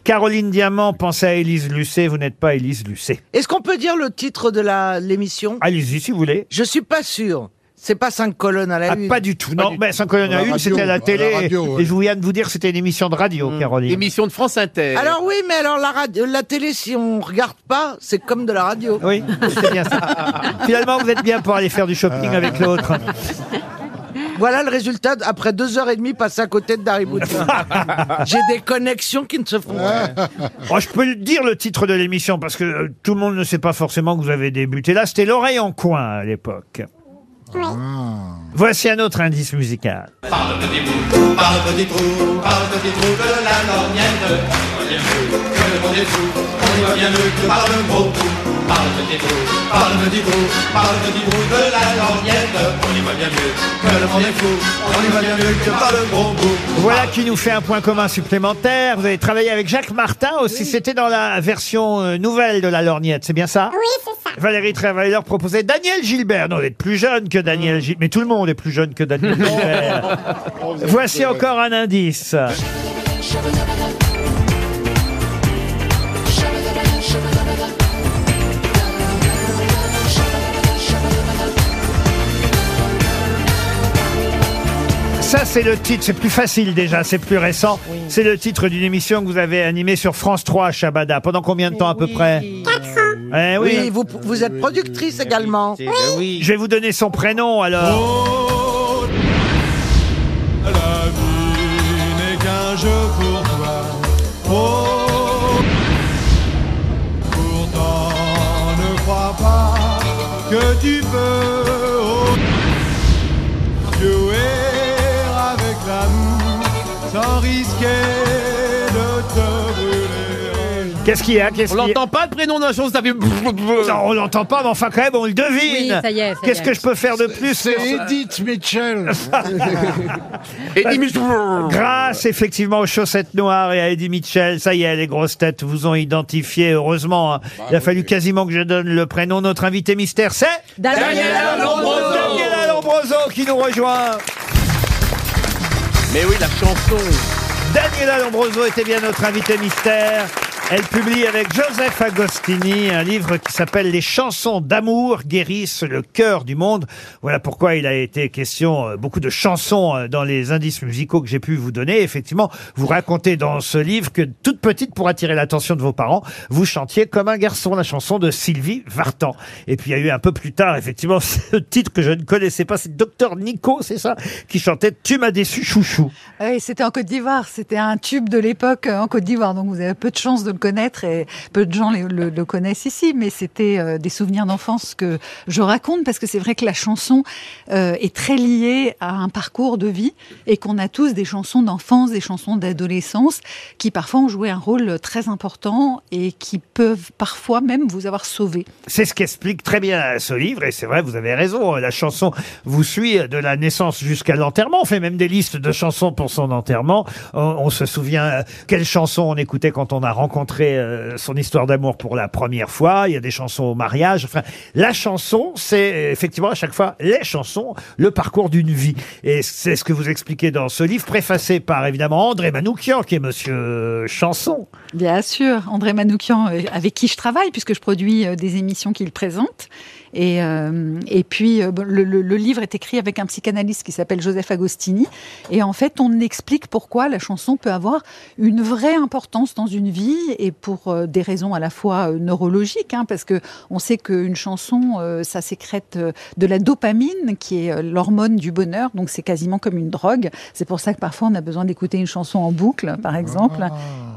B: Caroline Diamant, pensez à Élise Lucet, vous n'êtes pas Élise Lucet.
F: Est-ce qu'on peut dire le titre de la l'émission
B: Allez-y Ah, si vous voulez.
F: Je suis pas sûr. C'est pas cinq colonnes à la
B: Ah,
F: une.
B: pas du tout. Non, mais sans qu'on en a une, c'était à la Mmh. télé. Et je viens de vous dire, c'était une émission de radio, Caroline.
G: Émission de France Inter.
F: Alors oui, mais alors la, radio- la télé, si on regarde pas, c'est comme de la radio.
B: Oui, c'est bien ça. Finalement, vous êtes bien pour aller faire du shopping avec l'autre.
F: Voilà le résultat d- après deux heures et demie passées à côté de Dari Boudin. J'ai des connexions qui ne se font pas.
B: Oh, je peux le dire le titre de l'émission parce que euh, tout le monde ne sait pas forcément que vous avez débuté là. C'était l'oreille en coin à l'époque. Voici un autre indice musical.
R: Par le petit bout, par le petit trou, par le petit trou de la lorgnette. On est mieux que le monde est fou, on y va bien mieux que par le gros trou. Par le petit trou, par le petit trou, par le petit trou de la lorgnette. On y va bien mieux que le monde est fou, on y va bien mieux que par le gros bout.
B: Voilà qui nous fait un point commun supplémentaire. Vous avez travaillé avec Jacques Martin aussi. C'était dans la version euh, nouvelle de La Lorgnette, c'est bien ça Oui, c'est ça. Valérie Travail leur proposait Daniel Gilbert. Non, vous êtes plus jeune que Daniel Gilbert. Mais tout le monde est plus jeune que Daniel Gilbert. Voici encore un indice. Ça, c'est le titre. C'est plus facile déjà. C'est plus récent. C'est le titre d'une émission que vous avez animée sur France 3 à Chabada. Pendant combien de temps à peu près Eh oui.
F: Oui, vous, vous êtes productrice
B: Eh
F: également.
B: Je vais vous donner son prénom alors.
R: La vie n'est qu'un jeu pour toi. Oh, pourtant ne crois pas que tu peux. Oh, jouer avec l'amour sans risquer de te brûler.
B: Qu'est-ce qu'il y a Qu'est-ce
G: On
B: qu'il y a
G: l'entend Oh. pas le prénom de la chose, t'as vu
B: Non, on l'entend pas, mais enfin quand même, on le devine.
E: Oui, ça y est, ça y
B: Qu'est-ce
E: est.
B: que je peux faire de plus
I: C'est
B: que-
I: Edith Mitchell.
B: Grâce effectivement aux chaussettes noires et à Eddie Mitchell, ça y est, les grosses têtes vous ont identifié, heureusement. hein. Il a fallu quasiment que je donne le prénom. Notre invité mystère, c'est
R: Daniela Lombroso.
B: Daniela Lombroso qui nous rejoint.
G: Mais oui, la chanson.
B: Daniela Lombroso était bien notre invitée mystère. Elle publie avec Joseph Agostini un livre qui s'appelle Les chansons d'amour guérissent le cœur du monde. Voilà pourquoi il a été question euh, beaucoup de chansons euh, dans les indices musicaux que j'ai pu vous donner. Effectivement, vous racontez dans ce livre que toute petite, pour attirer l'attention de vos parents, vous chantiez comme un garçon la chanson de Sylvie Vartan. Et puis il y a eu un peu plus tard, effectivement, ce titre que je ne connaissais pas, c'est Docteur Nico, c'est ça, qui chantait Tu m'as déçu chouchou.
S: Eh, Oui, c'était en Côte d'Ivoire, c'était un tube de l'époque euh, en Côte d'Ivoire, donc vous avez peu de chances de le connaître et peu de gens le, le- le connaissent ici, mais c'était euh, des souvenirs d'enfance que je raconte parce que c'est vrai que la chanson euh, est très liée à un parcours de vie et qu'on a tous des chansons d'enfance, des chansons d'adolescence qui parfois ont joué un rôle très important et qui peuvent parfois même vous avoir sauvé.
B: C'est ce qu'explique très bien ce livre, et c'est vrai, vous avez raison. euh, La chanson vous suit euh, de la naissance jusqu'à l'enterrement. On fait même des listes de chansons pour son enterrement. On, on se souvient euh, quelles chansons on écoutait quand on a rencontré euh, son histoire d'amour pour la première fois. Il y a des chansons au mariage. Enfin, la chanson, c'est euh, effectivement à chaque fois les chansons, le parcours d'une vie. Et c'est ce que vous expliquez dans ce livre, préfacé par évidemment André Manoukian, qui est monsieur Chanson.
S: Bien sûr, André Manoukian, euh, avec qui je travaille, puisque je produis euh, des émissions qu'il présente. Et, euh, et puis, euh, bon, le, le- le livre est écrit avec un psychanalyste qui s'appelle Joseph Agostini. Et en fait, on explique pourquoi la chanson peut avoir une vraie importance dans une vie et pour euh, des raisons à la fois euh, neurologiques, hein, parce que on sait qu'une chanson, euh, ça sécrète euh, de la dopamine, qui est euh, l'hormone du bonheur. Donc, c'est quasiment comme une drogue. C'est pour ça que parfois, on a besoin d'écouter une chanson en boucle, par exemple.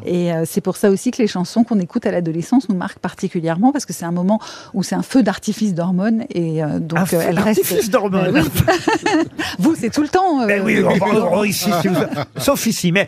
S: Et euh, c'est pour ça aussi que les chansons qu'on écoute à l'adolescence nous marquent particulièrement parce que c'est un moment où c'est un feu d'artifice d'hormones et euh, donc
B: Un feu
S: euh, elle reste.
B: d'artifice d'hormones.
S: Ben oui. vous, c'est tout le temps. euh,
B: Ben oui, on va- on va ici, si vous- sauf ici, mais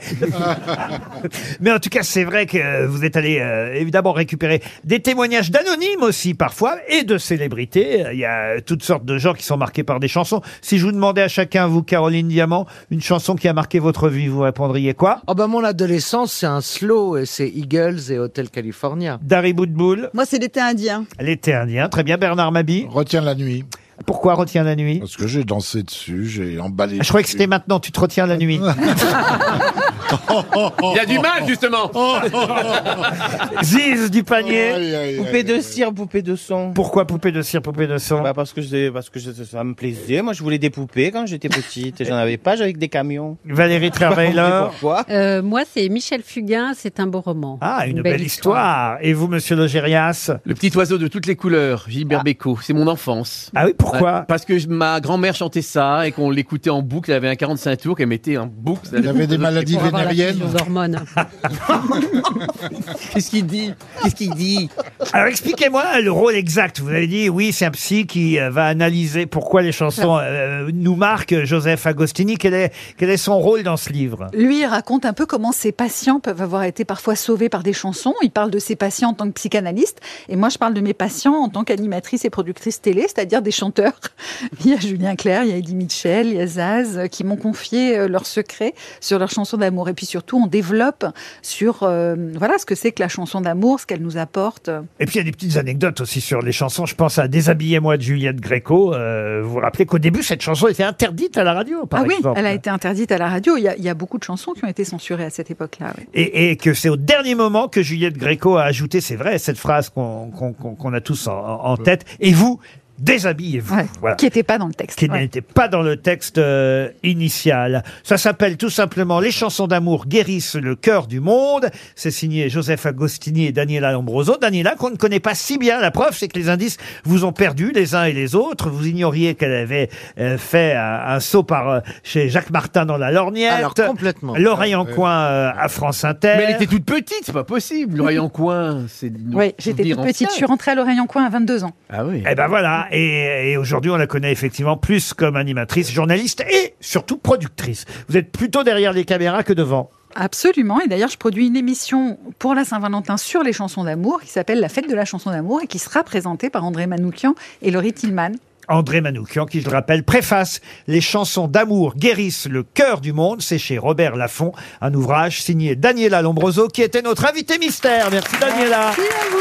B: mais en tout cas, c'est vrai que euh, vous êtes allé euh, évidemment récupérer des témoignages d'anonymes aussi parfois et de célébrités. Euh, Il y a toutes sortes de gens qui sont marqués par des chansons. Si je vous demandais à chacun, vous, Caroline Diamant, une chanson qui a marqué votre vie, vous répondriez quoi
F: Oh ben mon adolescence, c'est un slow, et c'est Eagles et Hotel California.
B: Dari Boudboul.
J: Moi, c'est l'été indien.
B: L'été indien, très bien. Bernard Mabi.
I: Retiens la nuit.
B: Pourquoi retiens la nuit
I: Parce que j'ai dansé dessus, j'ai emballé.
B: Je croyais que c'était maintenant, tu te retiens la nuit.
G: Il y a du mal, justement.
B: Ziz du panier.
H: Poupée de cire, poupée de son.
B: Pourquoi poupée de cire, poupée de son
H: bah parce que j'ai- parce que je- ça me plaisait. Moi, je voulais des poupées quand j'étais petite. et J'en avais pas, j'avais que des camions.
B: Valérie
H: Travailleur.
B: Trierweiler.
H: Pourquoi
E: Euh, moi, c'est Michel Fugain, c'est un beau roman.
B: Ah, une, belle, histoire. Et vous, monsieur Logérias
G: Le petit oiseau de toutes les couleurs, Gilbert Bécaud, c'est mon enfance.
B: Ah oui, pourquoi
G: Parce que je- ma grand-mère chantait ça et qu'on l'écoutait en boucle, elle avait un 45 tours qu'elle mettait en boucle.
I: Il avait des maladies
G: Pour avoir la
I: vénériennes.
G: fusion
E: d'hormones.
G: Qu'est-ce qu'il dit Qu'est-ce qu'il dit
B: Alors expliquez-moi le rôle exact. Vous avez dit, oui, c'est un psy qui euh, va analyser pourquoi les chansons euh, nous marquent. Joseph Agostini, quel est, quel est son rôle dans ce livre
S: Lui, il raconte un peu comment ses patients peuvent avoir été parfois sauvés par des chansons. Il parle de ses patients en tant que psychanalyste. Et moi, je parle de mes patients en tant qu'animatrice et productrice télé, c'est-à-dire des chanteurs. Il y a Julien Clerc, il y a Eddie Mitchell, il y a Zaz, euh, qui m'ont confié euh, leurs secrets sur leurs chansons d'amour. Et puis surtout, on développe sur euh, voilà ce que c'est que la chanson d'amour, ce qu'elle nous apporte.
B: Et puis il y a des petites anecdotes aussi sur les chansons. Je pense à Déshabillez-moi de Juliette Gréco. Euh, vous vous rappelez qu'au début, cette chanson était interdite à la radio, par
S: ah oui,
B: exemple.
S: elle a été interdite à la radio. Il y a, il y a beaucoup de chansons qui ont été censurées à cette époque-là. oui.
B: Et, et que c'est au dernier moment que Juliette Gréco a ajouté, c'est vrai, cette phrase qu'on qu'on- qu'on- qu'on a tous en, en tête. Et vous, déshabillez-vous. Voilà.
S: Qui n'était pas dans le texte.
B: qui
S: ouais.
B: n'était pas dans le texte euh, initial. Ça s'appelle tout simplement Les chansons d'amour guérissent le cœur du monde. C'est signé Joseph Agostini et Daniela Lombroso. Daniela qu'on ne connaît pas si bien. La preuve, c'est que les indices vous ont perdu les uns et les autres. Vous ignoriez qu'elle avait euh, fait un, un saut par euh, chez Jacques Martin dans la Lorgnette.
G: Alors, complètement.
B: L'oreille en
G: Ouais.
B: coin euh, à France Inter.
G: Mais elle était toute petite, c'est pas possible. L'oreille en coin, c'est.
S: Oui, j'étais toute petite. Je suis rentrée à l'oreille en coin à 22 ans.
G: Ah oui.
B: Eh ben voilà, et, et aujourd'hui on la connaît effectivement plus comme animatrice, journaliste et surtout productrice. Vous êtes plutôt derrière les caméras que devant.
S: Absolument. Et d'ailleurs, je produis une émission pour la Saint-Valentin sur les chansons d'amour qui s'appelle La fête de la chanson d'amour et qui sera présentée par André Manoukian et Laurie Tillman.
B: André Manoukian, qui, je le rappelle, préface Les chansons d'amour guérissent le cœur du monde. C'est chez Robert Laffont, un ouvrage signé Daniela Lombroso, qui était notre invité mystère. Merci Daniela.
R: Merci à vous.